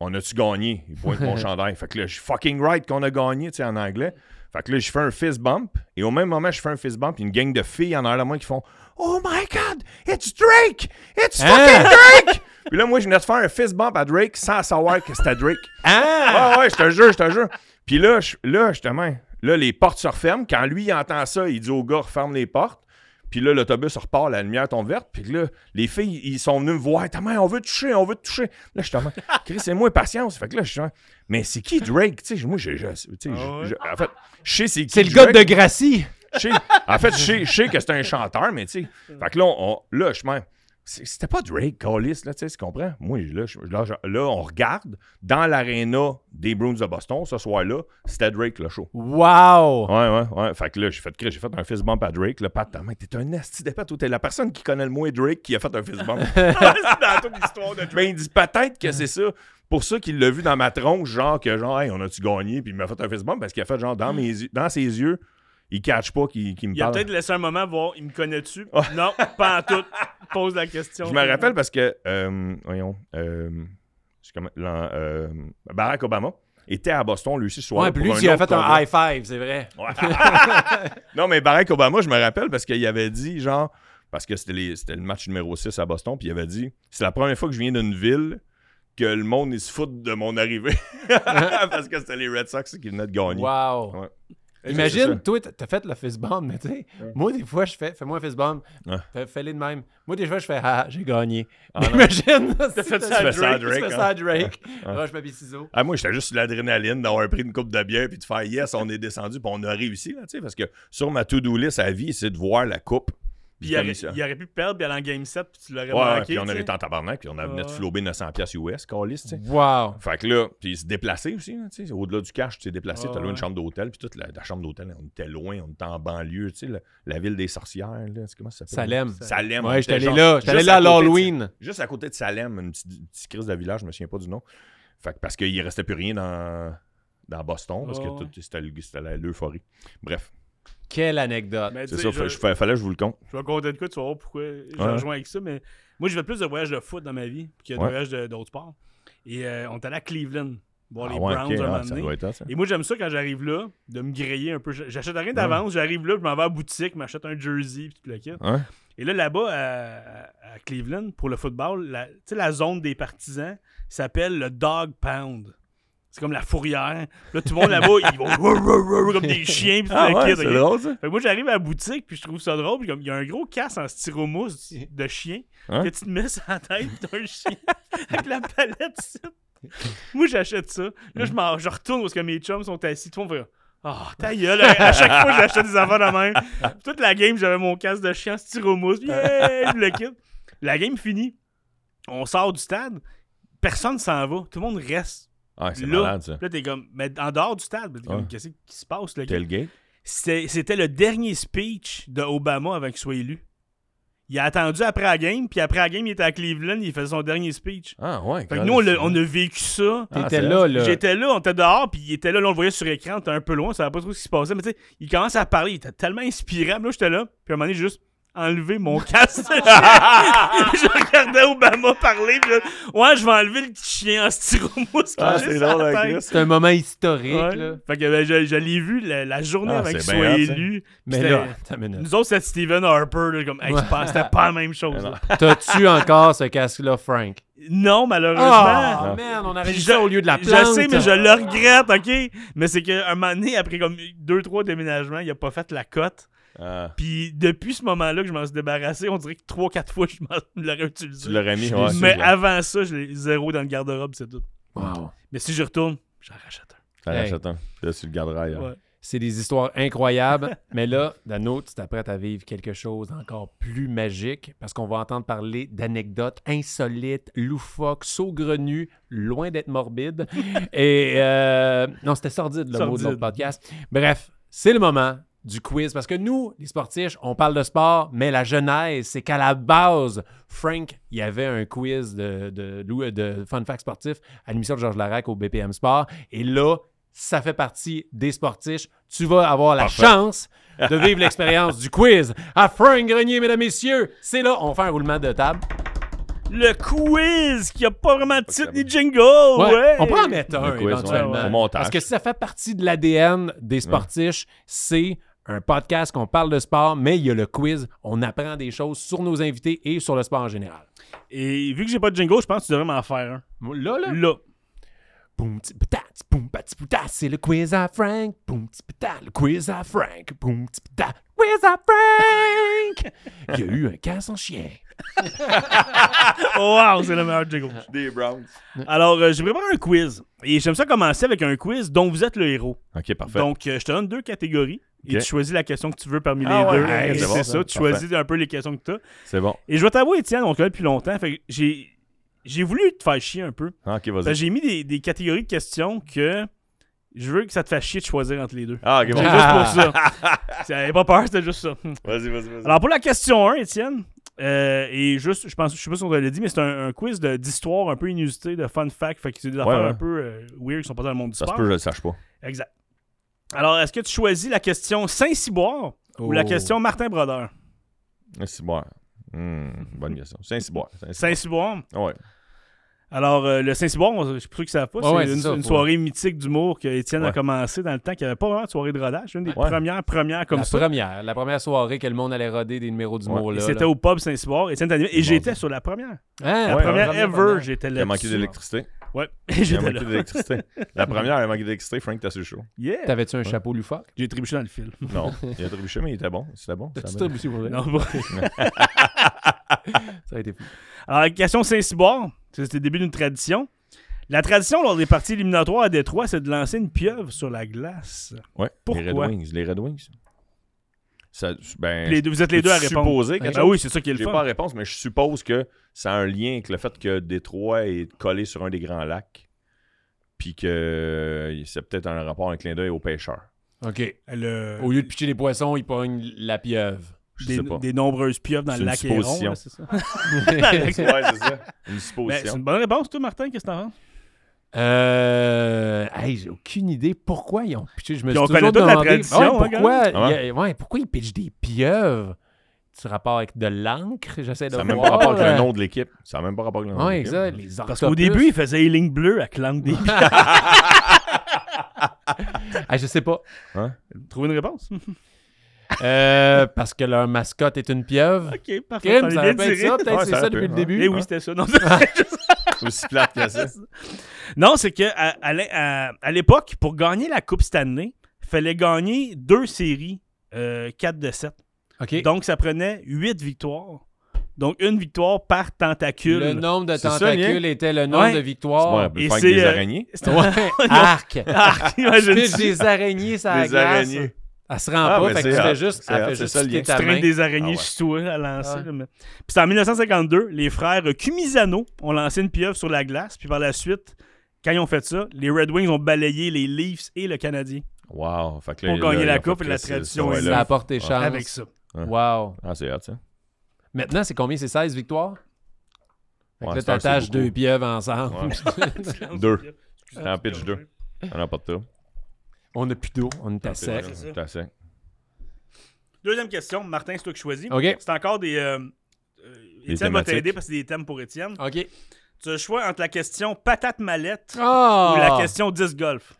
C: On a-tu gagné Il pointe mon chandail. Fait que là, je fucking right qu'on a gagné, tu sais, en anglais. Fait que là, je fais un fist bump. Et au même moment, je fais un fist bump. Une gang de filles en arrière de moi qui font Oh my god, it's Drake It's
A: Hein?
C: fucking Drake <laughs> Puis là, moi, je venais de faire un fist bump à Drake sans savoir que c'était Drake.
A: Ah!
C: Ouais, ouais, je te jure, je te jure. Puis là, je- là, justement, là, les portes se referment. Quand lui, il entend ça, il dit au gars, referme les portes. Puis là, l'autobus repart, la lumière tombe verte. Puis là, les filles, ils sont venus me voir. Ta mère, on veut te toucher, on veut te toucher. Là, je suis en mode, Chris, c'est moi patience. Fait que là, je suis genre, mais c'est qui Drake? Tu sais, moi, je, je- tu sais,
B: Ah ouais?
C: je- je- en fait, je sais c'est qui.
A: C'est le gars
C: Drake.
A: de Gracie.
C: Je sais- en fait, je sais- je sais que c'est un chanteur, mais tu sais. Fait que là, on, on- là je suis même- c'est- C'était pas Drake Callis, là, tu sais, tu comprends? Moi, je- là, je- là, je- là, on regarde dans l'aréna des Bruins de Boston ce soir-là, c'était Drake le show.
A: Wow!
C: Ouais, ouais, ouais. Fait que là, j'ai fait, Chris, j'ai fait un fist bump à Drake. Là, Pat, ta main, t'es un asti d'épate ou t'es la personne qui connaît le moins Drake qui a fait un fist
B: <laughs>
C: bump.
B: Ah, c'est dans toute l'histoire
C: <laughs>
B: de
C: Mais il dit peut-être que c'est ça. Pour ça qu'il l'a vu dans ma tronche, genre que genre, hey, on a-tu gagné? Puis il m'a fait un fist bump parce qu'il a fait genre dans, mes yeux, dans ses yeux, il catch pas qu'il qu'il me
B: Mm. Il a
C: parle.
B: peut-être laissé un moment voir, il me connaît-tu? Non, pas en tout. Pose la question.
C: Je me rappelle parce que, euh, voyons, euh, c'est comment- l'en- euh, Barack Obama était à Boston lui aussi ce soir.
A: Ouais, puis lui,
C: pour
A: il a
C: autre
A: fait un
C: congrès.
A: high five, c'est vrai. <laughs>
C: non, mais Barack Obama, je me rappelle parce qu'il avait dit, genre, parce que c'était les- c'était le match numéro 6 à Boston, puis il avait dit c'est la première fois que je viens d'une ville que le monde, il se fout de mon arrivée. <laughs> parce que c'était les Red Sox qui venaient de gagner.
A: Wow!
C: Ouais. C'est ça.
A: Imagine, toi, t- t'as fait le fist bump, mais tu sais, moi, des fois, je fais, fais-moi un fist bump,
C: Ouais.
A: fais- fais-les de même. Moi, des fois, je fais, ah, j'ai gagné. Mais imagine, t'as
B: fait ça à
C: Tu fais ça à
A: Tu
C: Drake,
A: fais
C: hein.
A: ça à Drake. Roche, papier, ciseaux.
C: Ah, moi, j'étais juste sur l'adrénaline d'avoir pris une coupe de bière puis de faire yes, on est descendu puis on a réussi. Là, tu sais, parce que sur ma to-do list à vie, c'est de voir la coupe.
B: Puis
C: Puis
B: il
C: comme
B: aurait,
C: ça.
B: il aurait pu perdre, puis aller en game 7, puis tu l'aurais
C: Ouais, ouais,
B: manqué.
C: puis on aurait
B: tu sais.
C: été en tabarnak, puis on venait de
B: Ouais. Mm.
C: flober 900$ US, câlisse, tu sais.
A: Wow!
C: Fait que là, puis se déplacer aussi, là, tu sais, au-delà du cash, tu t'es déplacé,
B: Ah
C: t'as loué
B: ouais.
C: une chambre d'hôtel, puis toute la, la chambre d'hôtel, on était loin, on était en banlieue, tu sais, la, la ville des sorcières, là, c'est- comment ça s'appelle?
A: Salem.
C: Salem. on
A: Ouais,
C: était
A: j'étais allé
C: genre
A: là. J'étais allé
C: juste
A: là à
C: côté de-
A: l'Halloween.
C: Juste à côté de Salem, une petite, petite crise de village, je me souviens pas du nom. Fait que parce qu'il restait plus rien dans, dans Boston, parce que
B: Ouais, ouais.
C: tout- c'était le- c'était la- l'euphorie. Bref,
A: Quelle anecdote.
B: Mais tu
C: c'est
B: sais,
C: ça, fa-
B: je,
C: je, fa- fallait que je vous le compte.
B: je vais compter de quoi, tu vas voir pourquoi je
C: Ouais.
B: rejoins avec ça. Mais moi, je fais plus de voyages de foot dans ma vie que de
C: Ouais.
B: voyages de- d'autres sports. Et euh, on est allé à Cleveland voir Oh, les
C: Ah ouais,
B: Browns
C: ok,
B: un
C: ah,
B: moment
C: ça
B: donné.
C: doit être ça.
B: Et moi, j'aime ça quand j'arrive là, de me griller un peu. J'achète rien d'avance, j'arrive là, je m'en vais à la boutique, m'achète un jersey, puis tout le kit.
C: Ouais.
B: Et là, là-bas, à, à- à Cleveland, pour le football, la, tu sais, la zone des partisans s'appelle le Dog Pound. C'est comme la fourrière. Là, tout le monde là-bas,
C: <laughs>
B: ils vont rou, rou, rou, comme des chiens. Puis tout
C: Ah
B: le
C: ouais,
B: kit,
C: c'est
B: ok?
C: drôle, ça.
B: Fait que moi, j'arrive à la boutique, puis je trouve ça drôle. puis comme, il y a un gros casse en styromousse de chien
C: Hein?
B: que tu te mets sur la tête d'un chien <laughs> avec la palette ici. Moi, j'achète ça. Là, je, m'en- je retourne parce que mes chums sont assis. Tout le monde fait Ah, ta gueule.
C: <laughs>
B: À chaque fois, j'achète des affaires de même. Toute la game, j'avais mon casque de chien en styromousse. Yeah, je le quitte. La game finie. On sort du stade. Personne s'en va. Tout le monde reste.
C: Ah, c'est
B: là,
C: malade, ça.
B: Puis là, t'es comme, mais en dehors du stade, ben, t'es comme,
C: Ouais.
B: qu'est-ce qui se passe? Là,
C: Tailgate.
B: c'est- C'était le dernier speech de Obama avant qu'il soit élu. Il a attendu après la game, puis après la game, il était à Cleveland, il faisait son dernier speech.
C: Ah ouais.
B: Fait que
C: Colin,
B: nous, on, l'a-
C: c'est-
B: on a vécu ça.
C: Ah,
A: T'étais
C: c'est-
A: là, là.
B: J'étais là, on était dehors, puis il était là, là, on le voyait sur écran, on était un peu loin, on savait pas trop ce qui se passait, mais tu sais, il commence à parler, il était tellement inspirant, puis là, j'étais là, puis à un moment donné, j'ai juste enlevé
C: <laughs>
B: mon casque. <laughs> de chien. je regardais Obama parler, puis je- ouais, je vais enlever le petit chien en styromousse.
C: Ah,
B: qui est
C: c'est
B: sur la
C: drôle, hein,
B: tête.
C: Chris.
A: C'est un moment historique,
B: Ouais.
A: là.
B: Fait que ben, je, je l'ai vu la, la journée
C: Ah,
B: avant
C: c'est
B: qu'il
C: bien
B: soit
C: hot, ça.
B: élu.
A: Mais
B: C'était-
A: là,
C: <laughs>
A: attends une minute.
B: Nous autres, c'était Stephen Harper. là, comme, hey, c'est pas- c'était pas la même chose. là.
A: T'as-tu encore ce casque-là, Frank?
B: Non, malheureusement.
A: Ah, man, on a
B: Puis
A: réussi
B: je-
A: ça au lieu de la plante.
B: Je sais, mais je le regrette, OK? Mais c'est qu'un moment donné, après comme deux, trois déménagements, il a pas fait la cote.
C: Ah,
B: Puis depuis ce moment-là que je m'en suis débarrassé, on dirait que trois, quatre fois, je m'en- <laughs> je l'aurais utilisé.
C: tu l'aurais mis. ouais,
B: mais
C: c'est-
B: avant ça, je l'ai zéro dans le garde-robe, c'est tout.
A: Wow.
B: Mais si je retourne, j'en rachète un.
C: T'en
A: Hey.
C: achètes un. Là, tu le garderas ailleurs.
B: Ouais.
A: C'est des histoires incroyables. mais là, Dano, tu t'apprêtes à vivre quelque chose d'encore plus magique parce qu'on va entendre parler d'anecdotes insolites, loufoques, saugrenues, loin d'être morbides. Et euh, non, c'était sordide le mot de
B: Sordide.
A: notre podcast. Bref, c'est le moment du quiz parce que nous, les sportifs, on parle de sport, mais la genèse, c'est qu'à la base, Frank, il y avait un quiz de, de, de, de Fun Fact Sportif à l'émission de Georges Larac au BPM Sport. Et là, ça fait partie des sportifs. Tu vas avoir la
C: Parfait.
A: chance
C: <laughs>
A: de vivre l'expérience du quiz à Frank Grenier, mesdames, messieurs. C'est là, on fait un roulement de table.
B: Le quiz qui a pas vraiment de titre
C: ça va.
B: ni de jingle.
A: Ouais,
B: ouais.
A: On peut en mettre un
C: Le quiz,
A: éventuellement.
C: ouais, ouais. Au montage.
A: Parce que ça fait partie de l'ADN des sportiches. C'est un podcast qu'on parle de sport, mais il y a le quiz. On apprend des choses sur nos invités et sur le sport en général.
B: Et vu que j'ai pas de jingle, je pense que tu devrais m'en faire
A: Là, là.
B: un. Là.
A: Boum, tsi, pta, tsi, boum, pa, tsi, pta, c'est le quiz à Frank. Boum, tsi, pta, le quiz à Frank. Boum, tsi, pta, oui, Where's our Frank? Il y a eu un casse en chien.
B: Wow, c'est le meilleur jingle.
C: Des Browns.
B: Alors, euh, j'ai préparé un quiz. Et j'aime ça commencer avec un quiz dont vous êtes le héros.
C: Ok, parfait.
B: Donc, euh, je te donne deux catégories. Et
C: Ok.
B: tu choisis la question que tu veux parmi les
C: Ah ouais,
B: deux.
C: hey,
B: Et
C: c'est
B: c'est
C: bon,
B: ça. Tu
C: parfait.
B: choisis un peu les questions que tu as.
C: C'est bon.
B: Et je vais t'avouer, Étienne, on se connaît depuis longtemps. Fait que j'ai, j'ai voulu te faire chier un peu.
C: Ok,
B: Parce que
C: vas-y.
B: Ben, j'ai mis des, des catégories de questions que je veux que ça te fasse chier de choisir entre les deux.
C: Ah, ok,
B: C'est
C: bon.
A: Ah.
B: juste pour ça. <laughs> J'avais pas peur, c'était juste ça.
C: Vas-y, vas-y, vas-y.
B: Alors, pour la question 1, Étienne, euh, et juste, je pense, je sais pas si on te l'a dit, mais c'est un, un quiz de- d'histoire un peu inusité, de fun fact. Fait que c'est des affaires
C: ouais.
B: un peu euh, weird qui sont pas dans le monde du
C: ça se
B: sport.
C: peut, je le sache pas.
B: Exact. Alors, est-ce que tu choisis la question Saint-Cyboire ou la
A: Oh.
B: question Martin Brodeur?
C: Saint-Cyboire. Hmm, bonne question. Saint-Cyboire. Saint-Cyboire.
B: Saint-Cyboire.
C: Ouais.
B: Alors, euh, le Saint-Cyboire, on- je suis sûr que ça va pas.
A: Ouais, ouais,
B: c'est
A: c'est
B: une,
A: ça,
B: une
A: faut-
B: soirée mythique d'humour que Étienne a
C: Ouais.
B: commencé dans le temps, qu'il n'y avait pas vraiment de soirée de rodage. Une des
C: Ouais.
B: premières, premières comme
A: la
B: ça.
A: première, la première soirée que le monde allait roder des numéros du
C: Ouais,
A: mot
B: Et
A: là.
B: C'était
A: là.
B: au pub Saint-Cyboire. Étienne t'animais. Et
C: Bon,
B: j'étais
C: ça.
B: sur la première.
A: Hein,
B: La
C: Ouais,
B: première
A: la
B: ever,
A: première.
B: j'étais là.
C: Il a manqué d'électricité.
B: Ouais, <laughs>
C: Il a
B: j'étais
C: manqué
B: là.
C: d'électricité. La première, il a manqué d'électricité. Frank t'a su chaud.
B: Yeah.
A: T'avais-tu un chapeau Lufoc?
B: J'ai trébuché dans le fil.
C: Non. Il a trébuché, mais il était bon. C'était bon.
A: T'as-tu
C: ça va.
A: trébuché pour vrai?
B: Non, bon.
A: Ça a été fou.
B: Alors, la question Saint-Cyboire, ça, c'était le début d'une tradition. La tradition lors des parties éliminatoires à Détroit, c'est de lancer une pieuvre sur la glace.
C: Ouais. Les
B: Pourquoi?
C: Red Wings. Les Red Wings. Ça, ben,
B: Les deux- vous êtes les deux à
C: peux-tu
B: répondre.
C: supposer quelque
B: Ben
C: chose?
B: oui, c'est ça qui est le
C: J'ai
B: fun.
C: pas la réponse, mais je suppose que ça a un lien avec le fait que Détroit est collé sur un des grands lacs. Puis que euh, c'est peut-être un rapport, un clin d'œil aux pêcheurs.
A: OK.
B: Le-
A: Au lieu de picher les poissons, ils pognent la pieuvre.
C: Je
B: euh, des,
C: sais pas.
B: <laughs> des nombreuses pieuvres dans
C: C'est
B: le
C: une
B: lac Héron,
C: supposition.
B: là, c'est ça.
C: Ouais, c'est ça. Une
B: Ben, c'est
C: supposition.
B: une bonne réponse, toi, Martin. Qu'est-ce que t'en penses?
A: Euh, hey, j'ai aucune idée pourquoi ils ont pitché. Je me suis
B: Puis on
A: toujours
B: connaît toute la
A: demandé
B: tradition,
A: ouais,
B: hein,
A: pourquoi,
C: quand même.
A: il y a- ouais, pourquoi ils pitchent des pieuvres. Petit rapport avec de l'encre, j'essaie de
C: ça n'a
A: voir.
C: même pas rapport avec le
A: euh,
C: nom de l'équipe. Ça n'a même pas rapport avec le nom
A: Ouais,
C: de l'équipe.
A: exact. Les
B: Parce qu'au début, il faisait ligne bleue à Clank
C: <laughs>
B: des
A: ah, je sais pas.
B: Trouver une réponse?
A: Euh, <laughs> parce que leur mascotte est une pieuvre.
B: ok, parfait.
A: Crime,
B: t'en
A: ça
B: as
A: aurait
B: bien
A: pu être
B: tiré.
A: ça. Peut-être
C: Ouais,
A: c'est
C: ça
A: ça,
C: aurait
A: depuis
C: pu,
A: le
C: hein.
A: début.
B: Eh oui, c'était ça. Non, c'est-
C: <laughs> Aussi plate
A: <laughs>
C: que ça.
B: non, c'est que à, à l'é- à- à l'époque, pour gagner la Coupe Stanley, il fallait gagner deux séries, 4 de 7.
A: OK.
B: Donc, ça prenait 8 victoires. Donc, une victoire par tentacule.
A: le nombre de
C: C'est ça,
A: tentacules
C: Lien?
A: était le nombre
B: Ouais. Ah,
A: de victoires.
C: C'est bon, on peut
B: Et
C: faire avec
B: c'est,
C: des
B: euh,
C: araignées.
B: C'est un
A: Ouais, arc.
B: <laughs> arc,
A: Tu
B: imagine
A: pitches
B: ça.
A: des araignées, ça
C: Des araignées.
A: Elle se rend
C: Ah,
A: pas,
C: mais
A: fait que
C: c'est
A: tu fais
C: hot.
A: juste,
C: C'est
A: elle
C: hot,
A: fait
C: c'est
A: juste
C: ça, le
A: quitter
C: lien.
A: ta
B: Tu traînes
A: main.
B: des araignées
C: Ah ouais.
B: sur toi à lancer.
A: Ah.
B: là, mais- Puis c'est en 1952, les frères Cumisano ont lancé une pieuvre sur la glace. Puis par la suite, quand ils ont fait ça, les Red Wings ont balayé les Leafs et le Canadien
C: Wow. Fait que
B: Pour gagner
C: il
B: la
C: a fait
B: coupe et la
C: Chris,
B: tradition
C: ouais,
B: est
A: Ça
C: là.
A: a apporté chance.
B: avec ça.
A: Wow.
C: Ah, c'est hot, ça.
A: Maintenant, c'est combien? C'est 16 victoires? Fait que
C: Ouais,
A: là,
C: c'est un, c'est
A: t'attaches
C: beaucoup.
A: deux pieuvres ensemble.
C: Deux. C'était en pitch deux. On n'a pas de trouble.
A: <laughs> on n'a plus d'eau, on est à sec.
B: c'est ça.
C: T'as sec.
B: Deuxième question, Martin, c'est toi qui choisis.
A: OK.
B: C'est encore des. euh, euh,
C: Des
B: Étienne va
C: thématiques.
B: t'aider parce que c'est des thèmes pour Étienne.
A: OK.
B: Tu as le choix entre la question patate mallette
A: Ah!
B: ou la question 10 golf.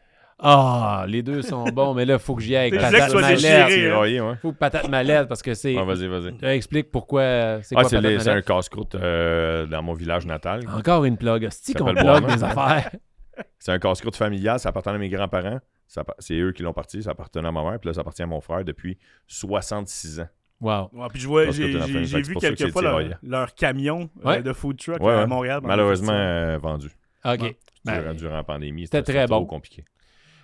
A: Ah, les deux sont bons, mais là, faut que j'y aille avec
B: Je disais que
A: patate
B: tu vas
A: mallette.
B: déchirer.
C: Ah, C'est
B: hein.
C: raillé, ouais.
A: Faut que patate mallette parce que c'est.
C: Ah, vas-y, vas-y.
A: Euh, Explique pourquoi. euh, C'est
C: Ah,
A: quoi
C: c'est
A: patate
C: les- c'est un
A: mallette?
C: casse-croûte euh, dans mon village natal.
A: Encore une plug. C'est
C: Ça
A: qu'on
C: s'appelle hein?
A: plug
C: Boisvert.
A: des affaires. <laughs>
C: C'est un casse-croûte familial, ça appartenait à mes grands-parents. Ça appa- C'est eux qui l'ont parti, ça appartenait à ma mère, puis là, ça appartient à mon frère depuis 66 ans.
A: Wow.
B: Ouais, puis je vois,
C: Parce que
B: j'ai
C: t'as la
B: j'ai-
C: fin,
B: j'ai
C: fait
B: vu
C: que c'est pour ça que
B: quelques
C: c'est
B: fois leur,
C: tiraillé.
B: leur camion euh,
A: Ouais.
B: de food truck
C: Ouais,
B: à
C: ouais.
B: Montréal.
C: Malheureusement euh, vendu
A: OK. Ben,
C: durant, durant la pandémie.
A: c'était très
C: trop
A: bon.
C: compliqué.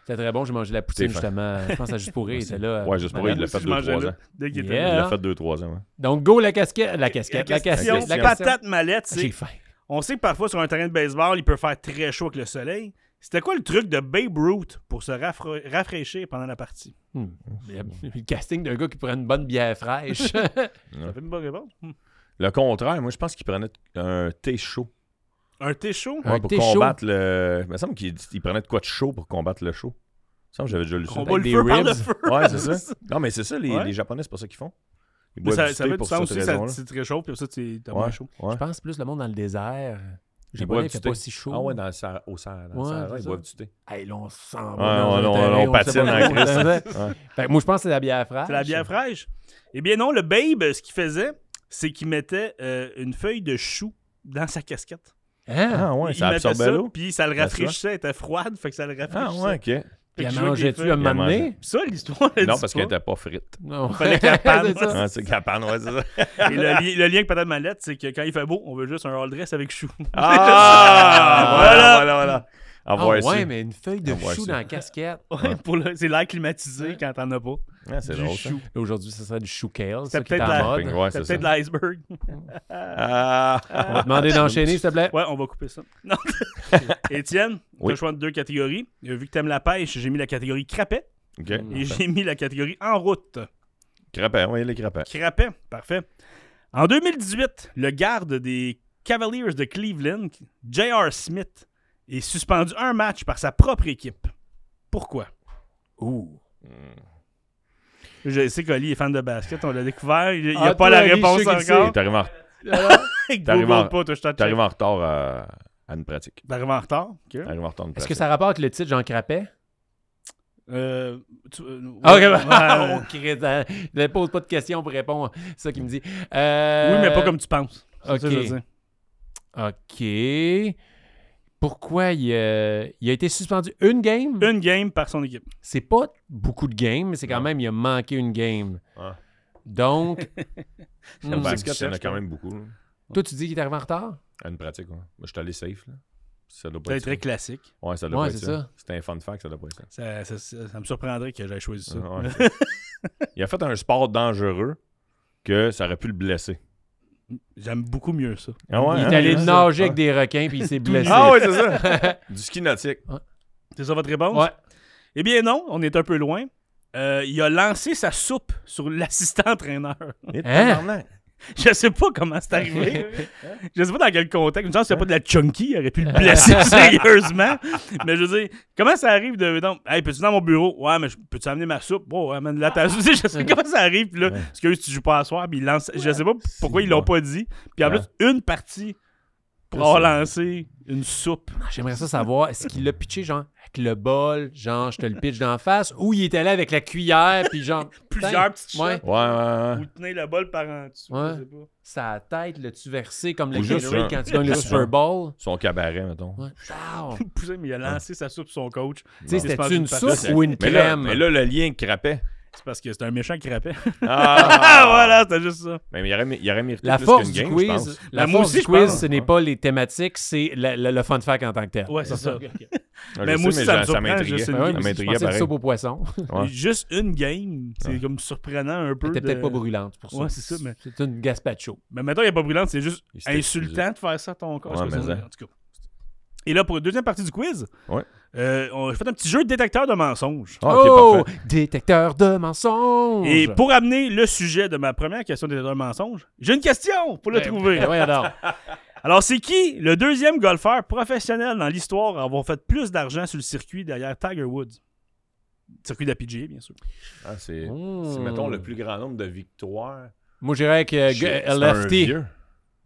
A: C'était très bon. J'ai mangé la poutine,
C: C'est fin.
A: justement. Je pense à Juste Pourri. C'était là.
C: <laughs> Ouais, juste pour
A: madame.
C: il l'a fait 2-3 ans.
B: Dès qu'il était
A: Yeah.
C: Il l'a fait 2-3 ans, hein. ouais.
A: Donc, go la casquette. La
B: La
A: casquette. La
B: question,
A: casquette. La casquette. Ah,
B: patate mallette, c'est-
A: J'ai faim.
B: on sait que parfois sur un terrain de baseball, il peut faire très chaud avec le soleil. C'était quoi le truc de Babe Ruth pour se rafra- rafraîchir pendant la partie?
A: Hmm. <laughs> Le casting d'un gars qui prend une bonne bière fraîche.
B: Ça fait une bonne réponse. Hmm.
C: Le contraire, moi, je pense qu'il prenait un thé chaud.
B: Un thé chaud?
A: Un
C: Ouais, pour
A: thé chaud.
C: combattre le. Il me semble qu'il il prenait de quoi de chaud pour combattre le chaud. Il me semble que j'avais déjà lu ça.
B: On bat le
A: des
B: feu par le
A: ribs.
B: feu.
C: Ouais,
B: <laughs>
C: c'est ça. Non, mais c'est ça, les,
B: Ouais.
C: les Japonais, c'est pour ça qu'ils font. Ils
B: Mais
C: boivent
B: ça,
C: du
B: ça
C: thé
B: fait du
C: pour
B: sens
C: cette
B: aussi, ça,
C: raison-là.
B: c'est très chaud, puis ça, c'est t'as moins
C: Ouais,
B: chaud.
C: ouais.
A: Je pense plus le monde dans le désert. J'ai
C: boivent
A: pas
C: du
A: fait
C: thé.
A: pas si chaud.
C: Ah ouais, dans le Sahara- au Sahara, dans le
A: Ouais,
C: Sahara,
A: c'est
C: ils
A: ça.
C: boivent du thé.
A: Hey, là, on sent. Ouais,
C: on- on- Ah, on patine en Christ. Ouais.
A: Fait que moi, je pense que c'est la bière fraîche.
B: C'est la bière fraîche. Eh bien non, le Babe, ce qu'il faisait, c'est qu'il mettait euh, une feuille de chou dans sa casquette.
A: Hein?
C: Ah ouais,
B: il
C: ça
B: mettait ça,
C: absorbait l'eau.
B: puis ça le
C: La soie.
B: rafraîchissait. Elle était froide, fait que ça le
C: Ah
B: rafraîchissait.
C: ouais, ok.
B: Puis Fait que
A: elle
B: je jouais avec
A: mangeait-tu
B: des feuilles.
A: un moment
C: mangeait.
A: donné?
B: Puis Ça, l'histoire, elle
C: Non,
B: dit
C: parce
B: pas.
C: qu'elle était pas frite.
A: Non. <laughs>
B: Fallait qu'elle panne.
A: C'est ça.
C: Ah, c'est qu'elle panne, ouais, c'est ça.
B: Et le, li- le lien avec Patate Mallette, c'est que quand il fait beau, on veut juste un all dress avec chou. <laughs>
C: Ah, voilà, voilà, voilà. Ah,
A: Ah
C: voilà,
A: ouais,
C: ça.
A: mais une feuille de
C: Envoie
A: chou
C: ça.
A: dans la casquette.
B: Ouais, pour le- c'est l'air climatisé quand t'en as pas.
C: Ah, c'est
B: Du
C: drôle, ça.
B: chou.
A: Là, Aujourd'hui, ça serait du chou kale, ça
B: C'était
A: qui est
B: peut-être
A: en
B: la-
A: mode.
C: Ping, ouais,
B: C'est
C: c'est
B: peut-être de
C: ça.
B: l'iceberg.
C: Ah,
A: On va
C: <laughs>
A: demander d'enchaîner, s'il te plaît.
B: Ouais, on va couper ça. <laughs> Non. Étienne, tu as
C: Oui.
B: le choix de deux catégories. Euh, Vu que t'aimes la pêche, j'ai mis la catégorie crapet
C: OK.
B: et j'ai mis la catégorie en route.
C: Crapet, oui, les crapets.
B: Crapet, parfait. En 2018, le garde des Cavaliers de Cleveland, J.R. Smith, est suspendu un match par sa propre équipe. Pourquoi?
A: Ouh.
B: Je sais qu'Oli est fan de basket, on l'a découvert. Il n'y a
A: Ah,
B: pas
A: toi,
B: la
A: Oli,
B: réponse
A: je sais qui c'est.
B: encore.
C: T'arrives en,
B: <laughs> Google
C: en-
B: pas, toi, je t'en check.
C: t'arrives en retard à, à une pratique.
B: T'arrives en retard. ok.
C: T'arrives en retard à une
A: Est-ce que
C: pratique.
A: ça rapporte le titre Jean Crapet?
B: Euh, tu- euh,
A: Ah, OK. <laughs>
B: ouais, ouais.
A: Oh, crétin. Je ne pose pas de questions pour répondre. C'est ça qu'il me dit. Euh,
B: Oui, mais pas comme tu penses. C'est
A: ok.
B: ça que je veux dire.
A: OK. Pourquoi il, euh, il a été suspendu une game?
B: Une game par son équipe.
A: C'est pas beaucoup de games, mais c'est quand même, il a manqué une game.
C: Ouais. <laughs>
A: Donc,
B: J'aime
A: hmm.
B: ça.
C: Parce qu'il y en a Ben, quand même beaucoup. là.
A: toi, tu dis qu'il est arrivé en retard?
C: À une pratique, ouais. Moi, je suis allé safe, là. Ça doit pas
B: Ça
C: être
B: très
C: ça.
B: classique.
C: Ouais, ça doit
A: Ouais,
C: pas être
A: c'est
C: ça.
A: ça.
C: C'était un fun fact, ça doit pas être
B: Ça,
C: ça.
B: ça- ça- ça me surprendrait que j'aie choisi ça.
C: Ah, ouais, c'est- Il a fait un sport dangereux que ça aurait pu le blesser.
B: J'aime beaucoup mieux ça.
C: Ah ouais,
A: il
C: hein?
A: est allé
B: c'est ça.
A: nager avec des requins puis il s'est blessé.
C: Ah ouais, c'est ça. <laughs> du ski nautique.
B: C'est ça votre réponse?
A: Ouais.
B: Eh bien non, on est un peu loin. Euh, il a lancé sa soupe sur l'assistant <laughs> entraîneur.
C: Et
A: Hein?
C: tabarnak.
B: <laughs> Je sais pas comment c'est <laughs> arrivé. je sais pas dans quel contexte. Je pense qu'il n'y a pas de la chunky. Il aurait <laughs> pu le blesser sérieusement. Mais je veux dire, comment ça arrive de. Donc, hey, peux-tu dans mon bureau? Ouais, mais je- peux-tu amener ma soupe? Bon, amène la ta soupe. <laughs> Je sais comment ça arrive. Puis là, parce que eux, si tu joues pas à soir, puis ils lancent. Je sais pas pourquoi ils l'ont pas dit. Puis en
C: Ouais.
B: plus, une partie pour
C: Ça,
B: avoir
C: c'est-
B: lancé une soupe.
A: J'aimerais ça savoir, est-ce qu'il l'a pitché, genre, avec le bol, genre, je te le pitche d'en face, ou il est allé avec la cuillère, puis genre...
B: Plusieurs petites
A: ouais.
B: shots.
C: Ouais, ouais,
B: Ou
C: ouais.
B: tenez le bol par en dessous.
A: Ouais.
B: Je sais pas. <laughs>
A: Sa tête, l'as-tu versé comme le
C: Ou juste
A: Gatorade
C: ça.
A: quand tu gagnes le
C: Juste ça.
A: Super Bowl?
C: Son cabaret, mettons.
A: Ouais. Wow.
B: Poussé, mais il a lancé sa soupe sur son
A: Tu
B: coach.
A: sais,
B: Il s'est
A: c'était
B: pendu
A: une
B: par-
A: soupe
B: C'est
A: ou une
C: Mais là,
A: crème?
C: mais là, le lien crapait.
B: c'est parce que c'était un méchant qui rappelle. Ah,
C: Ah,
B: <laughs> voilà, c'était juste ça.
C: Mais il aurait, mé- il aurait mérité
A: la
C: plus
A: force
C: qu'une
A: du
C: game, je pense.
A: quiz, la
B: Ben, moi
A: force
B: aussi,
A: du
B: je
A: quiz,
B: pense.
A: ce n'est pas les thématiques, c'est la- la- le fun fact en tant que tel.
B: Ouais, c'est ça.
C: Ah, je
B: Mais moi aussi,
C: mais
B: ça
C: j'en-
B: me surprend, je
C: m'intriguait.
B: sais
A: Ben ouais,
C: Ça
A: mais si tu
C: m'intriguait
A: pensais de
C: pareil.
A: soupe au poisson,
C: Ouais.
B: Juste une game, c'est comme surprenant un peu.
A: t'es
B: de-
A: peut-être pas brûlante pour ça.
B: Ouais, c'est ça, mais-
A: C'est une gazpacho.
B: Mais mettons, il n'y a pas brûlante, c'est juste
C: Il s'est
B: insultant de faire ça à ton corps.
C: Ouais,
B: Je sais pas
C: mais
B: ça,
C: ça.
B: en tout cas. Et là, pour la deuxième partie du quiz,
C: Ouais.
B: euh, on- je fais un petit jeu de détecteur de mensonges.
C: Ah, ok,
A: oh,
C: parfait.
A: détecteur de mensonges!
B: Et pour amener le sujet de ma première question de détecteur de mensonges, j'ai une question pour le
A: Ben,
B: trouver.
A: ben, voyons donc.
B: Alors, c'est qui le deuxième golfeur professionnel dans l'histoire à avoir fait plus d'argent sur le circuit derrière Tiger Woods? Circuit de la PGA, bien sûr.
C: Ah, <laughs> c'est,
A: Hmm.
C: c'est, mettons, le plus grand nombre de victoires.
A: Moi, j'irais avec euh,
C: Shit,
A: G-
C: c'est un
A: Lefty.
C: vieux.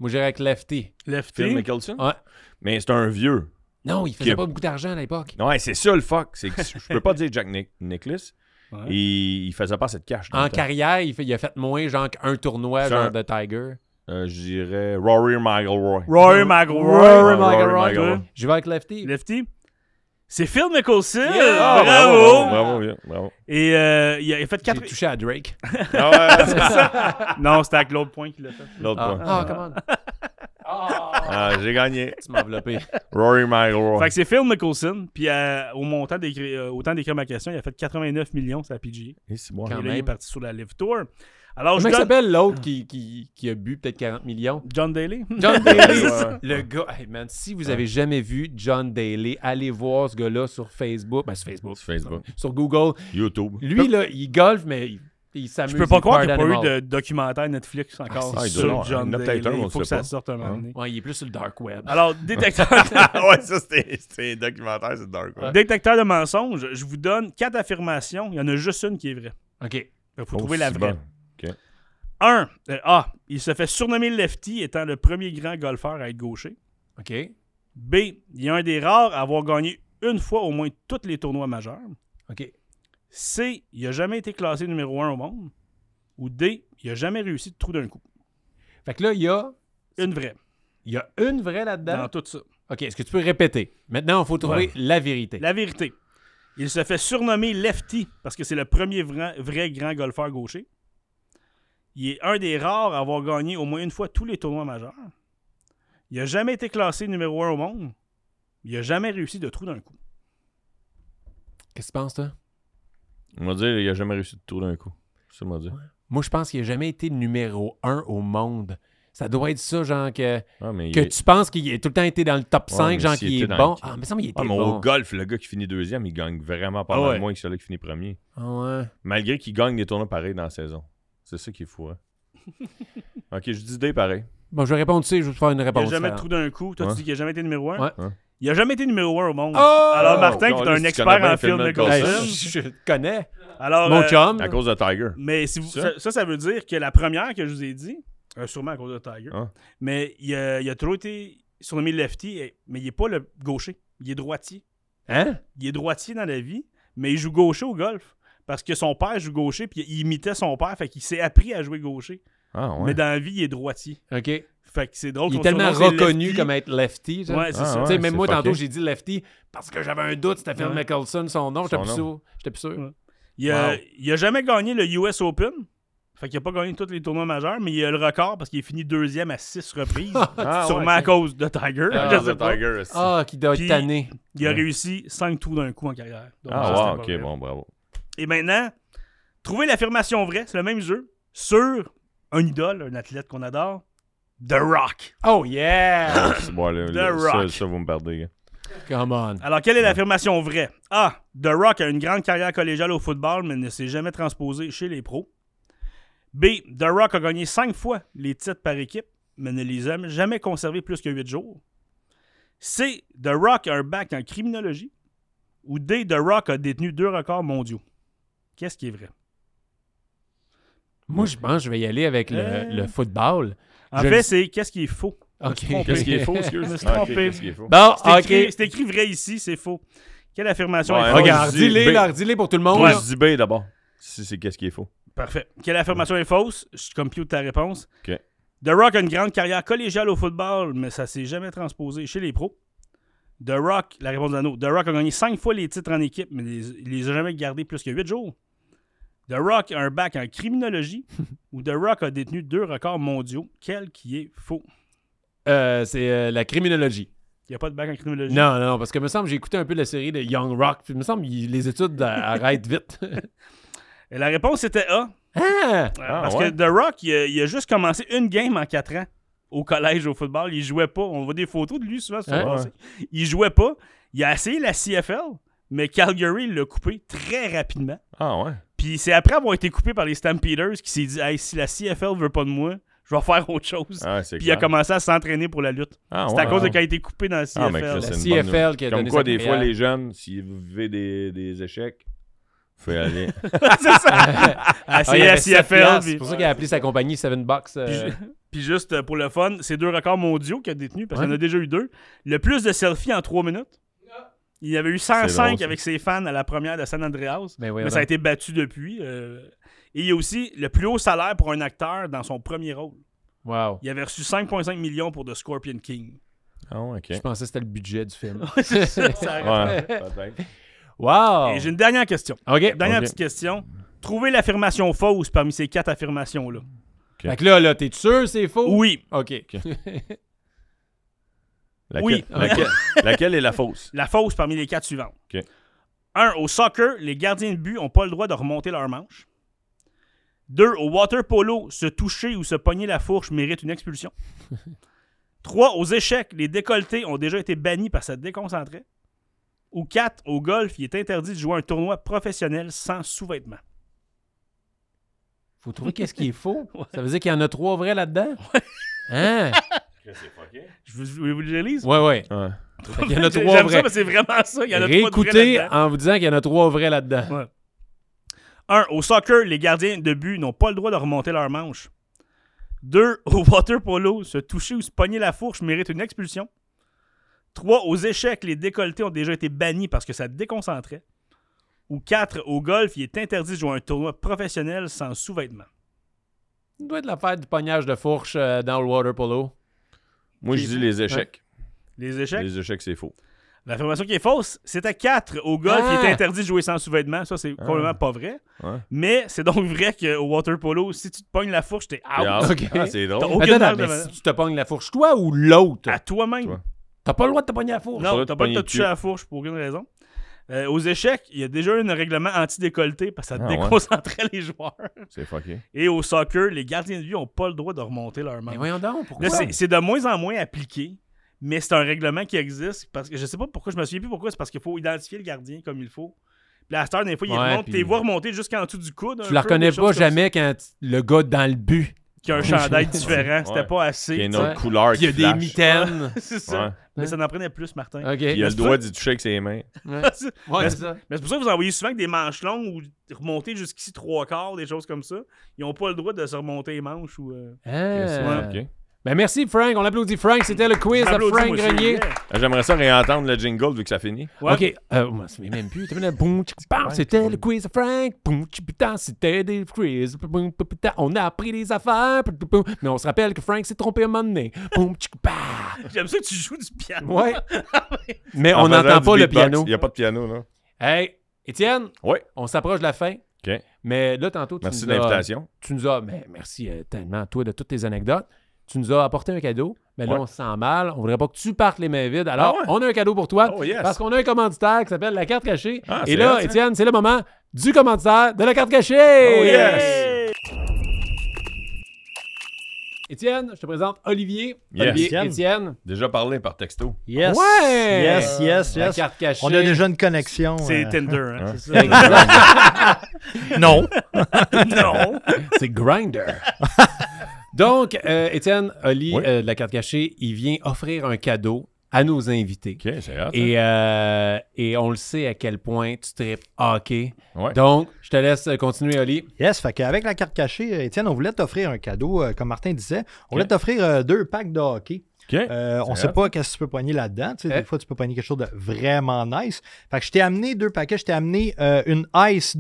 A: Moi, j'irais avec Lefty.
B: Lefty.
C: Phil Mickelson?
A: Ouais.
C: Mais c'est un vieux.
A: Non, il faisait
C: Qui-
A: pas beaucoup d'argent à l'époque.
C: Ouais, c'est ça le fuck. C'est que je peux pas dire Jack Nic- Nicklaus.
B: Ouais.
C: Il, il faisait pas cette cash. dans
A: En
C: le temps.
A: carrière, il, fait- il a fait moins genre qu'un tournoi
C: C'est
A: genre
C: un-
A: de Tiger.
C: Euh, je dirais Rory McIlroy.
B: Rory McIlroy.
A: Rory
C: Rory
A: McIlroy.
C: McIlroy.
A: Je vais avec Lefty.
B: Lefty. C'est Phil Mickelson.
A: Yeah! Ah,
B: bravo.
C: Ah, bravo. Bravo, vieux, bravo.
B: Et euh, il a il a fait
A: J'ai
B: 4... <laughs>
A: touché à Drake.
C: Ah ouais, c'est ça.
B: Non, c'était avec l'autre point qu'il a fait.
C: L'autre
A: Ah,
C: point.
A: ah, comment?
C: <laughs>
A: Ah,
C: Ah, j'ai gagné.
A: tu m'as enveloppé.
C: Rory McIlroy.
B: Fait que c'est Phil Mickelson. Puis euh, au montant d'écrire, euh, au temps d'écrire ma question, il a fait 89 millions sur la PGA.
C: Eh, c'est bon.
A: Quand
B: Et là, il est
A: même.
B: parti sur la Live Tour.
A: Comment
B: Alors,
A: il
B: je donne...
A: s'appelle l'autre qui, qui, qui a bu peut-être 40 millions?
B: John Daly.
A: <laughs> John Daly,
C: Ouais.
A: le gars. Hey man, si vous avez jamais vu John Daly, allez voir ce gars-là sur Facebook. Ben, sur Facebook.
C: Sur Facebook.
A: Sur Google.
C: YouTube. <laughs>
A: Lui, là, il golfe, mais il, il s'amuse.
B: <laughs> Je peux pas
A: il part
B: croire qu'il n'y a pas eu
A: d'animal.
B: de documentaire Netflix encore
C: Ah, il doit y
B: sur
C: avoir.
B: John
C: Il y en a
B: Daly.
C: peut-être un, on
B: Il
C: le
B: faut que
C: sait
B: ça
C: pas.
B: sorte un moment donné.
A: Ouais, il est plus sur le dark web. <laughs>
B: Alors, détecteur,
C: Ah ouais, ça, c'était c'était un documentaire, c'est dark. ouais.
B: détecteur de mensonges, je vous donne quatre affirmations. Il y en a juste une qui est vraie.
A: OK.
B: Il faut
C: Oh,
B: trouver la
C: c'est
B: vraie.
C: bon.
B: 1. euh, A. Il se fait surnommer Lefty, étant le premier grand golfeur à être gaucher.
A: OK.
B: B. Il est un des rares à avoir gagné une fois au moins tous les tournois majeurs.
A: OK.
B: C. Il n'a jamais été classé numéro 1 au monde. Ou D. Il n'a jamais réussi de trou d'un coup.
A: Fait que là, il y a,
B: Une vraie.
A: il y a une vraie
B: Dans
A: là-dedans.
B: tout ça.
A: OK. Est-ce que tu peux répéter? Maintenant, il faut trouver la vérité.
B: La vérité. Il se fait surnommer Lefty parce que c'est le premier vra- vrai grand golfeur gaucher. Il est un des rares à avoir gagné au moins une fois tous les tournois majeurs. Il n'a jamais été classé numéro un au monde. Il n'a jamais réussi de trou d'un coup.
A: Qu'est-ce que tu penses, toi?
C: On va dire, il a jamais réussi de tour d'un coup. C'est ça, on va dire.
A: Moi, je pense qu'il n'a jamais été numéro un au monde. Ça doit être ça, genre, que,
C: Ah, mais il
A: que
C: est-
A: tu penses qu'il a tout le temps été dans le top
C: Ouais,
A: 5,
C: mais
A: genre,
C: s'il
A: qu'il est
C: était dans
A: bon.
C: le-
A: Ah, mais ça, mais il était
C: Ah, mais
A: bon.
C: au golf, le gars qui finit deuxième, il gagne vraiment pas
B: Ah
C: mal
B: ouais.
C: moins que celui qui finit premier.
A: Ah, ouais.
C: Malgré qu'il gagne des tournois pareils dans la saison. C'est ça qui est
A: <laughs>
C: fou, hein. ok, je dis des pareils.
A: Bon, je vais répondre, tu sais, je vais te faire une
B: Il n'a
A: réponse.
B: jamais de
A: différente.
B: trou d'un coup. Toi,
C: Ouais.
B: tu dis qu'il n'a jamais été numéro un.
A: Ouais.
C: Ouais.
B: Il n'a jamais été numéro un au monde.
A: Oh!
B: Alors, Martin,
C: Oh,
B: qui est
C: Carlis,
B: un
C: tu
B: expert
C: connais
B: en
C: bien
B: Phil
C: Phil
A: Hey,
C: Nicholson.
B: Nicholson.
A: je, je te connais.
B: Alors,
A: Mon
B: euh,
A: chum.
C: À cause de Tiger.
B: Mais si vous-
C: Ça?
B: ça? Ça, ça veut dire que la première que je vous ai dit, euh, sûrement à cause de Tiger,
C: Ah.
B: mais il a, il a toujours été surnommé lefty, et- mais il n'est pas le gaucher. Il est droitier.
A: Hein?
B: Il est droitier dans la vie, mais il joue gaucher au golf. Parce que son père joue gaucher, puis il imitait son père, fait qu'il s'est appris à jouer gaucher.
C: Ah, ouais.
B: Mais dans la vie, il est droitier.
A: OK.
B: Fait que c'est drôle.
A: Il est
B: qu'on
A: tellement
B: surnomme ses
A: reconnu
B: lefty.
A: comme être lefty. genre.
B: Ouais, c'est
C: Ah,
B: ça.
A: Tu sais,
C: ouais,
A: même
C: c'est
A: moi, tantôt,
C: fucké.
A: j'ai dit lefty parce que j'avais un doute, c'était Phil
B: Ouais.
A: Mickelson, son nom. J'étais
C: Son
A: plus
C: nom.
A: sûr. J'étais plus sûr.
B: Ouais. Il a,
A: Wow.
B: il a jamais gagné le US Open. Fait qu'il a pas gagné tous les tournois majeurs, mais il a le record parce qu'il est fini deuxième à
A: <laughs>
B: six reprises.
C: Ah,
B: sûrement à cause de Tiger.
C: ouais. À
B: je
C: cause de
B: sais pas.
C: Tiger, aussi.
A: Ah, qui doit être
B: Puis-
A: tanné.
B: Il a
C: Ouais.
B: réussi cinq trous d'un coup en carrière. Donc, ça, c'est
C: Ah, ouais,
B: pas
C: ok,
B: vrai.
C: bon, bravo.
B: Et maintenant, trouver l'affirmation vraie, c'est le même jeu, sur un idole, un athlète qu'on adore, The Rock.
A: Oh, yeah!
C: <coughs> C'est bon, là,
B: The
C: là, ça,
B: Rock.
C: ça, vous me perdez. gars.
A: Come on.
B: Alors, quelle est l'affirmation vraie? A. The Rock a une grande carrière collégiale au football, mais ne s'est jamais transposé chez les pros. B. The Rock a gagné cinq fois les titres par équipe, mais ne les a jamais conservés plus que huit jours. C. The Rock a un bac en criminologie. Ou D. The Rock a détenu deux records mondiaux. Qu'est-ce qui est vrai?
A: Moi, je pense que je vais y aller avec le,
B: Euh.
A: le football.
B: En
A: Je le-
B: fait, c'est qu'est-ce qui est faux.
A: OK.
B: trompé.
C: Qu'est-ce qui est faux,
B: Je me
C: excuse
B: suis
C: Ah, ok,
B: trompé. Bah,
C: Qu'est-ce qui est faux?
A: Bon,
B: C'est
A: OK.
B: écrit, Ben, c'est écrit vrai ici, c'est faux. Quelle affirmation est
C: Ouais,
B: fausse?
A: Regarde,
C: Je dis
A: dis-les,
C: B.
A: là, dis-les pour tout le monde.
C: Moi,
A: là.
C: je dis B d'abord. Si c'est qu'est-ce qui est faux.
B: Parfait. Quelle affirmation est fausse? Je compute ta réponse.
C: OK.
B: The Rock a une grande carrière collégiale au football, mais ça s'est jamais transposé chez les pros. The Rock, la réponse d'Anneau. The Rock a gagné cinq fois les titres en équipe, mais les- il les a jamais gardés plus que huit jours. The Rock a un bac
A: <laughs>
B: en criminologie, où The Rock a détenu deux records mondiaux. Quel qui est faux?
A: Euh, c'est euh, la criminologie.
B: Il n'y a pas de bac en criminologie.
A: Non, non, non, parce que me semble j'ai écouté un peu la série de Young Rock, puis me semble il- les études euh,
B: <laughs>
A: arrêtent vite.
B: Et la réponse était A.
A: ah!
B: Euh,
C: Ah,
B: parce
C: ouais.
B: que The Rock, il a, il a juste commencé une game en 4 ans au collège au football. Il jouait pas. On voit des photos de lui souvent sur le
A: Hein?
B: passé. Il jouait pas. Il a essayé la CFL, mais Calgary l'a coupé très rapidement.
C: Ah, ouais.
B: Puis c'est après avoir été coupé par les Stampeders qu'il s'est dit Hey, si la CFL veut pas de moi, je vais faire autre chose.
C: Ah, c'est
B: Puis il a
C: clair.
B: commencé à s'entraîner pour la lutte.
C: Ah,
B: c'est
C: ouais,
B: à cause de
C: ouais.
B: qu'il a été coupé dans la CFL.
C: Ah, mais
A: La
C: Chris, c'est une bonne
A: CFL qui a
C: Comme
A: donné
C: quoi,
A: sa
C: des
A: carrière.
C: fois, les jeunes, si vous vivez des, des échecs, faut y aller.
B: <laughs> c'est ça. Ah,
A: Ah, il y
B: c'est la
A: avait sept
B: CFL.
A: piastres,
B: puis-
A: C'est pour ça qu'il a appelé sa compagnie Seven Bucks. euh,
B: Puis ju- <laughs> Puis juste euh, pour le fun, c'est deux records mondiaux qu'il a détenus, parce
A: Ouais.
B: qu'il en a déjà eu deux. Le plus de selfies en trois minutes. Il y avait eu
C: C'est
B: 105
C: drôle, ça.
B: avec ses fans à la première de San Andreas,
A: Ben oui,
B: mais
A: alors.
B: ça a été battu depuis. euh. Et il y a aussi le plus haut salaire pour un acteur dans son premier rôle.
A: Wow.
B: Il avait reçu 5,5 millions pour The Scorpion King.
C: Ah, ouais, ok.
A: <laughs> Je pensais que c'était le budget du film.
B: C'est ça, ça arrête.
C: Ouais, peut-être.
A: Wow!
B: Et j'ai une dernière question.
A: OK.
B: Dernière
C: Ok.
B: petite question. Trouvez l'affirmation fausse parmi ces quatre affirmations-là.
A: Fait que là, là, t'es sûr c'est faux?
B: Oui,
A: OK.
C: Laquelle,
B: Oui.
C: Laquelle, laquelle est la fausse?
B: la fausse parmi les quatre suivantes.
C: Ok.
B: 1. Au soccer, les gardiens de but n'ont pas le droit de remonter leur manche. 2. Au water polo, se toucher ou se pogner la fourche mérite une expulsion. 3. Aux échecs, les décolletés ont déjà été bannis par se déconcentrer. Ou 4. Au golf, il est interdit de jouer un tournoi professionnel sans sous-vêtements.
A: Faut trouver qu'est-ce qui est
B: <laughs>
A: faux. Ça veut dire qu'il y en a trois vrais là-dedans? Hein?
B: Je vous, je vous le lise?
A: Ouais, ouais.
C: Ouais.
A: il
B: <laughs>
A: y en a
B: J'aime
A: trois
B: ça,
A: vrais.
B: mais c'est vraiment ça. Il y en a trois de vrais
A: Réécoutez
B: là-dedans.
A: en vous disant qu'il y en a trois vrais là-dedans.
B: 1. Au soccer, les gardiens de but n'ont pas le droit de remonter leur manche. 2. Au water polo, se toucher ou se pogner la fourche mérite une expulsion. 3. Aux échecs, les décolletés ont déjà été bannis parce que ça déconcentrait. Ou 4. Au golf, il est interdit de jouer à un tournoi professionnel sans sous-vêtements.
A: Il doit être l'affaire du pognage de fourche euh, dans le water polo.
C: Moi, je dis les échecs.
B: Les échecs?
C: Les échecs, c'est faux.
B: L'affirmation qui est fausse, c'était 4 au golf,
A: Ah!
B: il est interdit de jouer sans sous-vêtements. Ça, c'est complètement pas vrai.
C: Ouais.
B: Mais c'est donc <laughs> vrai qu'au water polo, si tu te pognes la fourche, t'es out.
C: Ah,
A: Ok.
C: ah, c'est drôle.
B: T'as aucune
A: Attends,
B: marge
A: attends,
B: de
A: mais
B: manœuvre.
A: si tu te pognes la fourche, toi ou l'autre,
B: À toi-même.
C: Toi.
A: Ah, t'as pas le droit de te pogner la fourche.
B: Non,
C: Faudrait
B: t'as
C: te
B: pas le
C: pogner
B: temps
C: le
B: de toucher
C: cul.
B: à la fourche pour aucune raison. Euh, aux échecs, il y a déjà un règlement anti-décolleté parce que ça
C: Ah ouais.
B: déconcentrait les joueurs.
C: C'est fucké.
B: Et au soccer, les gardiens de but n'ont pas le droit de remonter leur
A: Mais
B: manche.
A: voyons donc,
B: Là,
A: pourquoi?
B: c'est c'est de moins en moins appliqué, mais c'est un règlement qui existe. Parce que je sais pas pourquoi, je me souviens plus pourquoi, c'est parce qu'il faut identifier le gardien comme il faut. Puis la star, des fois, il
A: Ouais,
B: remonte,
A: puis-
B: t'es vois remonter jusqu'en dessous du coude. un
A: tu la
B: peu,
A: reconnais
B: des choses
A: pas
B: comme ça.
A: jamais quand t- le gars dans le but.
B: Qui a un
A: <laughs>
B: chandail
A: Ouais.
B: différent, c'était
C: Ouais.
B: pas
C: Il y a
B: assez.
C: une
B: tu sais.
C: autre couleur
A: Puis il y a
C: qui
A: des
C: flash.
A: mitaines.
B: <laughs> C'est ça.
C: Ouais.
B: Mais ça n'en prenait plus, Martin.
A: <laughs> OK.
C: Puis Il y a
B: Mais
C: le
B: c'est
C: droit d'y toucher avec ses mains.
A: Ouais,
B: <laughs> C'est-
A: Ouais, c'est ça.
B: Mais c'est pour ça que vous envoyez souvent que des manches longues ou remonter jusqu'ici trois quarts, des choses comme ça. Ils n'ont pas le droit de se remonter les manches ou. euh,
A: Ah.
C: Ok.
A: Ben merci Frank, on applaudit Frank, c'était le quiz de
B: applaudis,
A: Frank
B: moi,
A: Grenier.
B: c'est- yeah.
C: Ah, J'aimerais ça réentendre le jingle vu que ça finit.
B: Ouais.
A: OK, euh, moi, je me souviens même plus. T'as mis le boum, tchic, bam, c'était le quiz de Frank. Boum, tchic, putain, c'était des quiz. Boum, pou, putain, on a appris des affaires. pou, pou, pou. Mais on se rappelle que Frank s'est trompé à un moment donné. Boum, tchic, bah.
B: <laughs> J'aime ça que tu joues du piano.
D: <laughs>
A: Ouais.
D: Ah
A: Mais
C: En
A: <laughs> on
C: faisant
A: n'entend
C: du
A: pas le
C: beatbox,
A: piano.
C: Il n'y a pas de piano, là.
A: Hey, Étienne,
C: Oui.
A: on s'approche de la fin.
C: OK.
A: Mais là, tantôt, tu
C: Merci
A: nous
C: de
A: as-
C: l'invitation.
A: tu nous as, mais merci euh, tellement, toi, de toutes tes anecdotes. Tu nous as apporté un cadeau, mais là,
C: Ouais.
A: on se sent mal. On voudrait pas que tu partes les mains vides. Alors,
C: Ah ouais?
A: on a un cadeau pour toi.
C: Oh, yes.
A: Parce qu'on a un commanditaire qui s'appelle La Carte Cachée.
C: Ah,
A: Et
C: c'est
A: là,
C: hot, ça.
A: Étienne, c'est le moment du commanditaire de La Carte Cachée.
C: Oh, yes.
A: Étienne, je te présente Olivier.
C: Yes.
A: Olivier,
D: Étienne.
A: Étienne.
C: Déjà parlé par texto.
D: Yes.
A: Ouais!
D: Yes, yes,
A: La
D: yes.
A: Carte Cachée.
D: On a déjà une connexion.
B: C'est
D: euh,
B: Tinder, hein,
C: Hein?
B: c'est ça?
D: Non.
B: <laughs> non.
A: C'est Grinder.
C: <laughs>
A: Donc, euh, Étienne, Oli
C: Oui.
A: euh, de La Carte Cachée, il vient offrir un cadeau à nos invités.
C: OK, c'est hot.
A: Et, euh, et on le sait à quel point tu tripes hockey.
C: hein. Ouais.
A: Donc, je te laisse euh, continuer, Oli.
D: <laughs> Yes, fait qu'avec la carte cachée, euh, Étienne, on voulait t'offrir un cadeau, euh, comme Martin disait. On voulait
C: Ok.
D: t'offrir euh, deux packs de hockey.
C: OK.
D: Euh, on
C: C'est
D: sait
C: hot.
D: pas qu'est-ce que tu peux poigner là-dedans. Tu sais,
A: Eh.
D: Des fois, tu peux poigner quelque chose de vraiment nice. Fait que je t'ai amené deux paquets. Je t'ai amené euh, une Ice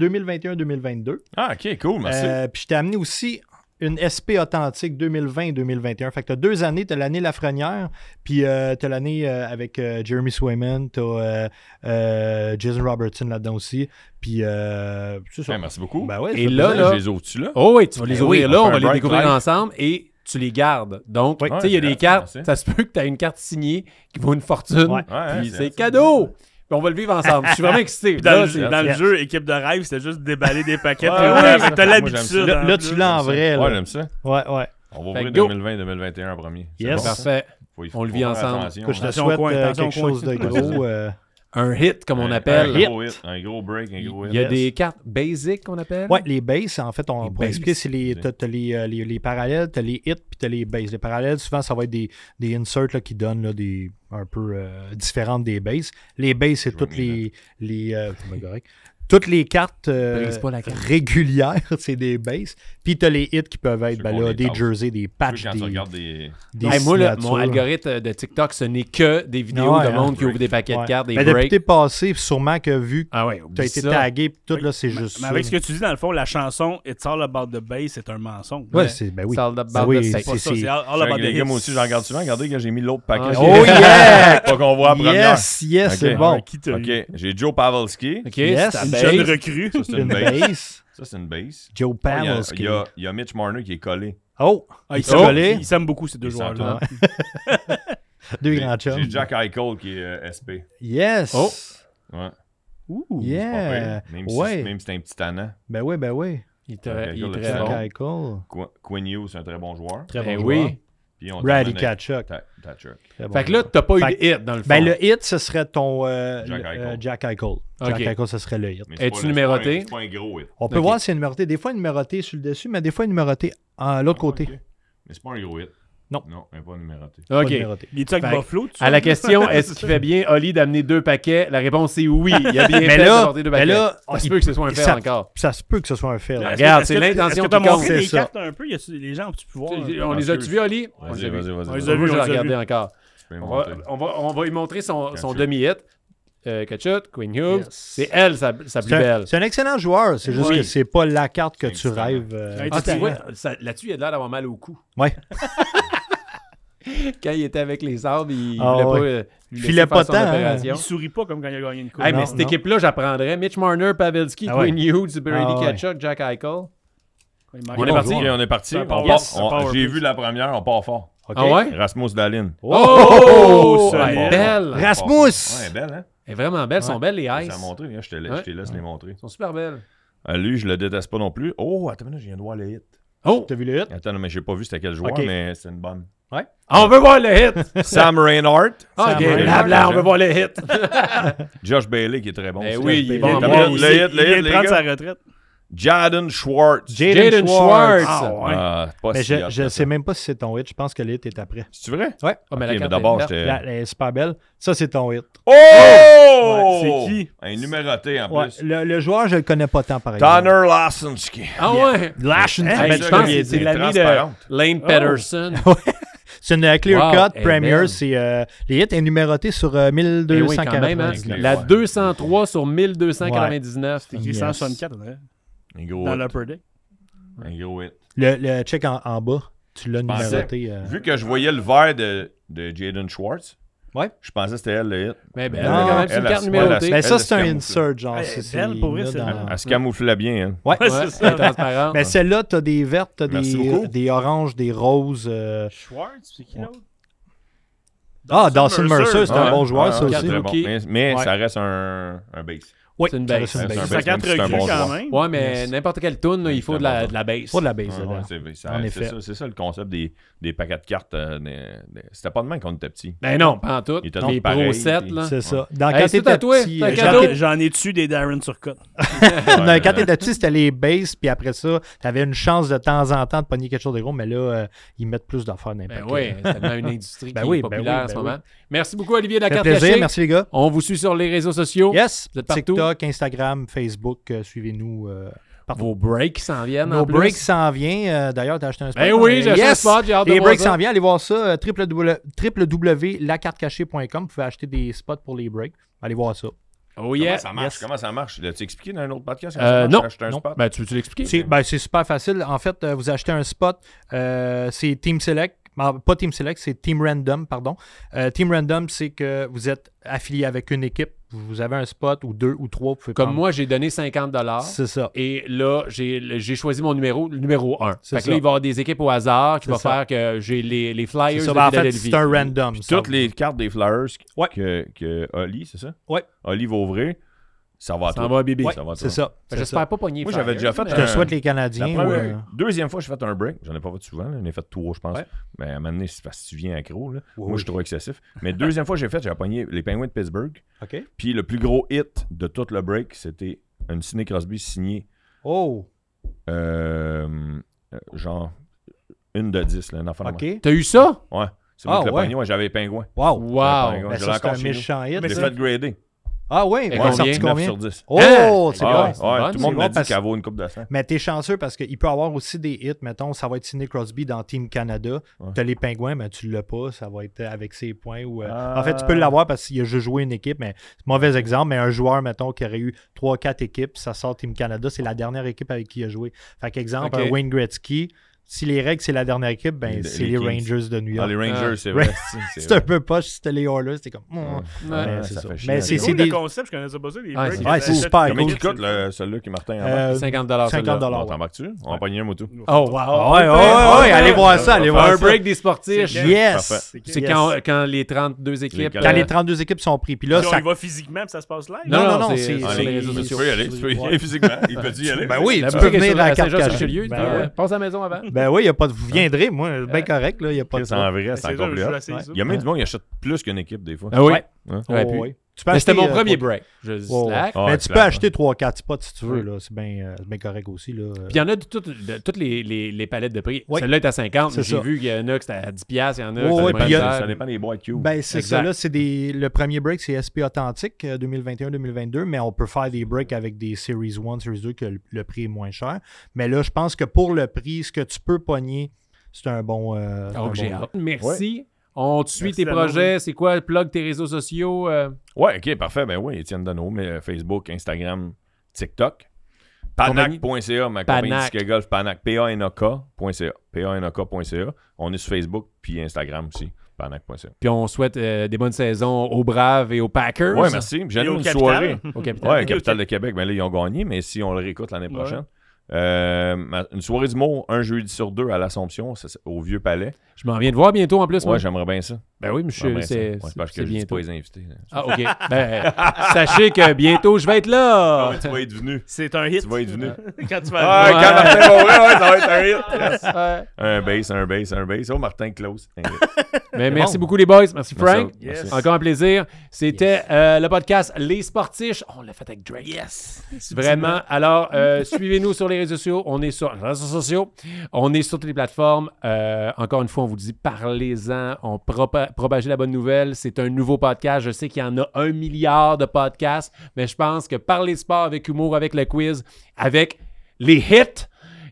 D: 2021-2022.
C: Ah, OK, cool, merci.
D: Euh, puis je t'ai amené aussi une SP authentique 2020-2021. Fait que t'as deux années, t'as l'année Lafrenière, puis euh, t'as l'année euh, avec euh, Jeremy Swayman, t'as euh, euh, Jason Robertson là-dedans aussi, puis euh, c'est ça.
C: Ben, merci beaucoup.
D: Ben ouais, ça
A: Et
D: fait
A: là,
D: plaisir.
A: là-
C: J'ai les autres là.
A: Oh oui, tu vas les
C: Eh
A: ouvrir
C: oui,
A: là,
C: on
A: on
C: fait
A: va
C: un
A: les
C: break
A: découvrir
C: live.
A: ensemble et tu les gardes. Donc,
D: Oui.
A: tu sais, il y a
C: Ouais,
A: des
C: merci,
A: cartes,
C: merci.
A: ça se peut que tu as une carte signée qui vaut une fortune.
D: Ouais.
C: Ouais,
A: puis
C: ouais,
A: c'est
C: c'est-
A: cadeau. Puis on va le vivre ensemble. Je suis
B: <laughs>
A: vraiment excité.
B: Puis dans,
A: Là,
B: le,
A: c'est-
B: jeu, dans le
D: yes.
B: jeu, équipe de rêve, c'était juste déballer des paquets.
C: Ouais,
B: puis
C: ouais,
B: ouais,
C: ouais,
B: mais
C: ça.
B: t'as
C: Moi, j'aime ça.
B: l'habitude. hein,
D: Là,
B: en
D: là,
B: plus.
D: tu l'as en vrai.
C: Ouais,
D: Là.
C: j'aime ça.
D: Ouais, ouais.
C: On va
A: Fait
C: ouvrir
A: que go.
C: 2020-2021 en premier. C'est
D: Yes.
C: bon, ça.
A: Parfait.
C: Faut- faut
A: On le vit
C: faire
A: ensemble.
C: attention,
D: Que je
C: hein.
D: te
B: Attention au
D: souhaite
B: coin,
D: euh,
B: attention au
D: quelque
B: coin.
D: chose de
C: Ouais, c'est
D: gros. euh,
A: Un hit, comme on
C: Un-
A: appelle.
C: Un gros hit, un gros break, un gros hit.
A: Il y a
D: Yes.
A: des cartes basic qu'on appelle.
D: Ouais, les bases, en fait,
A: Les
D: on pourrait
A: bases.
D: expliquer, c'est les, t'as, t'as les, euh, les, les parallèles, t'as les hits, puis t'as les bases. Les parallèles, souvent, ça va être des, des inserts là, qui donnent là, des un peu euh, différentes des bases. Les bases, c'est toutes les, les, euh, c'est bien correct. toutes les cartes euh,
A: Brise pas la carte.
D: régulières, <laughs> c'est des bases. Puis t'as les hits qui peuvent être
C: Ceux
D: ben,
C: qu'on
D: là,
C: les
D: des
C: tasse.
D: jerseys, des
C: Tu
D: patchs,
C: sais, Quand tu
D: des,
C: regardes des.
D: des
A: Hey, moi, là, mon
D: signatures.
A: algorithme de TikTok, ce n'est que des vidéos
D: Ouais,
A: de
D: hein.
A: monde qui
C: Break.
A: ouvre des paquets de
D: Ouais.
A: cartes, des
D: Ben,
A: breaks.
D: Depuis t'es passé, sûrement que vu que
A: Ah ouais, oublie
D: t'as été
A: ça.
D: tagué, puis tout, là, c'est juste
B: Mais
D: ça.
B: avec ce que tu dis, dans le fond, la chanson It's All About the Bass, c'est un mensonge.
D: Ouais, c'est, ben oui.
A: It's all about
D: Ben
A: the
D: oui,
A: sex.
D: c'est-
B: Pas ça, c'est All
A: Oh, bah,
B: All About the
C: Les gars,
B: Hits.
C: moi aussi, j'en regarde souvent. Regardez, gars, j'ai mis l'autre
A: Ah,
C: paquet.
A: ok.
C: <laughs>
D: Oh yeah!
C: Pas qu'on voit à première.
D: Yes, yes,
C: Ok.
D: c'est
B: Ah,
D: bon.
B: Qui t'a eu?
C: OK, j'ai Joe Pavelski.
A: OK, c'est
D: Yes,
A: ta
D: une
B: Une
A: base.
B: jeune recrue.
C: Ça, c'est
D: Une
A: <laughs>
C: une base.
D: base.
C: Ça, c'est une base.
D: Joe
C: Oh, Il y a-
D: Pavelski.
C: Il y a- il y a Mitch Marner qui est collé.
D: Oh,
B: Ah, ils
D: Il s'est
B: s'aiment-
D: collé.
B: ils s'aiment beaucoup, ces deux
C: Ils
B: joueurs-là.
D: deux
C: J'ai
D: grands chums.
C: j'ai Jack Eichel qui est euh, SP.
D: Yes.
A: Oh.
C: Ouais.
B: Ouh.
C: C'est pas
D: Yeah.
C: pire. Même,
D: ouais.
C: si, même si c'est un petit tannant.
D: Ben oui, ben oui.
A: Il est très, il est
C: Ok,
A: très
C: Jack
A: bon.
D: Jack Eichel.
C: Qu- Quinn Hughes, c'est un très bon joueur.
D: Très
A: Ben
D: bon hein. joueur.
A: oui.
C: Puis on
D: Brady
C: termine avec
D: Kachuk.
C: Ta- Thatcher.
D: Très bon
A: Fait que là,
D: joueur.
A: t'as pas eu
D: Fait
A: de hit dans le fond.
D: ben le hit, ce serait ton euh,
C: Jack
D: le-
C: Eichel.
D: euh, Jack Eichel.
A: Ok.
D: Jack Eichel, ce serait le hit.
C: Mais c'est
A: Es-tu
C: pas-
A: numéroté?
C: C'est pas, un- c'est pas un gros hit.
D: On peut
A: Ok.
D: voir si c'est numéroté. Des fois, numéroté sur le dessus, mais des fois, numéroté à l'autre côté.
C: Ah, Ok. Mais c'est pas un gros hit.
D: Non.
C: Non, mais pas numéroté.
D: Pas
A: OK.
D: numéroté.
B: Il est-tu avec
A: Fait que-
B: Buffalo? tu
A: À la
B: sais?
A: question, est-ce qu'il fait bien, Oli, d'amener deux paquets? La réponse est oui. Il a bien
D: Mais
A: fait
D: là-
A: d'apporter deux
D: mais
A: paquets. Ah,
D: là,
A: ça se
D: il-
A: peut que ce soit un
D: il-
A: fail
D: ça-
A: encore.
D: Ça se peut que ce soit un fail.
B: Est-ce que-
A: Regarde,
B: est-ce
A: c'est
B: que-
A: l'intention
B: Est-ce que
A: qui
B: t'as
A: compte.
B: montré les
D: C'est ça.
B: cartes un peu? Y a-tu- Les gens, tu pu voir? hein?
A: On les a-tu vus, Oli? On les
C: Vas-y,
A: a vus.
C: vas-y, vas-y.
B: On les a
A: Moi,
B: vus,
A: je
B: on
A: vais
B: les a
A: regarder
B: vus.
A: encore.
C: Tu peux
A: On va,
C: monter.
A: on, va, on va lui montrer son, son
C: Ketchup.
A: demi-hit. Euh, Ketchup, Queen Hughes.
D: Yes.
A: C'est elle, sa, sa plus
D: C'est un-
A: belle.
D: c'est un excellent joueur. C'est juste
A: Oui.
D: que c'est pas la carte que
C: C'est
D: tu
C: excellent.
D: rêves. euh,
B: Ah,
A: Ah, tu
B: c'est
A: vois, ça- là-dessus, il a l'air d'avoir mal au cou.
D: Ouais.
A: Quand il était avec les arbres, il
D: Ah
A: voulait
D: ouais.
A: pas. euh, lui laisser
D: Filait
A: faire
D: pas
A: son
D: tant, hein.
A: opération.
B: Il sourit pas comme quand il a gagné une coupe.
A: Hey, mais
D: Non,
A: cette
D: non.
A: équipe-là, j'apprendrais. Mitch Marner, Pavelski,
D: Ah ouais.
A: Quinn Hughes, Brady
D: Ah ouais.
A: Kachuk, Jack Eichel.
B: Il manque
C: On
B: un
C: est
B: bon
C: parti.
B: joueur.
C: Ok, on est parti.
B: C'est un
C: On
B: power-
C: part-
B: c'est un
C: on-
B: power
C: J'ai
B: play.
C: vu la première, on part fort.
D: OK.
A: Ah ouais?
C: Rasmus Dalin.
B: Oh,
A: elle est
B: solide.
A: belle! Elle
D: Rasmus!
C: Ouais, belle, hein?
A: est vraiment belle. Elles sont belles, les
C: Je
A: ice.
C: les ai montrées, hein, je te la-
A: Ouais.
C: je te laisse les montrer.
A: Elles sont super belles.
C: Euh, Lui, je le déteste pas non plus. Oh, attends, une minute, je viens de voir le hit.
A: Oh!
D: T'as vu le hit?
C: Attends, non, mais j'ai pas vu c'était quel joueur,
D: Ok.
C: mais c'est une
D: <laughs>
C: bonne.
A: On veut voir le hit!
C: Sam Reinhardt.
A: Ah,
D: Sam
A: ok,
D: Reinhart.
A: blabla, on veut voir le
D: <laughs>
A: hit!
C: Josh Bailey qui est très bon.
A: Ben
C: aussi.
A: oui, il est bon.
C: Attends,
A: Moi,
C: le
B: il il
C: hit,
B: vient
C: le hit,
B: de
C: les
B: prendre
C: gars.
B: sa retraite.
C: Jaden Schwartz.
A: Jaden Schwartz! Ah,
B: ouais.
C: Ah, c'est pas
D: Mais
C: si
D: je,
C: hot,
D: je
C: ça.
D: sais même pas si c'est ton hit. Je pense que le hit est après.
C: C'est vrai?
D: Ouais.
A: Ah, mais
C: Ok,
A: la
C: mais
A: carte
C: d'abord,
A: est verte.
C: j'étais.
D: La- Elle est super belle. Ça, c'est ton hit.
C: Oh!
B: Ouais, c'est qui?
C: Un numéroté en
D: Ouais,
C: plus.
D: le, le joueur, je le connais pas tant, par exemple.
C: Tanner Lassenski.
A: Ah ouais!
D: Lash,
B: Hey,
A: Hey,
C: Ben,
A: Ah, je
C: ça,
A: pense
C: il
A: que
C: est-
A: c'est
C: il est
A: l'ami
C: transparent.
A: de Lane
D: Oh.
A: Patterson.
D: C'est une euh, clear
A: Wow,
D: cut
A: elle est
D: premier.
A: belle.
D: C'est, euh, les hits est numéroté sur euh,
A: Eh oui, quand même, hein.
D: 1299.
A: La 203 sur 1299.
B: Il est 164 hein,
C: Un gros
B: dans
C: hit.
B: l'upper deck.
C: Un gros hit.
D: Le, le check en, en bas, tu l'as
C: pensais-
D: numéroté. euh.
C: Vu que je voyais le vert de, de Jaden Schwartz,
D: Ouais.
C: je pensais que c'était elle le hit.
A: Mais ben,
D: Non,
A: quand même, c'est une
C: elle a-
A: carte
C: elle a-
A: numérotée.
D: Ben, ça,
C: elle,
D: c'est
C: elle se
D: un
C: camoufle.
D: insert, genre.
B: Elle-
D: c'est, c'est-
B: elle, pour vrai,
D: là
B: c'est-
D: dans-
C: Elle, elle se camouflait bien. Hein.
D: <laughs> Ouais.
A: Ouais,
B: Ouais, c'est
A: elle est
B: ça.
A: transparente.
D: Mais celle-là, t'as des vertes, t'as
C: Merci
D: des,
C: beaucoup.
D: des oranges, des roses. euh.
B: Schwartz, c'est qui l'autre?
D: Ah, Dawson Mercer, c'est un
C: Ouais.
D: bon joueur,
C: Ouais,
D: ça
C: ouais,
D: aussi.
C: c'est très bon.
A: Rookie.
C: Mais, mais
D: Ouais.
C: ça reste un, un base.
D: Oui,
A: C'est une base.
D: ça reste
C: C'est
D: base.
C: un
B: Sa
C: base.
B: carte
C: même si c'est un
B: recrue
C: bon
B: quand
C: joueur.
B: même.
A: Ouais, mais
D: Yes.
A: n'importe quelle tune, il faut de la, de la base.
D: Pas de la base,
C: Ouais, ouais,
D: là. dedans.
C: c'est-
D: En
C: c'est-
D: effet.
C: c'est ça, c'est ça le concept des, des paquets de cartes. euh, des- des- C'était pas de même quand on était
D: <laughs>
C: petit.
A: Ben non, pas en tout.
C: Il était
A: Les
C: tout pareil,
A: Pro 7,
C: puis-
A: là.
D: C'est ça. Dans
A: Hey,
D: quand
A: c'est
D: t'étais
A: à toi,
D: petit,
A: t'as
D: euh,
A: un
D: quand
A: cadeau.
D: t'étais-
B: J'en- J'en ai dessus des Darren Turcotte.
D: Non,
C: Ouais, euh,
D: quand
C: mais-
D: t'étais petit, c'était les bases, puis après ça, t'avais une chance de temps en temps de pogner quelque chose de gros, mais là, euh, ils mettent plus d'affaires n'importe
A: Ben oui, c'est tellement une
D: <laughs>
A: industrie
D: Ben
A: qui
D: oui,
A: est
D: ben
A: populaire
D: oui,
A: en ce
D: ben
A: moment. Merci beaucoup, Olivier de la
D: Ça fait
A: carte
D: plaisir,
A: cachée.
D: merci les gars.
A: On vous suit sur les réseaux sociaux.
D: Yes,
A: Vous êtes partout?
D: TikTok, Instagram, Facebook, euh, suivez-nous. euh, partout.
A: Vos breaks s'en viennent en
D: Nos
A: plus.
D: breaks s'en viennent. euh, D'ailleurs, t'as acheté un spot.
A: Ben oui,
D: euh,
A: j'ai acheté un spot, j'ai hâte de
D: Les
A: voir
D: breaks
A: ça.
D: s'en viennent. Allez voir ça. euh, www- www.lacartecachée.com. Vous pouvez acheter des spots pour les breaks. Allez voir ça.
A: Oh
C: Comment
A: yeah.
C: ça marche?
D: yes.
C: Comment ça marche? L'as-tu expliqué dans un autre podcast?
A: Euh, non.
C: Acheter un
D: Non.
C: spot?
A: Ben, tu veux-tu l'expliquer?
D: C'est ben, c'est super facile. En fait, euh, vous achetez un spot. euh, c'est Team Select. Ah, Pas Team Select, c'est Team Random, pardon. Euh, Team Random, c'est que vous êtes affilié avec une équipe. Vous avez un spot ou deux ou trois. vous pouvez
A: Comme
D: prendre.
A: moi, j'ai donné 50
D: Ah. C'est ça.
A: Et là, j'ai le- j'ai choisi mon numéro, le numéro 1.
D: C'est
A: Fait que
D: ça.
A: là, il va y avoir des équipes au hasard qui
D: C'est
A: va
D: ça.
A: faire que j'ai les, les
D: C'est
A: Flyers
D: ça.
A: de
D: Ben, en fait,
A: Philadelphie.
D: c'est un random. ça.
C: Toutes les cartes des Flyers
D: Ouais.
C: que, que Oli, c'est ça?
D: Ouais.
C: Oli va ouvrir. Ça va à
A: Ça
C: toi.
A: va, Bibi.
D: Ouais,
C: Ça va à
D: c'est
C: toi.
D: ça.
A: Fait que
D: c'est
A: J'espère pas pogner. les
C: Moi, j'avais
A: Flyers,
C: déjà fait
A: mais-
D: ça. Je te
C: un-
D: souhaite les
C: Ben, Euh, La
D: Canadiens.
C: première-
D: ou, euh,
C: Deuxième fois, j'ai fait un break. J'en ai pas fait souvent. là. J'en ai fait trois, je pense.
A: Ouais.
C: Mais à un moment donné, c'est parce que tu viens accro. Là.
D: Oui,
C: Moi,
D: oui.
C: je suis trop excessif. Mais deuxième fois, j'ai fait, j'ai pogné les Penguins de Pittsburgh.
D: OK.
C: Puis le plus gros hit de tout le break, c'était une Sidney Crosby signée,
D: Oh,
C: euh, euh, genre, une de 10, là, une affaire de
D: OK.
A: T'as eu ça?
C: même. Ouais. C'est moi
D: Ah,
C: qui l'ai
D: ouais.
C: pogné. Ouais, j'avais les Pingouins.
D: Wow.
A: Wow.
C: Ouais,
D: Ben
C: je l'ai
D: ça, c'est
C: encore
D: un
C: chez nous.
D: méchant
C: Je
D: hit.
C: l'ai
D: ça.
C: fait grader.
D: Ah oui,
A: Et
D: on est
A: combien?
D: sorti
C: 9
D: combien?
C: sur 10.
D: Oh, c'est
A: Ah,
D: bon.
C: ouais,
A: c'est
C: ouais,
A: bon,
C: tout
A: c'est
C: le monde
A: bon
C: m'a dit
D: parce-
C: qu'elle vaut une coupe de sang.
D: Mais t'es chanceux parce qu'il peut avoir aussi des hits. Mettons, ça va être Sidney Crosby dans Team Canada.
C: Ouais.
D: T'as les pingouins, mais tu l'as pas. Ça va être avec ses points. ou, euh,
C: Ah.
D: En fait, tu peux l'avoir parce qu'il a juste joué une équipe, mais c'est mauvais exemple. Mais un joueur, mettons, qui aurait eu 3-4 équipes, ça sort Team Canada. C'est la dernière équipe avec qui il a joué. Fait qu'exemple,
A: Ok.
D: un Wayne Gretzky, si les règles, c'est la dernière équipe, ben
C: Les-
D: c'est
C: les
D: les,
C: Kings.
D: Rangers de New
C: Ah,
D: York.
C: les Rangers,
A: Ah.
C: c'est vrai.
D: Oh Ouais. C'est un peu poche. Si c'était les Oilers, c'était comme. Mm.
A: Ouais.
D: Mais
C: Ouais,
D: c'est
C: ça
D: ça.
C: fait chier.
D: Mais
B: C'est
D: c'est
C: Cool,
B: cool
D: des-
B: le concept, je connaissais pas ça. Les
A: Ouais,
B: breaks,
A: c'est-
B: il y
D: ouais,
B: avait
D: c'est
B: sept
D: super
B: comics,
C: Combien il
D: cool.
C: coûte le- celui-là qui Martin a vendu?
D: Euh, ah
A: 50 dollars.
D: 50
C: On
D: dollars. ouais.
C: t'embarque-tu? On va pogner un moto.
A: Oh,
D: Ah
A: wow.
D: ouais, ouais, ouais, ouais, allez voir ça, allez voir
A: Un
D: ça.
A: break des sportifs.
B: C'est-
C: Parfait.
D: Yes!
A: C'est
D: Yes.
A: quand, quand les 32
C: Les
A: équipes.
C: quatre-
D: Quand
A: euh,
D: les 32 équipes sont prises. Puis là,
B: Genre,
D: ça...
B: il va physiquement, puis ça se passe live.
A: Non, non,
D: non,
A: non,
D: non,
A: c'est
D: c'est-
A: sur
C: En
A: les
C: ligne.
A: réseaux
C: Mais Tu
A: sociaux.
C: peux y aller, tu peux y aller physiquement. Il peut y aller.
D: Ben oui,
A: La
D: tu
A: boutique
D: peux
A: est
D: venir
A: sur
D: à la carte
A: Saint-Jean-sur-Richelieu.
D: cachée.
A: dis,
D: Ben
A: euh,
D: ouais.
A: Passe à la maison avant.
D: Ben oui, y a pas de... vous viendrez, moi, c'est bien correct, là, il n'y a pas de...
C: C'est
A: hein?
C: en vrai, c'est
B: C'est
C: encore
B: ça,
C: plus
B: je
C: hot.
B: vais essayer ça.
C: Il y a même du monde qui achète plus qu'une équipe des fois.
A: Ah oui.
D: Ouais.
C: Hein?
D: Oh,
A: J'aurais pu.
D: ouais. Tu peux
A: Mais C'était
D: acheter,
A: mon
D: euh,
A: premier
D: trois-
A: break. Je
D: Oh,
A: slack.
C: ouais.
D: Mais
C: Ouais,
D: tu peux
C: clair.
D: acheter 3-4 spots si tu veux,
A: Ouais.
D: là. C'est bien euh, c'est bien correct aussi, là.
A: Puis il y en a de, toutes- de toutes les, les- les palettes de prix.
D: Oui.
A: Celle-là est à 50.
D: C'est
A: J'ai
D: ça.
A: vu qu'il y en a que c'était à 10 piastres, il y en a que
D: Oh,
A: c'était
D: ouais,
A: moins
D: puis il y a-
A: cher.
C: Ça dépend des boîtes Q.
D: Ben, c'est
A: Exact.
D: ça, là, c'est des... Le premier break, c'est SP Authentique euh, 2021-2022, mais on peut faire des breaks avec des Series 1, Series 2, que le, le prix est moins cher. Mais là, je pense que pour le prix, ce que tu peux pogner, c'est un bon... euh, c'est un
A: Oh,
D: bon
A: j'ai
D: break.
A: hâte.
C: hein.
A: Merci. On te suit
B: Merci
A: tes
B: d'avoir
A: projets. C'est quoi? Plug tes réseaux sociaux. euh,
C: Ouais, ok, parfait. Ben oui, Étienne Dano, mais euh, Facebook, Instagram, TikTok.
A: compagnie-
C: Panac.ca, ma compagnie
A: Panac.
C: Disque Golf, Panac, P-A-N-A-K.ca, P-A-N-A-K.ca. On est sur Facebook puis Instagram aussi, Panac.ca.
A: Puis on souhaite euh, des bonnes saisons aux Braves et aux Packers.
C: Ouais, merci. J'ai
B: Et au
C: une
B: Capital.
C: soirée.
A: Au capital.
C: Ouais, Capitale de Québec, mais là, ils ont gagné, mais si on le réécoute l'année
B: Ouais.
C: prochaine. Euh, ma- une soirée d'humour, un jeudi sur deux à l'Assomption, ça, c'est au Vieux Palais.
A: Je m'en viens de voir bientôt en plus.
C: Ouais,
A: moi.
C: j'aimerais bien ça.
A: Ben oui, monsieur,
C: J'aimerais ça.
A: c'est
C: hein. Ouais, parce
A: c'est
C: que je dis
A: bientôt.
C: pas les invités.
A: Ah, OK.
C: <laughs>
A: Ben, sachez que bientôt, je vais être là.
C: Ah, mais tu vas être venu.
B: C'est un hit.
C: Tu vas être venu.
B: Quand tu
C: Ah,
B: vas
A: Ouais.
C: quand Martin va ouvrir, ouais, ça va être un hit. Yes.
A: Ouais.
C: Un bass, un bass, un bass. Oh, Martin close. Un hit.
A: Mais merci beaucoup, les boys. Merci, Frank.
C: Merci. Merci.
B: Yes.
A: Encore un plaisir. C'était euh, le podcast Les Sportiches. On l'a fait avec Drake.
B: Yes!
A: Vraiment. Alors, euh, <laughs> suivez-nous sur les réseaux sociaux. On est sur les réseaux sociaux. On est sur toutes les plateformes. Euh, encore une fois, on vous dit, parlez-en. On propa- propagez la bonne nouvelle. C'est un nouveau podcast. Je sais qu'il y en a un milliard de podcasts, mais je pense que parler sport avec humour, avec le quiz, avec les hits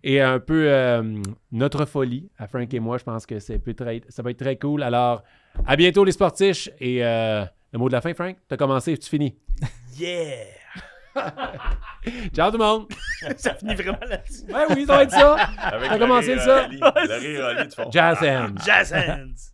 A: et un peu euh, notre folie à Frank et moi, je pense que c'est peut très- ça va être très cool. Alors, à bientôt les sportiches. Et euh, le mot de la fin, Frank, t'as commencé, tu finis.
B: Yeah!
A: Ciao tout le monde!
B: Ça finit vraiment <laughs> là-dessus.
A: Ouais, oui, ça va être ça.
C: Avec
A: a
C: le
A: commencé
C: rire
A: ça.
C: à Oli. Le rire à Oli, tu fais-
A: Jazz hands.
B: Jazz hands!